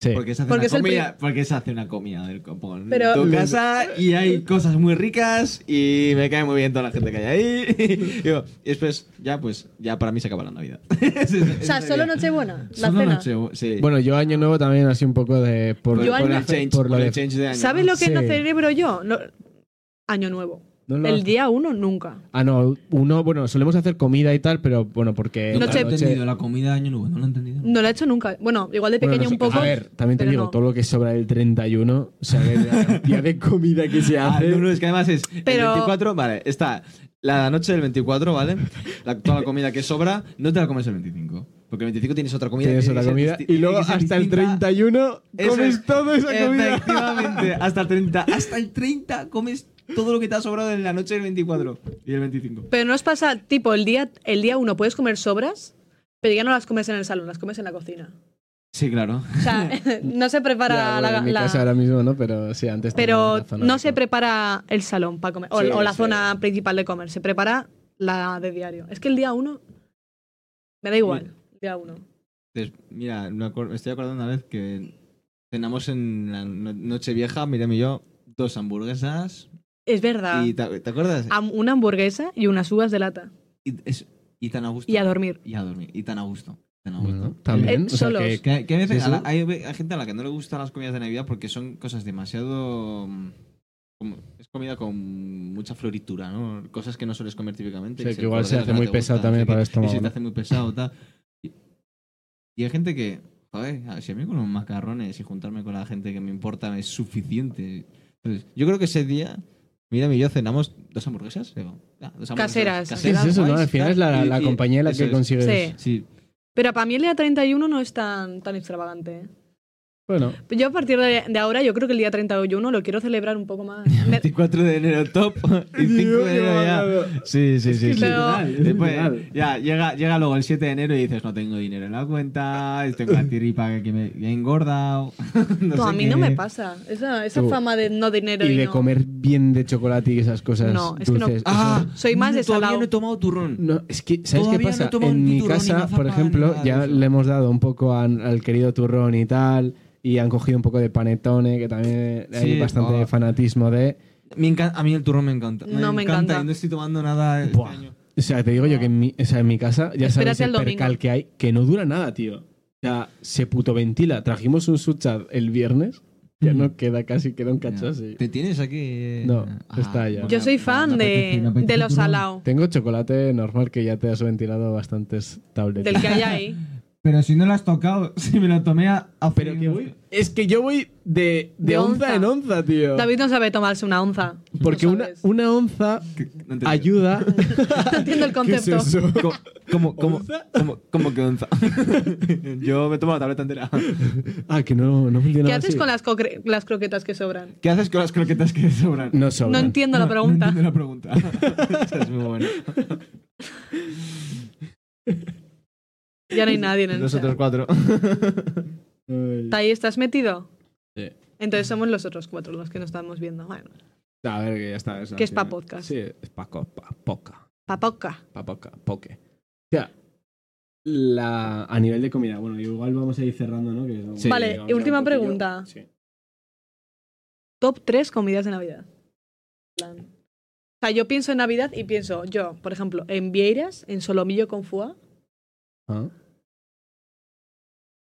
S4: sí.
S1: Porque se hace
S2: Porque es
S1: una
S2: el
S1: comida, porque se hace una comida del copón.
S2: Pero-
S1: en tu casa y hay cosas muy ricas y me cae muy bien toda la gente que hay ahí. Y, digo, y después ya pues ya para mí se acaba la Navidad.
S2: O sea, solo Nochebuena. La
S1: Solo
S2: cena.
S1: noche, sí.
S4: Bueno, yo año nuevo también así un poco de... Por,
S1: por,
S2: Yo
S1: por
S2: al-
S1: el change,
S4: por lo
S1: por el
S4: de-
S1: change de año.
S2: ¿Sabes lo que no
S4: Sí.
S2: celebro yo? Lo- Año nuevo.
S4: No lo
S2: el
S4: haces.
S2: día uno, nunca.
S4: Ah, no, uno, bueno, solemos hacer comida y tal, pero bueno, porque.
S2: No
S4: la
S2: te-
S6: he entendido la comida de Año Nuevo, no lo he entendido.
S2: No la he hecho nunca. Bueno, igual de
S4: Bueno,
S2: pequeña
S4: no sé,
S2: un poco.
S4: A ver, también te
S2: pero
S4: digo,
S2: no.
S4: todo lo que sobra del 31, o sea, que la cantidad de comida que se
S1: Ah,
S4: hace.
S1: no, no, es que además es el
S2: Pero-
S1: 24, vale, está la noche del 24, ¿vale? La, toda la comida que sobra, no te la comes el 25. Porque el 25 tienes otra comida.
S4: tienes
S1: tiene
S4: otra
S1: que ser
S4: comida.
S1: disti-
S4: Y
S1: tiene
S4: luego
S1: que ser
S4: hasta el
S1: distinta.
S4: 31
S1: Eso
S4: comes
S1: es.
S4: toda esa comida.
S1: Efectivamente, hasta el 30. Hasta el 30 comes todo lo que te ha sobrado en la noche del 24 y el 25.
S2: Pero no os pasa, tipo, el día, el día uno puedes comer sobras, pero ya no las comes en el salón, las comes en la cocina.
S1: Sí, claro.
S2: O sea, no se prepara
S4: Ya, bueno,
S2: la.
S4: en mi
S2: la-
S4: casa ahora mismo no, pero sí, antes tenía
S2: pero
S4: la zona
S2: no
S4: de-
S2: se prepara el salón para comer, o,
S4: Sí,
S2: o la
S4: sí.
S2: zona principal de comer, se prepara la de diario. Es que el día uno. Me da igual, el día uno.
S1: Entonces, mira, me, acuer- me estoy acordando una vez que cenamos en la no- noche vieja, Miriam y yo, dos hamburguesas.
S2: Es verdad.
S1: Y ta- ¿Te acuerdas?
S2: Am- Una hamburguesa y unas uvas de lata.
S1: Y, es- y tan a gusto.
S2: Y a dormir.
S1: y a dormir. Y tan a gusto. Tan a gusto.
S4: Bueno, también.
S2: Eh,
S4: o sea,
S2: solos.
S4: que-
S1: Que hay- que hay veces-
S4: Sí,
S1: a la-
S4: sí.
S1: hay, ve- hay gente a la que no le gustan las comidas de Navidad porque son cosas demasiado. mm, como- es comida con mucha floritura, ¿no? Cosas que no sueles comer típicamente.
S4: Sí,
S1: y
S4: que
S1: el
S4: igual se
S1: cordero
S4: hace
S1: no
S4: muy
S1: te
S4: pesado también
S1: así
S4: para el
S1: que- Y
S4: estómago,
S1: se te
S4: ¿no?
S1: hace muy pesado, tal. Y, y hay gente que. Joder, a- si a mí con los macarrones y juntarme con la gente que me importa es suficiente. Entonces, yo creo que ese día. Mira, y yo cenamos dos hamburguesas. digo, ah, dos hamburguesas
S2: Caseras.
S4: ¿Qué es eso, no? Al final es la,
S1: guays,
S4: la
S1: tal, y- y-
S4: compañía la
S1: eso
S4: que
S1: es.
S4: consigues.
S2: Sí.
S1: Sí,
S2: Pero para mí el día 31 no es tan, tan extravagante. ¿eh?
S4: Bueno,
S2: Yo a partir de, de ahora, yo creo que el día 31 lo quiero celebrar un poco más. Me-
S1: 24 de enero top y 5 de enero ya. Sí, sí, sí. sí.
S2: Pero-
S1: Después, ya llega, llega luego el 7 de enero y dices, no tengo dinero en la cuenta, tengo la tiripa que me he engordado.
S2: No, a
S1: sé
S2: mí
S1: qué.
S2: no me pasa. Esa, esa
S4: Tú.
S2: fama de no dinero y,
S4: y de
S2: no.
S4: comer bien de chocolate y esas cosas
S2: No, es que no-
S4: dulces. eso-
S1: Ah,
S2: Soy más de
S1: Todavía
S2: salado.
S1: no he tomado turrón.
S4: No, es que, ¿sabes
S1: Todavía
S4: qué
S1: no
S4: pasa?
S1: he tomado
S4: en
S1: ni
S4: mi
S1: turrón, ni
S4: casa,
S1: mazapán,
S4: por ejemplo,
S1: nada de
S4: ya
S1: eso.
S4: le hemos dado un poco a- al querido turrón y tal, y han cogido un poco de panetone, que también hay
S1: Sí,
S4: bastante
S1: oh.
S4: fanatismo de...
S2: Este
S1: Me encan- a mí el turrón me encanta.
S2: No me encanta.
S1: y no estoy tomando nada este
S4: Buah.
S1: año.
S4: O sea, te digo yo que en mi, o sea, en mi casa ya
S2: Espérate
S4: sabes el
S2: al domingo.
S4: percal que hay, que no dura nada, tío. sea, se puto ventila. Trajimos un subchat el viernes. Ya
S2: Mm.
S4: no queda casi, queda un cacho así.
S6: ¿Te tienes aquí? eh?
S4: No,
S1: Ah,
S4: está ya.
S2: Yo soy fan de, de los Alao,
S4: Tengo chocolate normal que ya te has ventilado bastantes tabletas.
S2: del que hay ahí.
S6: Pero si no lo has tocado, si me lo tomé a... a
S4: Pero que voy. Es que yo voy de, de,
S2: De
S4: onza,
S2: onza.
S4: en onza, tío.
S2: David no sabe tomarse una onza.
S4: Porque
S2: Lo
S4: una,
S2: sabes.
S4: una onza
S1: No entiendo.
S4: ayuda.
S2: No entiendo el
S4: ¿Qué es
S2: concepto.
S4: eso?
S1: Co- ¿Cómo, cómo, cómo, cómo que onza? Yo me tomo la tableta entera.
S4: Ah, que no, no funciona
S2: ¿Qué haces
S4: así.
S2: con las, cocre- las croquetas que sobran?
S1: ¿Qué haces con las croquetas que sobran?
S4: No sobran.
S2: No entiendo la pregunta.
S1: No entiendo la pregunta. Esa es muy buena.
S2: Ya no hay nadie en el
S1: Nosotros
S2: chat.
S1: cuatro.
S4: Ay.
S2: Ahí estás metido.
S4: Sí.
S2: Entonces somos los otros cuatro los que nos estamos viendo. Bueno,
S4: A ver, que ya está. eso,
S2: Que es
S4: sí.
S2: pa' podcast.
S4: Sí, es pa' co- pa' poca.
S2: papoca.
S4: Pa' poca, poke. O sea, la, a nivel de comida, bueno, igual vamos a ir cerrando, ¿no? Que es-
S2: Sí. Vale,
S4: vamos a
S2: última
S4: un poquillo.
S2: pregunta.
S4: Sí.
S2: Top 3 comidas de Navidad. En plan- O sea, yo pienso en Navidad y pienso, yo, por ejemplo, en vieiras, en solomillo con foie,
S4: Ah,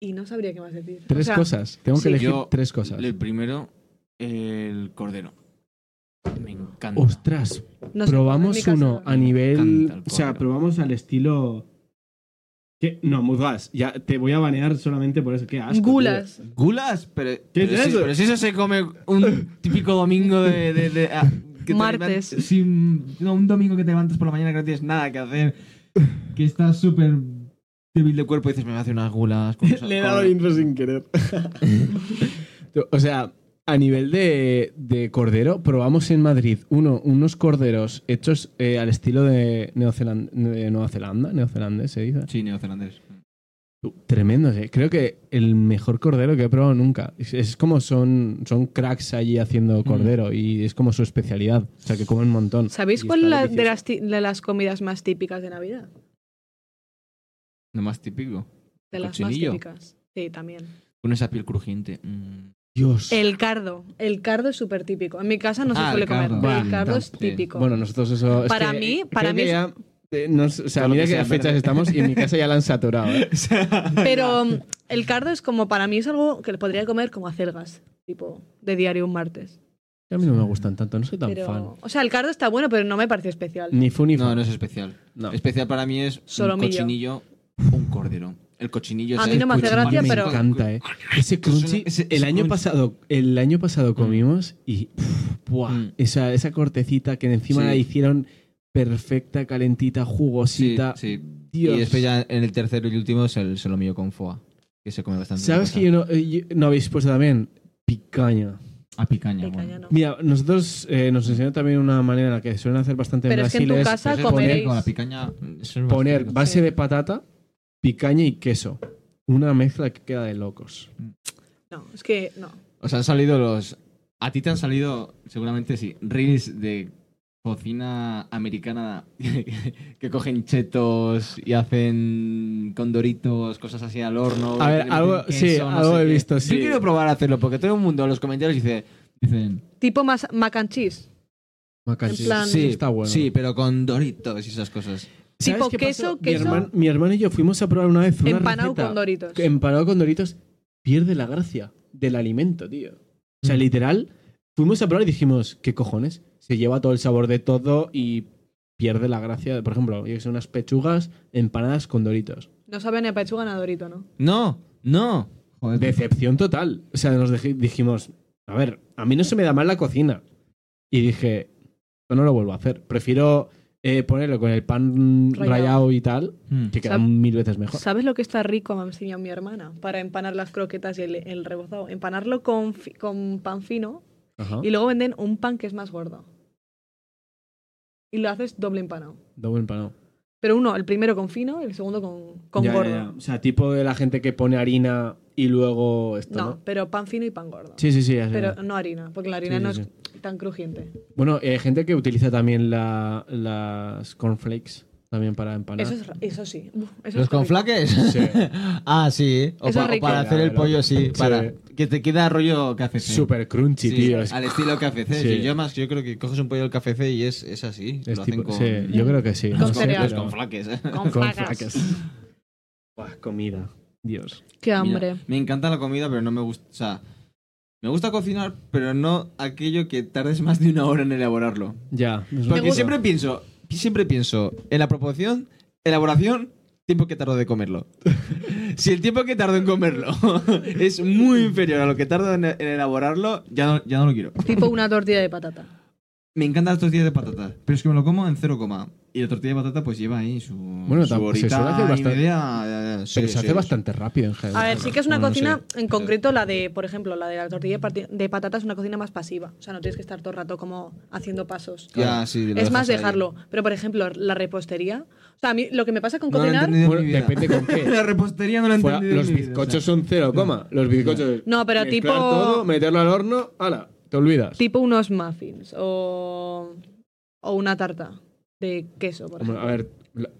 S2: y no sabría qué más decir. O
S4: Tres
S2: sea,
S4: cosas. Tengo
S2: sí.
S4: que elegir
S1: Yo-
S4: tres cosas.
S1: El primero, el cordero. Me encanta.
S4: Ostras,
S2: no sé, en mi
S4: probamos
S2: casa-
S4: uno a nivel.
S1: encanta el
S4: O sea,
S1: cordero.
S4: probamos al estilo. ¿Qué? No, Muzgas, ya te voy a banear solamente por eso. Qué asco. tío.
S2: Gulas.
S1: ¿Gulas? Pero,
S4: ¿Qué
S1: pero
S4: es
S1: si,
S4: eso?
S1: Pero si eso se come un típico domingo de... de- de- ah, que te
S2: Martes.
S1: levantas- sí, no, un domingo que te levantas por la mañana que no tienes nada que hacer, que estás súper débil de cuerpo y dices, me voy a hacer unas gulas. con-
S4: Le he dado
S1: con-
S4: intro sin querer. o sea, a nivel de, de cordero, probamos en Madrid uno, unos corderos hechos eh, al estilo de, Neozelan- de Nueva Zelanda, neozelandés se dice.
S1: Sí, neozelandés.
S4: Tú, Tremendos, eh. Creo que el mejor cordero que he probado nunca. Es, es como son, son cracks allí
S1: Mm.
S4: haciendo cordero y es como su especialidad. O sea, que comen un montón.
S2: ¿Sabéis
S4: Y
S2: cuál es
S4: está
S2: la- de
S4: delicioso.
S2: las, ti- de las comidas más típicas de Navidad?
S1: Lo más típico.
S2: De las
S1: Cochinillo.
S2: más típicas. Sí, también.
S1: Con esa piel crujiente. Mm.
S4: Dios.
S2: El cardo. El cardo es súper típico. En mi casa no se
S1: Ah, el
S2: suele comer,
S1: cardo.
S2: pero el
S4: Vale,
S2: cardo es
S1: sí.
S2: típico.
S4: Bueno, nosotros eso. es
S2: Para
S4: que,
S2: mí-
S4: eh,
S2: para
S4: creo
S2: mí
S4: que
S2: es-
S4: ya, eh, no sé, o sea,
S1: Todo lo
S4: mira
S1: que
S4: que
S1: sea
S4: a fechas
S1: verde.
S4: estamos y en mi casa ya la han saturado. eh.
S2: Pero um, el cardo es como, para mí es algo que le podría comer como acelgas, tipo de diario un martes.
S4: A mí no me gustan tanto, no soy tan fan.
S2: Pero, o sea, el cardo está bueno, pero no me parece especial.
S4: Ni fu ni fa.
S1: No, no es especial.
S4: No.
S1: Especial para mí es un
S2: Solomillo.
S1: cochinillo, un cordero. El cochinillo
S2: A
S1: es
S2: mí no me hace
S1: el cochinillo.
S2: gracia,
S4: me
S2: pero-
S4: encanta, eh. Ese crunchy,
S1: ese- ese
S4: el año
S1: crunchy.
S4: pasado, el año pasado comimos y pff, buah,
S1: Mm.
S4: esa, esa cortecita que encima
S1: Sí.
S4: la hicieron perfecta, calentita,
S1: Sí,
S4: jugosita.
S1: sí.
S4: Dios.
S1: Y después ya en el tercero y último es el solomillo con foie, que se come bastante.
S4: ¿Sabes que yo no, eh, yo- no habéis puesto también? Picaña.
S1: A picaña,
S2: Picaña
S1: bueno.
S2: no.
S4: Mira, nosotros eh, nos enseñó también una manera en la que suelen hacer bastante en
S2: Pero es que en
S4: Brasil
S2: tu
S4: es
S2: casa
S1: Pero eso es
S2: comeréis-
S1: poner con la picaña... eso es
S4: poner
S1: bastante-
S4: base de patata, picaña y queso. Una mezcla que queda de locos.
S2: No, es que no.
S1: Os han salido los... A ti te han salido, seguramente sí, reels de cocina americana que cogen chetos y hacen con doritos, cosas así al horno.
S4: A
S1: le
S4: ver,
S1: meten
S4: algo- sí,
S1: no
S4: algo
S1: sé
S4: he
S1: qué.
S4: visto, sí.
S1: Yo quiero probar a hacerlo porque todo el mundo en los comentarios dice... Dicen,
S2: Tipo mas- mac and cheese.
S4: Macarena.
S2: En plan-
S4: sí, está bueno.
S1: Sí, pero con doritos y esas cosas.
S4: ¿Sabes
S2: Tipo
S4: qué
S2: queso,
S4: pasó? Mi,
S2: queso.
S4: herman- mi hermano y yo fuimos a probar una vez una
S2: Empanado
S4: receta
S2: con doritos.
S4: que em- empanado con Doritos. Pierde la gracia del alimento, tío. O sea,
S2: Mm.
S4: literal, fuimos a probar y dijimos, ¿qué cojones? Se lleva todo el sabor de todo y pierde la gracia. Por ejemplo, yo que sé, unas pechugas empanadas con Doritos.
S2: No sabe ni a pechuga ni a dorito, ¿no?
S1: No, no.
S6: Joder,
S4: Decepción total. O sea, nos dej- dijimos, a ver, a mí no se me da mal la cocina. Y dije, "Esto no lo vuelvo a hacer. Prefiero eh, ponerlo con el pan
S2: Rallado.
S4: rallado y tal,
S1: Mm.
S4: que queda
S2: Sab-
S4: mil veces mejor.
S2: ¿Sabes lo que está rico? Me ha enseñado mi hermana para empanar las croquetas y el, el rebozado. Empanarlo con, fi- con pan fino
S4: Ajá.
S2: y luego venden un pan que es más gordo. Y lo haces doble empanado.
S4: Doble empanado.
S2: Pero uno, el primero con fino, el segundo con, con
S4: Ya, ya,
S2: gordo.
S4: ya. O sea, tipo de la gente que pone harina y luego esto, ¿no?
S2: No, pero pan fino y pan gordo.
S4: Sí, sí, sí. ya sé.
S2: Pero no harina, porque la harina
S4: Sí,
S2: no
S4: sí,
S2: es tan crujiente.
S4: Bueno, eh, hay gente que utiliza también la- las cornflakes también para empanar.
S2: Eso, es, ra- eso sí. Uf, eso
S6: ¿Los
S2: está rico.
S6: conflaques?
S4: Sí.
S6: ah, sí. O,
S2: Eso
S6: pa-
S2: es
S6: o
S2: rico.
S6: para hacer el pollo, sí.
S4: Sí.
S6: Para, que te queda rollo KFC.
S4: Súper crunchy,
S1: Sí,
S4: tío. Es,
S1: al estilo KFC.
S4: Sí.
S1: sí. Yo más, yo creo que coges un pollo del KFC y es, es así.
S4: es
S1: lo hacen
S4: tipo-
S1: con,
S4: sí, yo creo que sí.
S2: Con
S4: sé,
S2: cereal.
S4: pero-
S1: con flaques. ¿eh?
S2: Con, facas.
S4: flaques. Buah, comida. Dios.
S2: Qué
S1: Mira,
S2: hambre.
S1: me encanta la comida, pero no me gusta. O sea, me gusta cocinar, pero no aquello que tardes más de una hora en elaborarlo.
S4: Ya. es un
S1: Porque
S4: poco-
S1: siempre pienso, siempre pienso en la proporción, elaboración, tiempo que tardo de comerlo. si el tiempo que tardo en comerlo es muy inferior a lo que tardo en, en elaborarlo, ya no, ya no lo quiero.
S2: Tipo una tortilla de patata.
S1: Me encantan las tortillas de patata, pero es que me lo como en cero coma. Y la tortilla de patata pues lleva ahí su,
S7: Bueno,
S1: su
S7: tampoco- se
S1: horita
S7: suele hacer
S1: y
S7: bastante-
S1: media, eh, eh, sí,
S7: Pero se
S1: sí,
S7: hace bastante rápido en general.
S2: A ver, sí que es una
S7: Bueno, no
S2: cocina,
S7: sé.
S2: en concreto la de, por ejemplo, la de la tortilla de parti- de patata es una cocina más pasiva. O sea, no tienes que estar todo el rato como haciendo pasos.
S1: Ya, sí, lo
S2: es
S1: dejas
S2: más
S1: ahí.
S2: dejarlo. Pero, por ejemplo, la repostería. O sea, a mí lo que me pasa con
S1: No lo he
S2: cocinar.
S1: entendido en
S7: Bueno,
S1: mi vida.
S7: depende con qué.
S1: la repostería no la he
S7: Fuera-
S1: entendido. en
S7: los
S1: mi vida, o sea.
S7: bizcochos son cero coma. Los bizcochos.
S2: No, pero
S7: mezclar
S2: tipo-
S7: todo, meterlo al horno, ala, te olvidas.
S2: tipo unos muffins o, o una tarta de queso, por
S7: Hombre,
S2: ejemplo.
S7: a ver,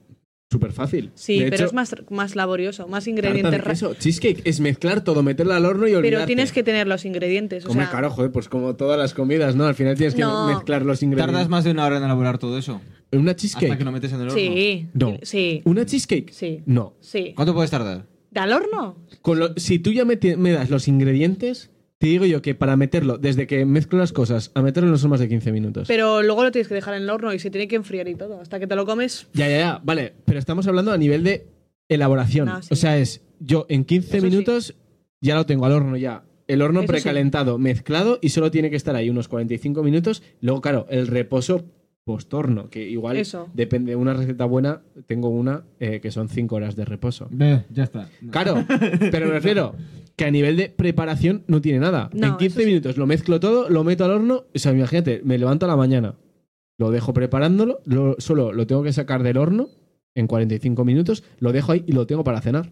S7: súper fácil.
S2: sí, pero es más, más laborioso, más ingredientes. ra-
S7: Eso, cheesecake es mezclar todo, meterlo al horno y olvidarte.
S2: Pero tienes que tener los ingredientes. O
S7: Hombre,
S2: sea,
S7: caro, joder, pues como todas las comidas, ¿no? Al final tienes que
S2: No.
S7: mezclar los ingredientes.
S1: Tardas más de una hora en elaborar todo eso.
S7: ¿Una
S1: Hasta
S7: cheesecake?
S1: que lo metes en el horno.
S2: sí,
S7: No.
S2: sí,
S7: ¿Una cheesecake?
S2: sí,
S7: No.
S2: sí.
S1: ¿Cuánto puedes tardar?
S2: ¿De al horno?
S7: Con lo-
S4: Si tú ya me, ti- me das los ingredientes, te digo yo que para meterlo, desde que mezclo las cosas a meterlo no son más de 15 minutos.
S2: Pero luego lo tienes que dejar en el horno y se tiene que enfriar y todo. Hasta que te lo comes.
S4: Ya, ya, ya, vale. Pero estamos hablando a nivel de elaboración.
S2: No, sí.
S4: O sea, es yo en 15
S2: Eso sí.
S4: minutos ya lo tengo al horno ya. El horno
S2: Eso sí.
S4: precalentado, mezclado y solo tiene que estar ahí unos 45 minutos. Luego, claro, el reposo postorno, que igual
S2: Eso.
S4: depende de una receta buena. Tengo una eh, que son 5 horas de reposo.
S6: Ve, ya está.
S4: Claro, pero me refiero que a nivel de preparación no tiene nada.
S2: No,
S4: en 15
S2: eso sí.
S4: minutos lo mezclo todo, lo meto al horno. O sea, imagínate, me levanto a la mañana, lo dejo preparándolo, lo- solo lo tengo que sacar del horno en 45 minutos, lo dejo ahí y lo tengo para cenar.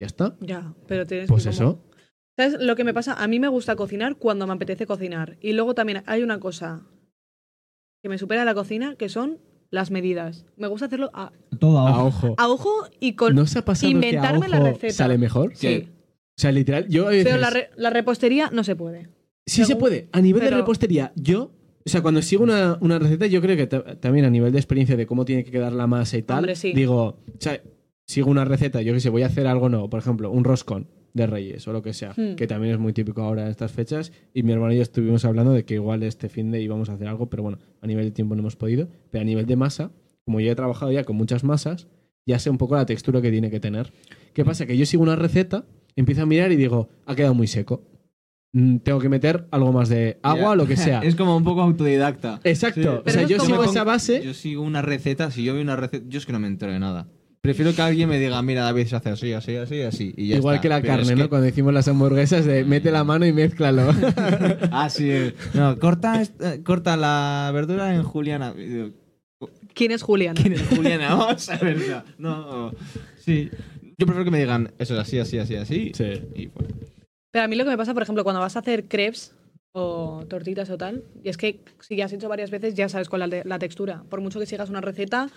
S4: Ya está.
S2: Ya, pero tienes
S4: Pues
S2: que como-
S4: eso.
S2: ¿Sabes lo que me pasa? A mí me gusta cocinar cuando me apetece cocinar. Y luego también hay una cosa que me supera la cocina, que son las medidas. Me gusta hacerlo a,
S6: Todo
S4: A
S6: ahora.
S4: ojo.
S2: a ojo y con...
S4: ¿No se ha pasado
S2: inventarme
S4: que
S2: la
S4: a ojo
S2: receta.
S4: sale mejor?
S2: sí.
S4: O sea, literal, yo a veces-
S2: Pero la, re- la repostería no se puede.
S4: Sí se
S2: Según-
S4: puede. A nivel
S2: pero-
S4: de repostería, yo. O sea, cuando sigo una, una receta, yo creo que ta- también a nivel de experiencia de cómo tiene que quedar la masa y tal.
S2: Hombre, sí.
S4: Digo, o sea, sigo una receta, yo que sé, voy a hacer algo nuevo. Por ejemplo, un roscón de reyes o lo que sea,
S2: Hmm.
S4: que también es muy típico ahora en estas fechas. Y mi hermano y yo estuvimos hablando de que igual este fin de íbamos a hacer algo, pero bueno, a nivel de tiempo no hemos podido. Pero a nivel de masa, como yo he trabajado ya con muchas masas, ya sé un poco la textura que tiene que tener. ¿Qué pasa? Que yo sigo una receta, empiezo a mirar y digo, ha quedado muy seco. Mm, Tengo que meter algo más de agua,
S1: Ya.
S4: lo que sea.
S1: Es como un poco autodidacta.
S4: Exacto.
S2: Pero
S4: o
S2: eso
S4: sea,
S2: es
S4: yo
S2: como-
S4: sigo
S2: Yo
S4: esa base.
S1: Yo sigo una receta, si yo veo una receta, yo es que no me entero de nada. Prefiero que alguien me diga, mira, David se hace así, así, así, así. Y ya
S4: Igual
S1: está.
S4: que la
S1: Pero
S4: carne,
S1: es
S4: ¿no?
S1: que-
S4: Cuando hicimos las hamburguesas, de mete la mano y mézclalo.
S1: Ah, sí. No, corta, est- eh, corta la verdura en Juliana. Y digo,
S2: ¿Quién es Julián?
S1: ¿Quién es Juliana? Vamos a ver. o sea, No, sí. Yo prefiero que me digan, eso es así, así, así, así.
S4: Sí.
S1: Y bueno.
S2: Pero a mí lo que me pasa, por ejemplo, cuando vas a hacer crepes o tortitas o tal, y es que si ya has hecho varias veces, ya sabes cuál es la, la textura. Por mucho que sigas una receta,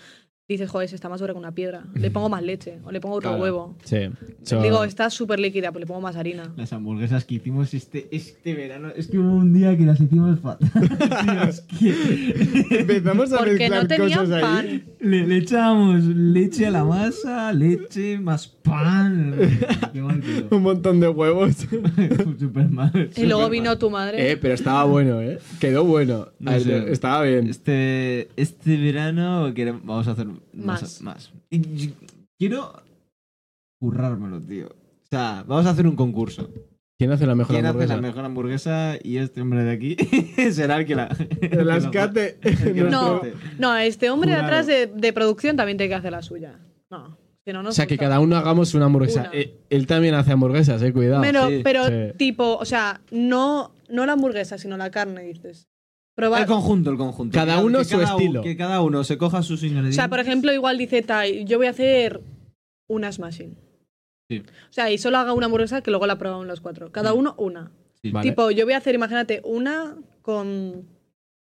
S2: dices, joder, si está más dura que una piedra. Le pongo más leche o le pongo otro
S4: Claro.
S2: huevo.
S4: Sí. So-
S2: Digo, está súper líquida, pues le pongo más harina.
S6: Las hamburguesas que hicimos este, este verano. Es que hubo un día que las hicimos fatal. Tío, es que
S7: Empezamos a
S2: Porque
S7: mezclar
S2: no tenían
S7: cosas ahí.
S2: pan.
S6: le, le echábamos leche a la masa, leche más pan. Qué mal, tío.
S7: Un montón de huevos.
S6: Fue Súper mal.
S2: Y luego vino tu madre.
S7: eh, pero estaba bueno, ¿eh? Quedó bueno.
S1: No
S7: A ver,
S1: sé.
S7: Estaba bien.
S1: Este, este verano queremos, vamos a hacer
S2: Más.
S1: más. más. Y yo- quiero currármelo, tío. O sea, vamos a hacer un concurso.
S4: ¿Quién hace la mejor
S1: ¿Quién hace
S4: hamburguesa?
S1: la mejor hamburguesa? Y este hombre de aquí será el que la.
S7: El
S1: la-
S7: ascate.
S1: el que la
S2: No.
S1: corte.
S2: No, este hombre de
S1: Jurado.
S2: atrás de, de producción también tiene que hacer la suya. No, que no nos
S4: O sea, que
S2: gusta.
S4: cada uno hagamos una hamburguesa.
S2: Una.
S4: Eh, él también hace hamburguesas, eh, cuidado.
S2: Pero,
S1: sí,
S2: pero
S4: sí.
S2: tipo, o sea, no, no la hamburguesa, sino la carne, dices.
S1: El
S2: Probar.
S1: conjunto, el conjunto.
S4: Cada
S1: Que-
S4: uno
S1: que
S4: su
S1: cada u-
S4: estilo.
S1: Que cada uno se coja sus
S2: O
S1: ingredientes.
S2: sea, por ejemplo, igual dice Tai, yo voy a hacer una smashing.
S1: Sí.
S2: O sea, y solo haga una hamburguesa que luego la probamos los cuatro. Cada uno una.
S1: Sí.
S4: Mm. Vale.
S2: Tipo, yo voy a hacer, imagínate, una con. O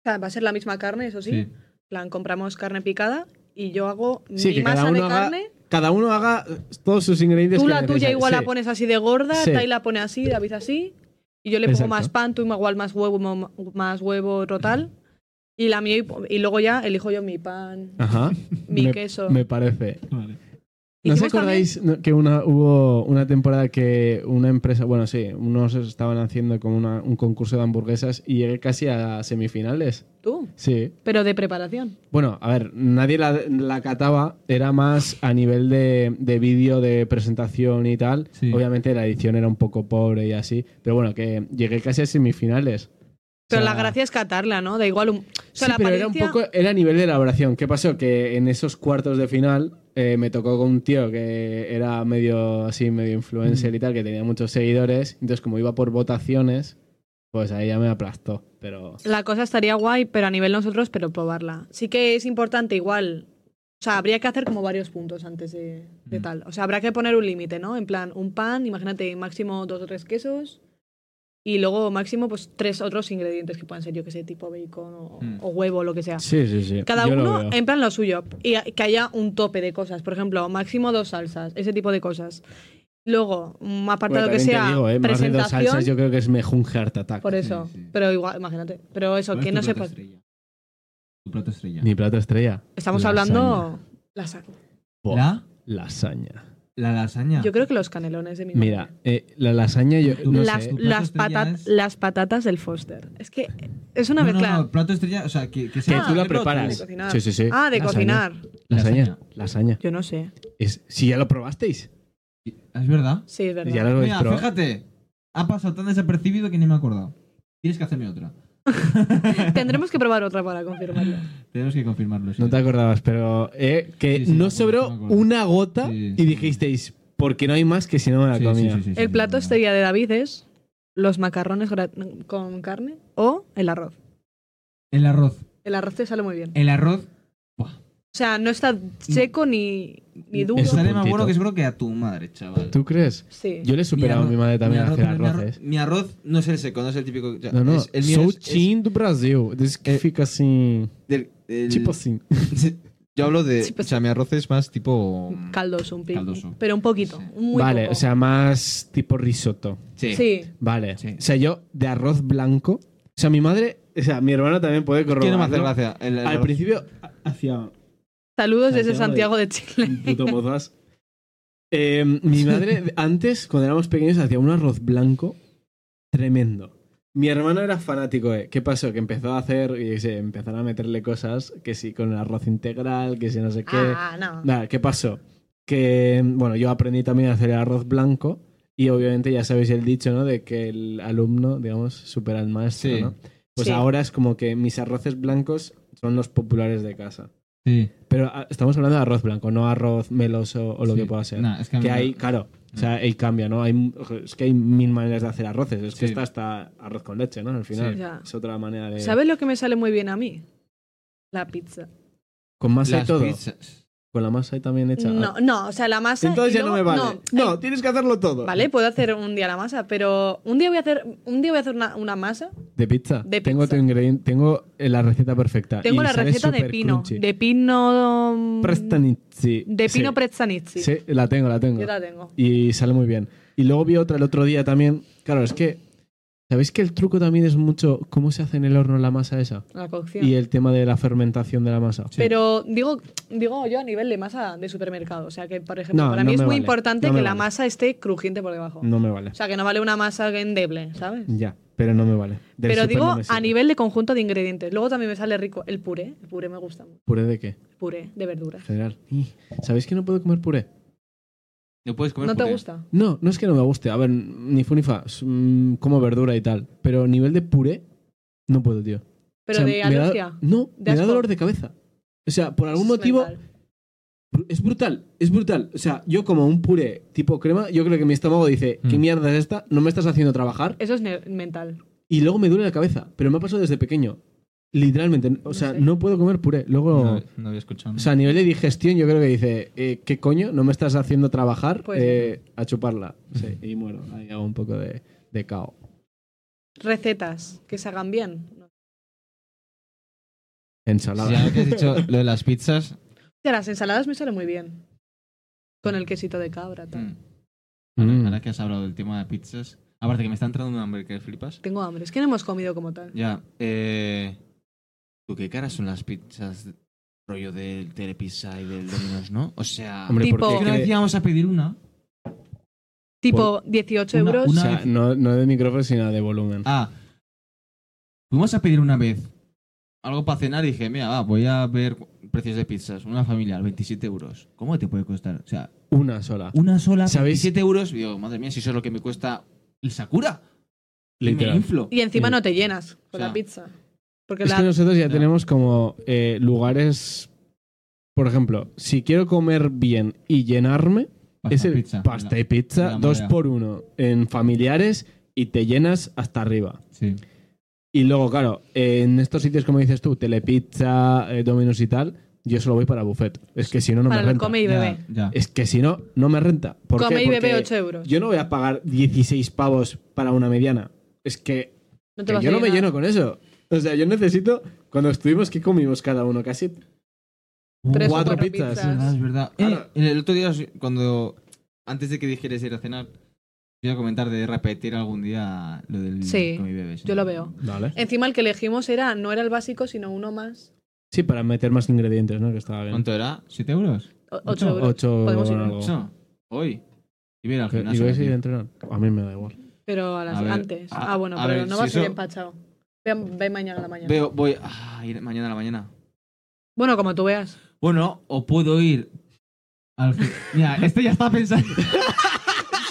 S2: sea, va a ser la misma carne, eso sí.
S1: Sí.
S2: En plan, compramos carne picada y yo hago
S4: Sí,
S2: mi
S4: que cada
S2: masa de
S4: uno, haga,
S2: carne.
S4: cada uno haga todos sus ingredientes.
S2: Tú
S4: que
S2: la tuya
S4: necesita.
S2: igual la
S4: Sí.
S2: pones así de gorda,
S4: Sí.
S2: Tai la pone así, David así. Y yo le pongo
S4: Exacto.
S2: más pan, tú igual más huevo, mo- más huevo, otro tal. Y la mía, y y luego ya elijo yo mi pan,
S4: Ajá.
S2: mi
S4: Me-
S2: queso.
S4: Me parece.
S6: Vale.
S4: ¿No os
S2: Hicimos también-
S4: acordáis no, que una, hubo una temporada que una empresa, bueno, sí, unos estaban haciendo como una- un concurso de hamburguesas y llegué casi a semifinales?
S2: Tú.
S4: Sí.
S2: Pero de preparación.
S4: Bueno, a ver, nadie la, la cataba, era más a nivel de, de vídeo, de presentación y tal.
S8: Sí.
S4: Obviamente la edición era un poco pobre y así, pero bueno, que llegué casi a semifinales.
S2: Pero
S4: O sea,
S2: la gracia es catarla, ¿no? Da igual. Un... O sea,
S4: sí,
S2: la
S4: pero era un
S2: apariencia-
S4: poco, era a nivel de elaboración. ¿Qué pasó? Que en esos cuartos de final eh, me tocó con un tío que era medio así, medio influencer
S2: Mm.
S4: y tal, que tenía muchos seguidores. Entonces, como iba por votaciones, pues ahí ya me aplastó. Pero
S2: La cosa estaría guay, pero a nivel nosotros, pero probarla. Sí que es importante igual. O sea, habría que hacer como varios puntos antes de,
S4: Mm.
S2: de tal. O sea, habrá que poner un límite, ¿no? En plan, un pan, imagínate, máximo dos o tres quesos. Y luego máximo, pues tres otros ingredientes que puedan ser, yo que sé, tipo bacon o, o huevo o lo que sea.
S4: Mm. sí, sí, sí.
S2: Cada
S4: Yo lo
S2: uno
S4: veo.
S2: en plan lo suyo. Y a- que haya un tope de cosas. Por ejemplo, máximo dos salsas, ese tipo de cosas. Luego, mm, un apartado que
S4: Bueno, también te
S2: sea
S4: digo, eh, más de dos
S2: presentación.
S4: salsas, yo creo que es mejor un heart attack.
S2: Por eso.
S1: sí.
S2: Pero igual, imagínate. Pero eso,
S1: ¿Cuál
S2: que
S1: es
S2: no
S1: tu
S2: se
S1: plato
S2: fa-
S1: estrella? Tu plato estrella.
S4: Mi plato estrella.
S2: Estamos
S4: Lasaña.
S2: hablando. Lasaña.
S4: Buah,
S1: ¿La?
S4: Lasaña.
S1: ¿La lasaña?
S2: Yo creo que los canelones de mi
S4: Mira,
S2: madre.
S4: eh, la lasaña yo no
S2: las,
S4: sé.
S1: tu plato
S2: las,
S1: estrella
S2: patat-
S1: es-
S2: las patatas del Foster. Es que es una
S1: no, no,
S2: mezcla.
S1: no, plato estrella, o sea, que, que
S4: Que
S2: Ah,
S1: sea-
S4: tú la
S1: pero-
S2: de
S4: preparas.
S2: cocinar.
S4: Sí, sí, sí.
S2: Ah, de
S4: Lasaña.
S2: cocinar.
S4: Lasaña. Lasaña.
S2: Yo no sé.
S4: Es, si ya lo probasteis.
S1: Es verdad.
S2: Sí, es verdad.
S4: Ya lo habéis
S1: Mira,
S4: probado.
S1: fíjate. Ha pasado tan desapercibido que ni me he acordado. Tienes que hacerme otra.
S2: Tendremos que probar otra para confirmarlo.
S1: Tenemos que confirmarlo. sí.
S4: No te acordabas, pero eh, que
S1: Sí, sí, me
S4: no
S1: acuerdo,
S4: sobró
S1: me acuerdo.
S4: una gota
S1: Sí,
S4: y
S1: sí.
S4: dijisteis, porque no hay más que si no me la
S1: Sí, sí,
S4: comía.
S1: sí, sí, sí,
S2: El
S1: sí,
S2: plato
S1: sí.
S2: estrella de David es los macarrones gra- con carne o el arroz.
S1: El arroz.
S2: El arroz te sale muy bien.
S1: El arroz
S2: O sea, no está seco ni, ni duro.
S4: Eso-
S1: sale más
S4: puntito.
S1: bueno que seguro que a tu madre, chaval.
S4: ¿Tú crees?
S2: Sí.
S4: Yo le he superado a mi madre también a
S1: mi
S4: hacer
S1: arroz, mi arro-
S4: arroces.
S1: Mi arroz no es el seco, no es el típico. o sea,
S4: No, no,
S1: es- el mío
S4: sou
S1: es- es
S4: chin do Brasil. Diz que
S1: Eh,
S4: fica assim,
S1: del- el-
S4: tipo assim.
S1: Yo hablo de.
S2: Sí, pues-
S1: o sea, mi arroz es más tipo.
S2: Caldoso, un pico.
S1: Caldoso.
S2: Pero un poquito.
S1: Sí.
S2: Muy
S4: vale,
S2: poco.
S4: o sea, más tipo risotto.
S1: Sí.
S2: Sí.
S4: Vale.
S1: Sí.
S4: O sea, yo de arroz blanco. O sea, mi madre, o sea, mi hermana también puede corroborar.
S1: Tiene más gracia. El, el
S4: Al
S1: arroz.
S4: principio ha- hacía
S2: Saludos desde Santiago
S4: Santiago
S2: de Chile.
S4: puto mozas. Eh, mi madre, antes, cuando éramos pequeños, hacía un arroz blanco tremendo. Mi hermano era fanático, ¿eh? ¿Qué pasó? Que empezó a hacer, y yo qué sé, empezaron a meterle cosas, que sí, con el arroz integral, que si no sé qué.
S2: Ah, no.
S4: Nada, ¿qué pasó? Que, em, bueno, yo aprendí también a hacer el arroz blanco y obviamente ya sabéis el dicho, ¿no? De que el alumno, digamos, supera al maestro,
S1: Sí.
S4: ¿no? Pues
S2: Sí.
S4: ahora es como que mis arroces blancos son los populares de casa.
S1: Sí.
S4: Pero ah, estamos hablando de arroz blanco, no arroz meloso o lo
S1: sí.
S4: que pueda ser.
S1: Nah, es que a mí
S4: que
S1: me-
S4: hay, claro, o sea, ahí cambia, ¿no? Hay, es que hay mil maneras de hacer arroces. Es que
S1: Sí.
S4: está hasta arroz con leche, ¿no? Eh, Al final.
S1: Sí.
S2: Ya.
S4: Es otra manera de.
S2: ¿Sabes lo que me sale muy bien a mí? La pizza.
S4: Con masa
S1: las
S4: y todo.
S1: pizzas.
S4: Con la masa ahí también hecha.
S2: No, no, o sea, la masa.
S4: Entonces
S2: y
S4: ya no me
S2: luego-
S4: vale. No,
S2: eh,
S4: tienes que hacerlo todo.
S2: Vale, puedo hacer un día la masa, pero un día voy a hacer, un día voy a hacer una, una masa.
S4: De pizza.
S2: De
S4: tengo
S2: pizza.
S4: tu ingrediente, tengo eh, la receta perfecta.
S2: Tengo
S4: Y
S2: la
S4: sale
S2: receta de
S4: súper
S2: pino.
S4: crunchy.
S2: De pino. mm,
S4: Prestanizzi.
S2: De pino
S4: sí.
S2: prestanizzi.
S4: Sí, la tengo, la tengo.
S2: Yo la tengo.
S4: Y sale muy bien. Y luego vi otra el otro día también. Claro, es que. ¿Sabéis que el truco también es mucho cómo se hace en el horno la masa esa?
S2: La cocción.
S4: Y el tema de la fermentación de la masa.
S2: Pero digo, digo yo a nivel de masa de supermercado. O sea que, por ejemplo,
S4: No,
S2: para
S4: no
S2: mí es
S4: me
S2: muy
S4: vale.
S2: importante
S4: No me
S2: que la
S4: vale. Mm.
S2: masa esté crujiente por debajo.
S4: No me vale.
S2: O sea, que no vale una masa endeble, ¿sabes?
S4: Ya, pero no me vale. Del
S2: Pero
S4: súper no
S2: digo
S4: me sirve.
S2: a nivel de conjunto de ingredientes. Luego también me sale rico el puré. El puré me gusta mucho.
S4: ¿Puré de qué?
S2: Puré de verduras.
S4: General. Ih, ¿Sabéis que no puedo comer puré?
S1: No puedes comer
S2: ¿No te
S1: puré.
S2: gusta?
S4: No, no es que no me guste. A ver, ni fu ni fa. Es, mm, como verdura y tal. Pero a nivel de puré, no puedo, tío.
S2: Pero
S4: O sea,
S2: de
S4: me da-
S2: alergia.
S4: no,
S2: ¿De
S4: me da
S2: asco?
S4: dolor de cabeza. O sea, por algún
S2: Es
S4: motivo.
S2: mental.
S4: bru- Es brutal, es brutal. O sea, yo como un puré tipo crema, yo creo que mi estómago dice, ¿qué
S1: Mm.
S4: mierda es esta? No me estás haciendo trabajar.
S2: Eso es ne- mental.
S4: Y luego me duele la cabeza. Pero me ha pasado desde pequeño. Literalmente. O sea,
S2: sé.
S4: no puedo comer puré. Luego.
S1: No, no había escuchado.
S4: O sea, a nivel de digestión, yo creo que dice, eh, ¿qué coño? ¿No me estás haciendo trabajar?
S2: Pues-
S4: Eh, a chuparla. Sí, y muero. Ahí hago un poco de, de cao.
S2: Recetas que se hagan bien.
S4: Ensalada.
S1: ya que has dicho lo de las pizzas.
S2: De las ensaladas me salen muy bien. Con el quesito de cabra. tal.
S1: mm.
S4: Mm.
S1: Ahora que has hablado del tema de pizzas. Aparte que me está entrando un hambre que flipas.
S2: Tengo hambre. Es que no hemos comido como tal.
S1: Ya, eh. ¿Tú qué caras son las pizzas
S9: rollo del Telepizza y del Domino's, ¿no? O sea,
S4: Hombre, eh,
S2: Tipo-
S4: porque
S2: ¿por
S1: Que no
S4: cre-
S1: decíamos a pedir una.
S2: Tipo
S4: Pues,
S2: 18
S1: una-
S2: euros.
S4: o
S1: una-
S4: sea, no, no de micrófono, sino de volumen.
S1: Ah. Fuimos a pedir una vez algo para cenar y dije, mira, va, voy a ver precios de pizzas. Una familiar, 27 euros. ¿Cómo te puede costar? O sea,
S4: Una sola.
S1: una sola,
S4: ¿Sabéis?
S1: 27 euros. Y digo, madre mía, si eso es lo que me cuesta el Sakura. Y Me
S4: Literal.
S1: inflo.
S2: Y encima no te llenas con
S1: sea,
S2: la pizza. Porque
S4: Es
S2: la,
S4: que nosotros ya
S1: Ya.
S4: tenemos como eh, lugares. Por ejemplo, si quiero comer bien y llenarme,
S1: Pasta,
S4: es el
S1: pizza.
S4: pasta y
S1: la
S4: pizza,
S1: marea.
S4: dos por uno, en familiares y te llenas hasta arriba.
S1: Sí.
S4: Y luego, claro, en estos sitios, como dices tú, Telepizza, eh, Domino's y tal, yo solo voy para buffet. Es que si no, no
S2: para
S4: me
S2: el
S4: renta.
S2: come y bebé.
S1: Ya, ya.
S4: Es que si no, no me renta. ¿Por qué?
S2: Come y bebé
S4: Porque
S2: 8 euros.
S4: Yo no voy a pagar 16 pavos para una mediana. Es que,
S2: no te
S4: que
S2: vas
S4: yo
S2: a
S4: no me
S2: llenar.
S4: lleno con eso. O sea, yo necesito. Cuando estuvimos, ¿qué comimos cada uno? Casi
S2: Tres o
S4: cuatro
S2: cuatro
S4: pizzas.
S1: Es verdad, es verdad.
S4: Claro.
S1: Eh, el otro día, cuando. Antes de que dijeras ir a cenar, iba a comentar de repetir algún día lo del
S2: Sí,
S1: con mi bebé. sí.
S2: yo lo veo.
S4: Vale.
S2: Encima el que elegimos era, no era el básico, sino uno más.
S4: Sí, para meter más ingredientes, ¿no? Que estaba bien.
S1: ¿Cuánto era? ¿7 euros?
S2: 8
S1: Ocho,
S2: euros.
S4: Ocho
S2: Podemos ir.
S4: con algo.
S1: Eso. Hoy. Oh. Y mira, al
S4: Que-
S1: gimnasio.
S4: ¿Y vais a ir a
S1: tío.
S4: entrenar? A mí me da igual.
S2: Pero a las
S1: A ver,
S2: antes.
S1: a-
S2: ah, bueno,
S1: a
S2: pero
S1: ver,
S2: no
S1: si
S2: vas a ir
S1: eso-
S2: empachado. Ve, ve mañana a la mañana.
S1: Veo, voy. Ah, ir mañana a la mañana.
S2: Bueno, como tú veas.
S1: Bueno, o puedo ir. Al fi- Mira, este ya está pensando.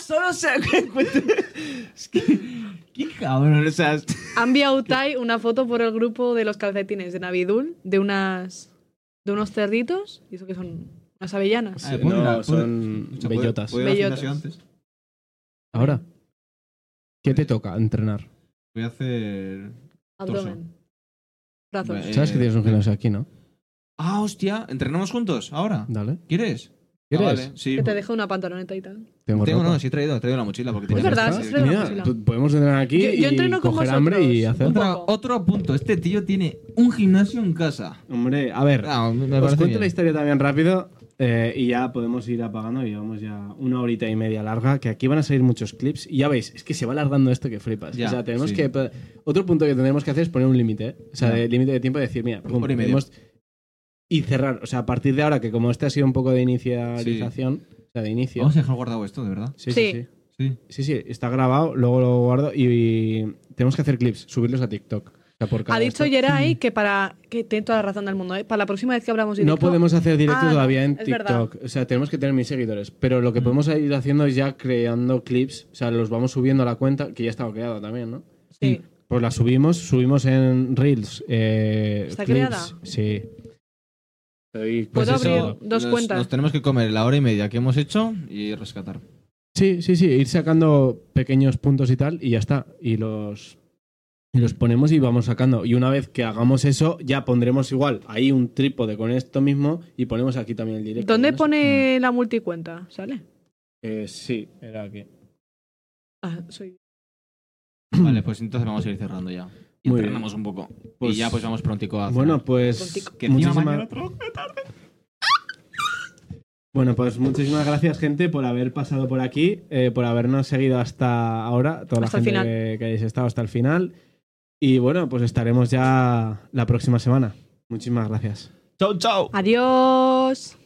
S1: Solo se encuentra. Es que. Qué cabrón, o sea. es-
S2: Ha enviado Tai una foto por el grupo de los calcetines de Navidul, de unas de unos cerditos, y eso que son unas avellanas.
S1: Ah, ¿puedo ir a-
S4: no,
S1: puedo-
S4: son
S1: o sea, ¿puedo-
S4: bellotas.
S1: ¿puedo ir al
S2: Bellotas.
S1: gimnasio antes?
S4: Ahora, ¿qué te toca entrenar?
S1: Voy a hacer.
S2: Abdomen. Brazos.
S1: Eh,
S4: Sabes que tienes un gimnasio aquí, ¿no?
S1: Ah, hostia, entrenamos juntos ahora.
S4: Dale.
S1: Mm. ¿Quieres?
S4: ¿Quieres?
S1: Ah, vale, sí.
S2: Que te deje una pantaloneta y tal.
S4: Tengo,
S1: Tengo,
S4: ropa.
S1: no, sí he traído, he traído la mochila porque
S4: Pues
S1: tenía-
S2: Es verdad,
S4: ya
S2: sí,
S4: está.
S2: traigo la
S4: Mira,
S2: mochila.
S4: tú- podemos entrenar aquí
S2: Yo- yo
S4: y
S2: entreno con
S4: coger
S2: vosotros.
S4: hambre y hacer...
S2: Un
S1: Otra-
S2: poco.
S1: otro punto, este tío tiene un gimnasio en casa.
S4: Hombre, a ver,
S1: Ah, me me
S4: os
S1: parece
S4: cuento
S1: bien.
S4: la historia también rápido eh, y ya podemos ir apagando. Llevamos ya una horita y media larga, que aquí van a salir muchos clips. Y ya veis, es que se va alargando esto que flipas.
S1: Ya,
S4: o sea, tenemos
S1: sí.
S4: que... pa- Otro punto que tendremos que hacer es poner un límite. ¿eh? O sea,
S1: Ya.
S4: de límite de tiempo de decir, mira, pum,
S1: Hora y media.
S4: podemos- Y cerrar. O sea, a partir de ahora, que como este ha sido un poco de inicialización, o sea, de inicio...
S1: Vamos a dejar guardado esto, de verdad.
S4: Sí, sí,
S2: Sí.
S4: sí.
S1: Sí.
S4: Sí, sí, está grabado, luego lo guardo y, tenemos que hacer clips, subirlos a TikTok. O sea, por cada
S2: Ha dicho
S4: esto-
S2: Yeray que para. que tiene toda la razón del mundo, ¿eh? Para la próxima vez que hablamos
S4: No podemos hacer directo
S2: Ah, no,
S4: todavía en
S2: es verdad.
S4: TikTok. O sea, tenemos que tener mis seguidores. Pero lo que podemos ir haciendo es ya creando clips. O sea, los vamos subiendo a la cuenta, que ya estaba creada también, ¿no?
S2: Sí.
S4: Pues la subimos, subimos en Reels. eh,
S2: ¿Está
S4: clips,
S2: creada?
S4: Sí. Estoy, pues,
S2: ¿Puedo
S4: eso.
S2: abrir? dos
S1: nos,
S2: cuentas.
S1: Nos tenemos que comer la hora y media que hemos hecho y rescatar.
S4: Sí, sí, sí, ir sacando pequeños puntos y tal y ya está. Y los, y los ponemos y vamos sacando. Y una vez que hagamos eso, ya pondremos igual ahí un trípode con esto mismo y ponemos aquí también el directo.
S2: ¿Dónde
S4: ¿no?
S2: pone la multicuenta? ¿Sale?
S4: Eh, sí, era aquí.
S2: Ah, soy.
S1: vale, pues entonces vamos a ir cerrando ya. Y
S4: Muy
S1: entrenamos un poco.
S4: Pues-
S1: y ya pues vamos prontico a cenar.
S4: Bueno, pues.
S2: Contigo.
S1: que encima
S4: muchísima-
S1: mañana trabajo.
S4: Bueno, pues muchísimas gracias, gente, por haber pasado por aquí, eh, por habernos seguido hasta ahora, toda
S2: Hasta
S4: la
S2: el
S4: gente
S2: final.
S4: que, que hayáis estado hasta el final. Y bueno, pues estaremos ya la próxima semana. Muchísimas gracias.
S9: Chau, chau.
S2: Adiós.